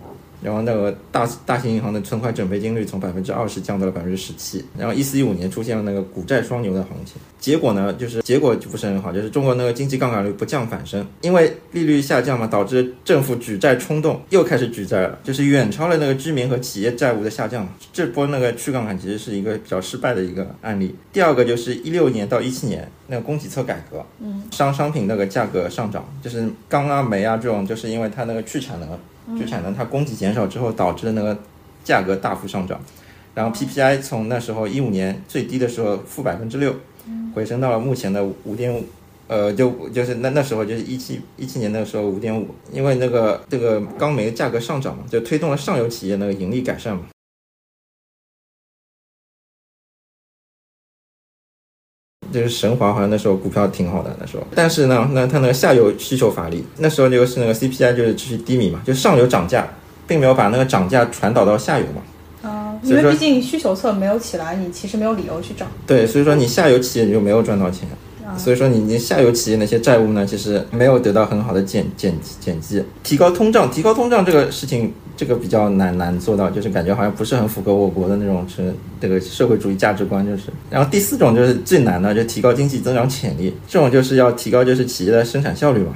S2: 然后那个大大型银行的存款准备金率从百分之二十降到了百分之十七，然后一四一五年出现了那个股债双牛的行情，结果呢就是结果就不是很好，就是中国那个经济杠杆率不降反升，因为利率下降嘛，导致政府举债冲动又开始举债了，就是远超了那个居民和企业债务的下降嘛。这波那个去杠杆其实是一个比较失败的一个案例。第二个就是一六年到一七年那个供给侧改革，商商品那个价格上涨，就是钢啊、煤啊这种，就是因为它那个去产能，去产能它供给减少之后导致的那个价格大幅上涨。然后 PPI 从那时候一五年最低的时候负百分之六，回升到了目前的五点五，呃，就就是那那时候就是一七一七年那个时候五点五，因为那个这个钢煤价格上涨嘛，就推动了上游企业那个盈利改善嘛。就是神华好像那时候股票挺好的那时候，但是呢，那它那个下游需求乏力，那时候就是那个 CPI 就是持续低迷嘛，就上游涨价，并没有把那个涨价传导到下游嘛。
S1: 哦，
S2: 所
S1: 因
S2: 以
S1: 为
S2: 说
S1: 毕竟需求侧没有起来，你其实没有理由去涨。
S2: 对，所以说你下游企业你就没有赚到钱，所以说你你下游企业那些债务呢，其实没有得到很好的减减减记。提高通胀，提高通胀这个事情，这个比较难难做到，就是感觉好像不是很符合我国的那种是这个社会主义价值观，就是。然后第四种就是最难的，就提高经济增长潜力，这种就是要提高就是企业的生产效率嘛。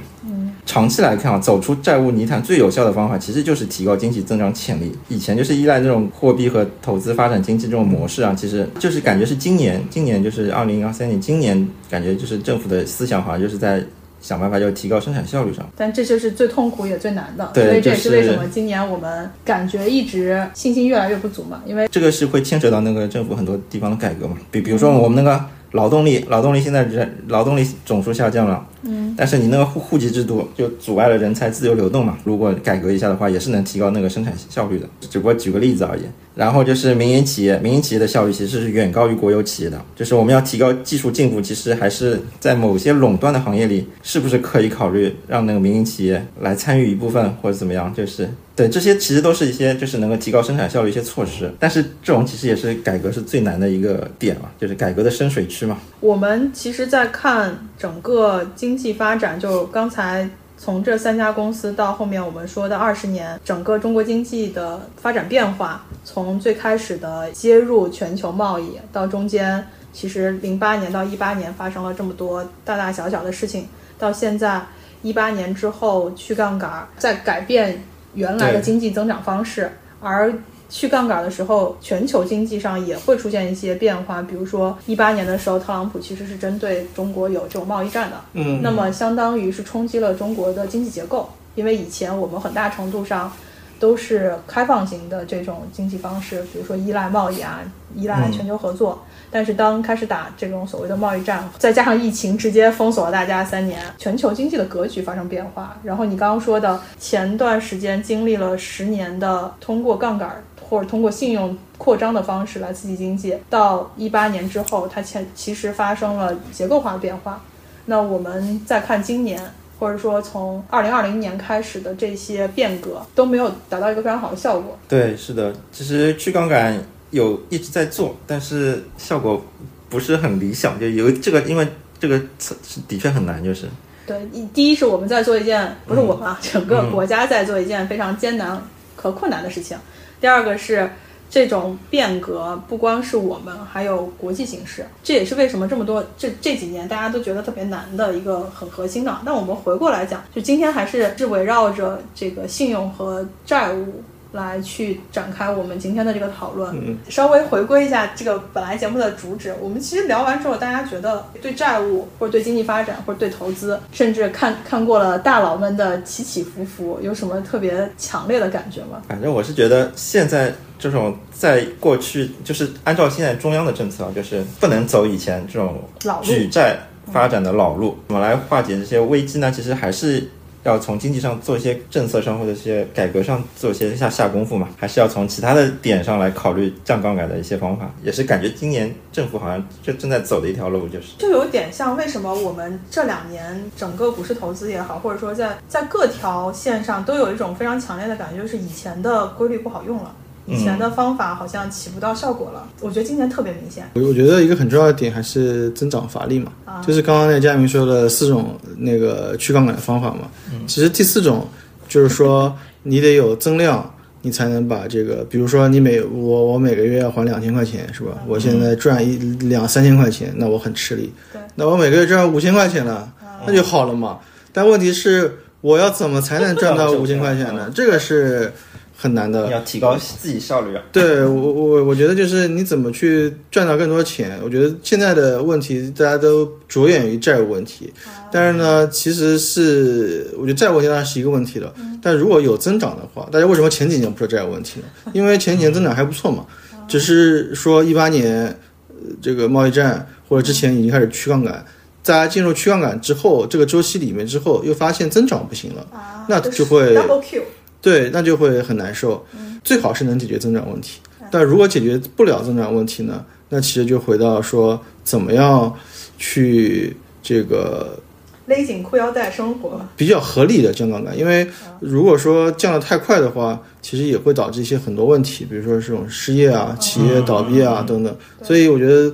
S2: 长期来看啊，走出债务泥潭最有效的方法，其实就是提高经济增长潜力。以前就是依赖那种货币和投资发展经济这种模式啊，其实就是感觉是今年，今年就是二零二三年，今年感觉就是政府的思想好像就是在想办法要提高生产效率上。
S1: 但这就是最痛苦也最难的，
S2: 对
S1: 所以这也
S2: 就是
S1: 为什么今年我们感觉一直信心越来越不足嘛，因为
S2: 这个是会牵扯到那个政府很多地方的改革嘛，比比如说我们那个劳动力，劳动力现在人劳动力总数下降了，嗯，但是你那个户户籍制度就阻碍了人才自由流动嘛，如果改革一下的话，也是能提高那个生产效率的，只不过举个例子而已。然后就是民营企业，民营企业的效率其实是远高于国有企业的，就是我们要提高技术进步，其实还是在某些垄断的行业里，是不是可以考虑让那个民营企业来参与一部分或者怎么样，就是对，这些其实都是一些就是能够提高生产效率一些措施，但是这种其实也是改革是最难的一个点嘛，就是改革的深水区嘛。
S1: 我们其实，在看整个经济发展，就刚才从这三家公司到后面我们说的二十年，整个中国经济的发展变化，从最开始的接入全球贸易，到中间其实零八年到一八年发生了这么多大大小小的事情，到现在一八年之后去杠杆，再改变原来的
S2: 对
S1: 经济增长方式，而去杠杆的时候，全球经济上也会出现一些变化，比如说一八年的时候，特朗普其实是针对中国有这种贸易战的，
S3: 嗯，
S1: 那么相当于是冲击了中国的经济结构，因为以前我们很大程度上都是开放型的这种经济方式，比如说依赖贸易啊，依赖全球合作。但是当开始打这种所谓的贸易战，再加上疫情直接封锁了大家三年，全球经济的格局发生变化。然后你刚刚说的，前段时间经历了十年的通过杠杆或者通过信用扩张的方式来刺激经济，到一八年之后，它前其实发生了结构化的变化。那我们再看今年，或者说从二零二零年开始的这些变革都没有达到一个非常好的效果。
S2: 对，是的，其实去杠杆有一直在做，但是效果不是很理想，就有这个因为这个是是的确很难，就是
S1: 对，一第一是我们在做一件，不是我们啊，整个国家在做一件非常艰难和困难的事情。第二个是这种变革，不光是我们，还有国际形势，这也是为什么这么多这这几年大家都觉得特别难的一个很核心的。但我们回过来讲，就今天还是是围绕着这个信用和债务。来去展开我们今天的这个讨论，稍微回归一下这个本来节目的主旨。我们其实聊完之后，大家觉得对债务或者对经济发展或者对投资，甚至看看过了大佬们的起起伏伏，有什么特别强烈的感觉吗？
S2: 反正我是觉得现在这种在过去就是按照现在中央的政策啊，就是不能走以前这种
S1: 老路
S2: 举债发展的老路。怎么来化解这些危机呢？其实还是要从经济上做一些政策上或者一些改革上做一些下下功夫嘛，还是要从其他的点上来考虑降杠杆的一些方法。也是感觉今年政府好像就正在走的一条路，就是
S1: 就有点像为什么我们这两年整个股市投资也好，或者说在在各条线上都有一种非常强烈的感觉，就是以前的规律不好用了。嗯以前的方法好像起不到效果了，我觉得今年特别明显。
S3: 我我觉得一个很重要的点还是增长乏力嘛，就是刚刚那个佳明说的四种那个去杠杆的方法嘛。其实第四种就是说你得有增量，你才能把这个，比如说你每我我每个月要还两千块钱是吧？我现在赚一两三千块钱，那我很吃力
S1: 对。
S3: 那我每个月赚五千块钱了，那就好了嘛。但问题是我要怎么才能赚到五千块钱呢？这个是很难的。
S2: 要提高自己效率啊。
S3: 对我我我觉得就是你怎么去赚到更多钱？我觉得现在的问题大家都着眼于债务问题，但是呢，其实是我觉得债务问题当然是一个问题了，但如果有增长的话，大家为什么前几年不说债务问题呢？因为前几年增长还不错嘛，只是说一八年呃这个贸易战或者之前已经开始去杠杆。大家进入去杠杆之后，这个周期里面之后，又发现增长不行了，
S1: 啊
S3: 那就会
S1: double Q，
S3: 对，那就会很难受。最好是能解决增长问题，但如果解决不了增长问题呢，那其实就回到说怎么样去这个
S1: 勒紧裤腰带生活。
S3: 比较合理的降杠杆，因为如果说降得太快的话，其实也会导致一些很多问题，比如说这种失业啊、企业倒闭啊等等。所以我觉得，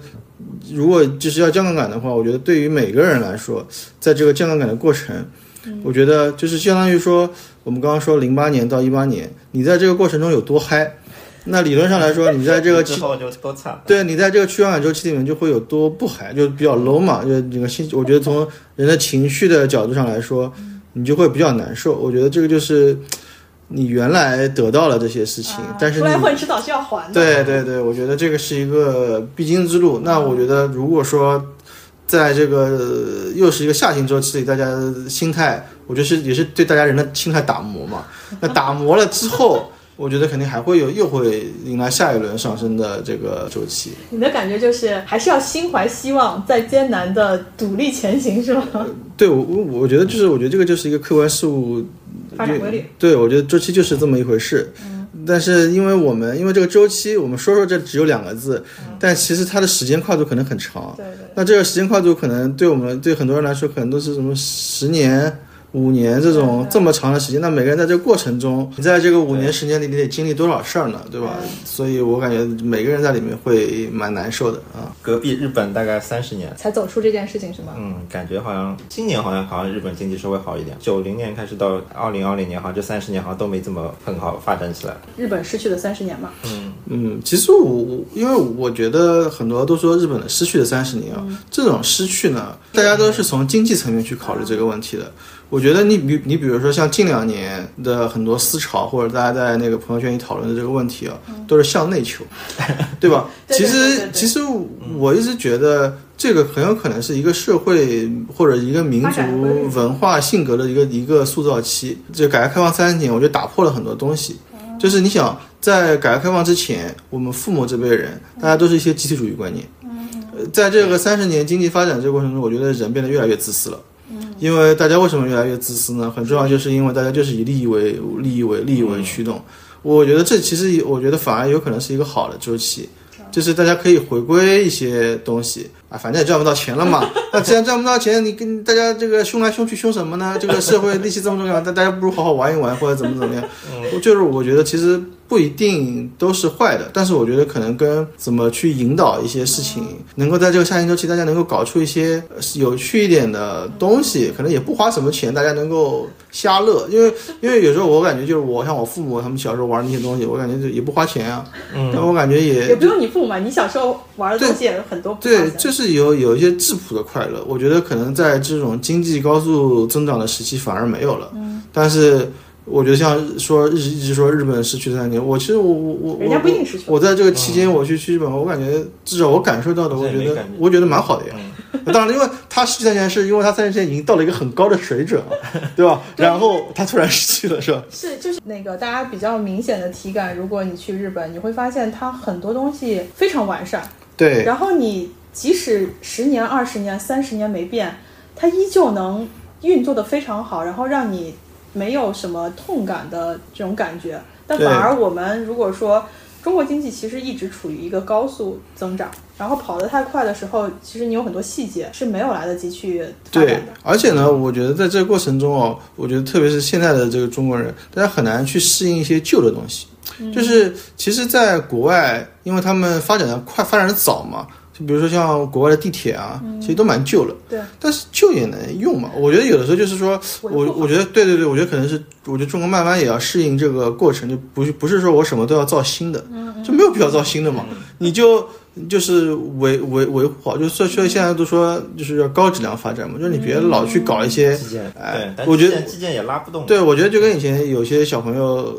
S3: 如果就是要降杠杆的话，我觉得对于每个人来说，在这个降杠杆的过程，我觉得就是相当于说，我们刚刚说零八年到一八年，你在这个过程中有多嗨，那理论上来说，你 在这个期
S2: 之后就多惨。
S3: 对你在这个去杠杆周期里面就会有多不嗨，就比较 low 嘛，就这个心，我觉得从人的情绪的角度上来说，你就会比较难受。我觉得这个就是你原来得到了这些事情，
S1: 啊
S3: 但是
S1: 出
S3: 你
S1: 来混迟早是要还的。
S3: 对对对，我觉得这个是一个必经之路。那我觉得如果说在这个呃又是一个下行周期里，大家心态，我觉得是也是对大家人的心态打磨 嘛。那打磨了之后。我觉得肯定还会有，又会迎来下一轮上升的这个周期。
S1: 你的感觉就是还是要心怀希望，在艰难的努力前行，是吗？
S3: 对我我我觉得就是我觉得这个就是一个客观事物
S1: 发展规律。嗯
S3: 对我觉得周期就是这么一回事。 但是因为我们因为这个周期，我们说说这只有两个字，但其实它的时间跨度可能很长。
S1: 嗯对对，
S3: 那这个时间跨度可能对我们对很多人来说，可能都是什么十年、五年这种这么长的时间。那每个人在这个过程中，你在这个五年、十年里，你得经历多少事儿呢？对吧？所以我感觉每个人在里面会蛮难受的啊。
S2: 隔壁日本大概三十年，
S1: 才走出这件事情是吗？
S2: 嗯，感觉好像今年好像好像日本经济稍微好一点，九零年开始到二零二零年，好像这三十年好像都没怎么很好发展起来。
S1: 日本失去了三十年嘛，
S3: 嗯，其实我我因为我觉得很多都说日本的失去了三十年啊，
S1: 嗯
S3: 这种失去呢，大家都是从经济层面去考虑这个问题的。我觉得你比你比如说像近两年的很多思潮，或者大家在那个朋友圈里讨论的这个问题啊，都是向内求，对吧？
S1: 嗯 对
S3: 其
S1: 对对对
S3: 实
S1: 对
S3: 其实我一直觉得这个很有可能是一个社会或者一个民
S1: 发
S3: 族
S1: 展的规律
S3: 文化性格的一个一个塑造期。就改革开放三十年，我觉得打破了很多东西。
S1: 嗯
S3: 就是你想，在改革开放之前，我们父母这辈人，
S1: 嗯
S3: 大家都是一些集体主义观念。呃在这个三十年经济发展这个过程中，我觉得人变得越来越自私了。
S1: 嗯
S3: 因为大家为什么越来越自私呢？很重要，就是因为大家就是以利益为利益为利益为驱
S1: 嗯
S3: 动。我觉得这其实也，我觉得反而有可能是一个好的周期，就是大家可以回归一些东西啊，反正也赚不到钱了嘛。那既然赚不到钱，你跟大家这个凶来凶去凶什么呢？这个社会戾气这么重要，那大家不如好好玩一玩，或者怎么怎么样。我就是我觉得其实不一定都是坏的，但是我觉得可能跟怎么去引导一些事情，能够在这个下行周期，大家能够搞出一些呃有趣一点的东西，可能也不花什么钱，大家能够呃瞎乐。因为因为有时候我感觉就是我像我父母他们小时候玩那些东西，我感觉就也不花钱啊，但我感觉
S1: 也不用你父母嘛，你小时候玩的东西也很多。不花
S3: 对，
S1: 钱
S3: 就是有有一些质朴的快乐，我觉得可能在这种经济高速增长的时期反而没有了。嗯，但是我觉得像说日一直说日本失去三年，我其实我我我我
S1: 人家不一定失去了
S3: 我在这个期间我去去日本，我感觉至少我感受到的，我
S2: 这也
S3: 觉
S2: 嗯没
S3: 得
S2: 感觉嗯
S3: 我觉得蛮好的呀。 当然了，因为他失去三年，是因为他三年前已经到了一个很高的水准了，对吧？然后他突然失去了，是吧？
S1: 是就是那个大家比较明显的体感，如果你去日本，你会发现它很多东西非常完善，
S3: 对，
S1: 然后你。即使十年、二十年、三十年没变，它依旧能运作的非常好，然后让你没有什么痛感的这种感觉。但反而我们如果说中国经济其实一直处于一个高速增长，然后跑得太快的时候，其实你有很多细节是没有来得及去发展
S3: 对
S1: 的。，
S3: 而且呢，我觉得在这个过程中哦，我觉得特别是现在的这个中国人，大家很难去适应一些旧的东西。
S1: 嗯
S3: 就是其实，在国外，因为他们发展的快，发展的早嘛，就比如说像国外的地铁啊，其实都蛮旧了。
S1: 嗯对，
S3: 但是旧也能用嘛。我觉得有的时候就是说，
S1: 维
S3: 我
S1: 护好
S3: 我觉得对对对，我觉得可能是，我觉得中国慢慢也要适应这个过程，就不是不是说我什么都要造新的，就没有必要造新的嘛。你就就是维维维护好，就所以所以现在都说就是要高质量发展嘛，就是你别老去搞一些，
S2: 基建，
S3: 哎
S2: 对，但
S3: 我觉得
S2: 基建基建也拉不动。
S3: 对我觉得就跟以前有些小朋友呃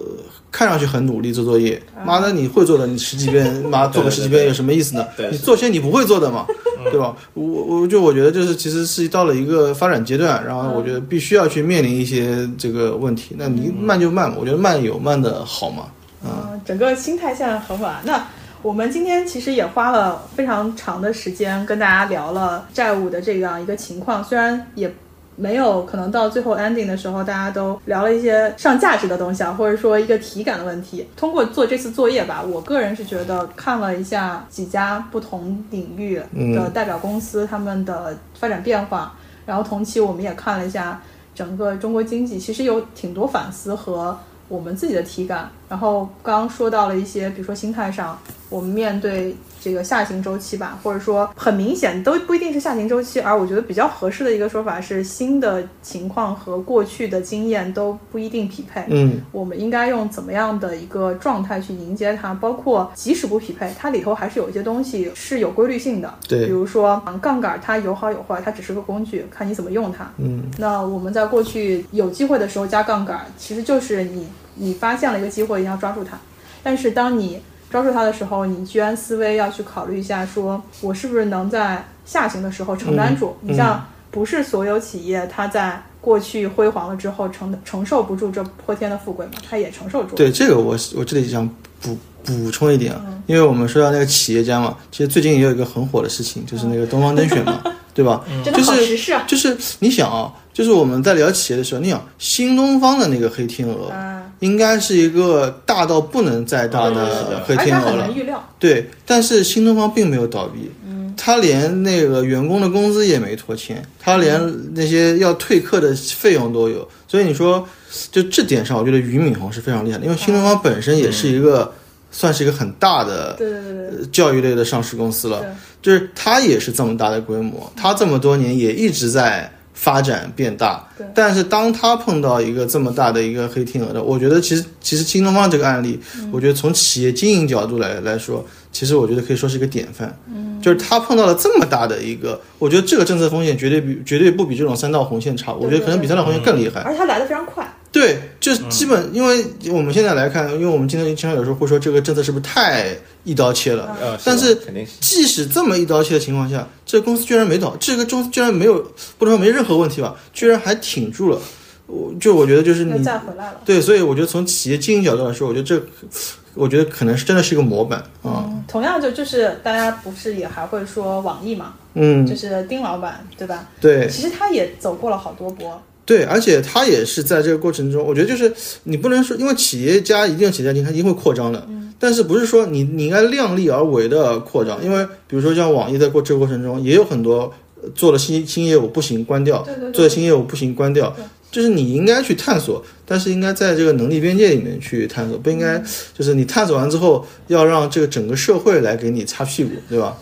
S3: 看上去很努力做作业，妈的你会做的，你十几 遍，妈做个十几遍有什么意思呢？
S2: 嗯对嗯
S3: 你做些你不会做的嘛，对吧？我我就我觉得就是其实是到了一个发展阶段，然后我觉
S2: 嗯
S3: 得必须要去面临一些这个问题。那你慢就慢嘛，我觉得慢有慢的好嘛。
S1: 嗯，整个心态现在很稳。那我们今天其实也花了非常长的时间跟大家聊了债务的这样一个情况，虽然也没有可能到最后 ending 的时候，大家都聊了一些上价值的东西啊，或者说一个体感的问题。通过做这次作业吧，我个人是觉得看了一下几家不同领域的代表公司他们的发展变化，然后同期我们也看了一下整个中国经济，其实有挺多反思和我们自己的体感。然后刚刚说到了一些，比如说心态上，我们面对这个下行周期吧，或者说很明显都不一定是下行周期，而我觉得比较合适的一个说法是，新的情况和过去的经验都不一定匹配。
S3: 嗯，
S1: 我们应该用怎么样的一个状态去迎接它？包括即使不匹配，它里头还是有一些东西是有规律性的。
S3: 对
S1: 比如说嗯杠杆，它有好有坏，它只是个工具，看你怎么用它。
S3: 嗯，
S1: 那我们在过去有机会的时候加杠杆，其实就是你你发现了一个机会，一定要抓住它。但是当你抓住它的时候，你居安思危，要去考虑一下说我是不是能在下行的时候承担住。
S3: 嗯
S1: 你像不是所有企业，它在过去辉煌了之后承承受不住这泼天的富贵嘛，它也承受住。
S3: 对这个我是我这里想补补充一点啊，
S2: 嗯
S3: 因为我们说到那个企业家嘛，其实最近也有一个很火的事情，就是那个东方甄选 嘛，对吧？
S1: 真的
S3: 就
S1: 好
S3: 是
S1: 时事啊！
S3: 就是你想啊，就是我们在聊企业的时候，你想新东方的那个黑天鹅，
S1: 啊，
S3: 应该是一个大到不能再大
S2: 是
S3: 的
S2: 的
S3: 黑
S1: 而且
S3: 天
S1: 它
S3: 鹅
S1: 很
S3: 了
S1: 难。预料。
S3: 对，但是新东方并没有倒闭，嗯，他连那个员工的工资也没拖欠，他连那些要退课的费用都有，所以你说，就这点上，我觉得俞敏洪是非常厉害的，因为新东方本身也是一个、算是一个很大的
S1: 对对对对对
S3: 呃教育类的上市公司了
S1: 对，
S3: 就是它也是这么大的规模，它这么多年也一直在发展变大
S1: 对。
S3: 但是当它碰到一个这么大的一个黑天鹅的，我觉得其实其实新东方这个案例，
S1: 嗯
S3: 我觉得从企业经营角度来来说，其实我觉得可以说是一个典范。嗯，就是它碰到了这么大的一个，我觉得这个政策风险绝对比绝对不比这种三道红线差，我觉得可能比三道红线更厉害。
S1: 而且它来的非常快。
S3: 对，就是基本，因为我们现在来看，因为我们经常经常有时候会说这个政策是不是太一刀切了，
S2: 呃，
S3: 但
S2: 是的肯定是
S3: 即使这么一刀切的情况下，这个公司居然没倒，这个公司居然没有，不能说没任何问题吧，居然还挺住了。我就我觉得就是
S1: 又
S3: 你啊
S1: 再回来了。
S3: 对，所以我觉得从企业经营角度来说，我觉得这，我觉得可能是真的是一个模板啊。
S1: 嗯同样就就是大家不是也还会说网易嘛，
S3: 嗯
S1: 就，是丁老板对吧？
S3: 对
S1: 其实他也走过了好多波，
S3: 对，而且他也是在这个过程中，我觉得就是你不能说，因为企业家一定有企业家精神，他一定会扩张的，但是不是说你你应该量力而为的扩张，因为比如说像网易在过这个过程中也有很多呃做了新新业务不行关掉，
S1: 对对对
S3: 哦做了新业务不行关掉
S1: 对，
S3: 就是你应该去探索，但是应该在这个能力边界里面去探索，不应该就是你探索完之后要让这个整个社会来给你擦屁股，对吧？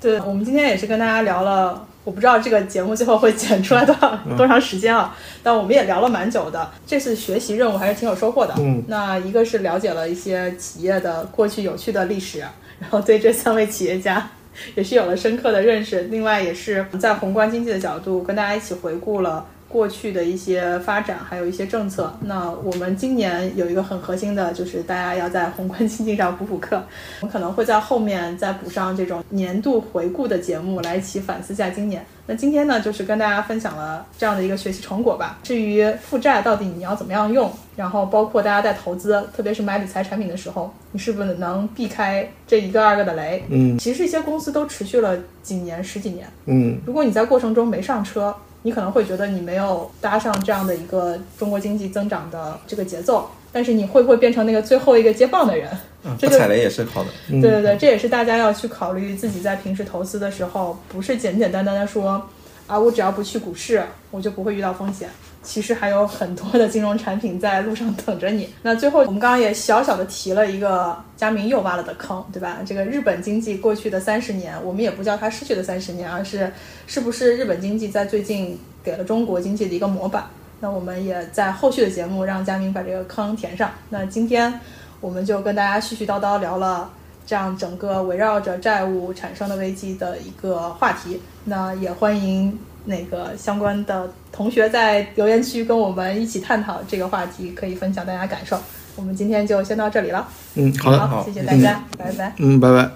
S1: 对，我们今天也是跟大家聊了，我不知道这个节目最后会剪出来多少、多长时间啊，但我们也聊了蛮久的。这次学习任务还是挺有收获的。
S3: 嗯，
S1: 那一个是了解了一些企业的过去有趣的历史，然后对这三位企业家。 也是有了深刻的认识，另外也是在宏观经济的角度跟大家一起回顾了。过去的一些发展，还有一些政策。那我们今年有一个很核心的，就是大家要在宏观经济上补补课。我们可能会在后面再补上这种年度回顾的节目，来一起反思一下今年。那今天呢，就是跟大家分享了这样的一个学习成果吧。至于负债到底你要怎么样用，然后包括大家在投资，特别是买理财产品的时候，你是不是能避开这一个二个的雷？
S3: 嗯
S1: 其实这些公司都持续了几年、十几年。
S3: 嗯，
S1: 如果你在过程中没上车，你可能会觉得你没有搭上这样的一个中国经济增长的这个节奏，但是你会不会变成那个最后一个接棒的人？
S2: 嗯
S1: 这
S2: 不
S1: 就
S2: 踩雷也是好的。
S1: 对对对，这也是大家要去考虑自己在平时投资的时候，不是简简单单的说啊，我只要不去股市，我就不会遇到风险。其实还有很多的金融产品在路上等着你。 那最后，我们刚刚也小小的提了一个佳明又挖了的坑，对吧？这个日本经济过去的三十年，我们也不叫它失去的三十年，而是是不是日本经济在最近给了中国经济的一个模板？那我们也在后续的节目让佳明把这个坑填上。那今天我们就跟大家絮絮叨叨聊了这样整个围绕着债务产生的危机的一个话题。那也欢迎那个相关的同学在留言区跟我们一起探讨这个话题，可以分享大家感受。我们今天就先到这里了。
S3: 嗯，好的，
S1: 好，
S2: 好
S1: 谢谢
S2: 谢
S1: 大
S3: 谢
S1: 家，拜拜。
S3: 嗯，拜拜。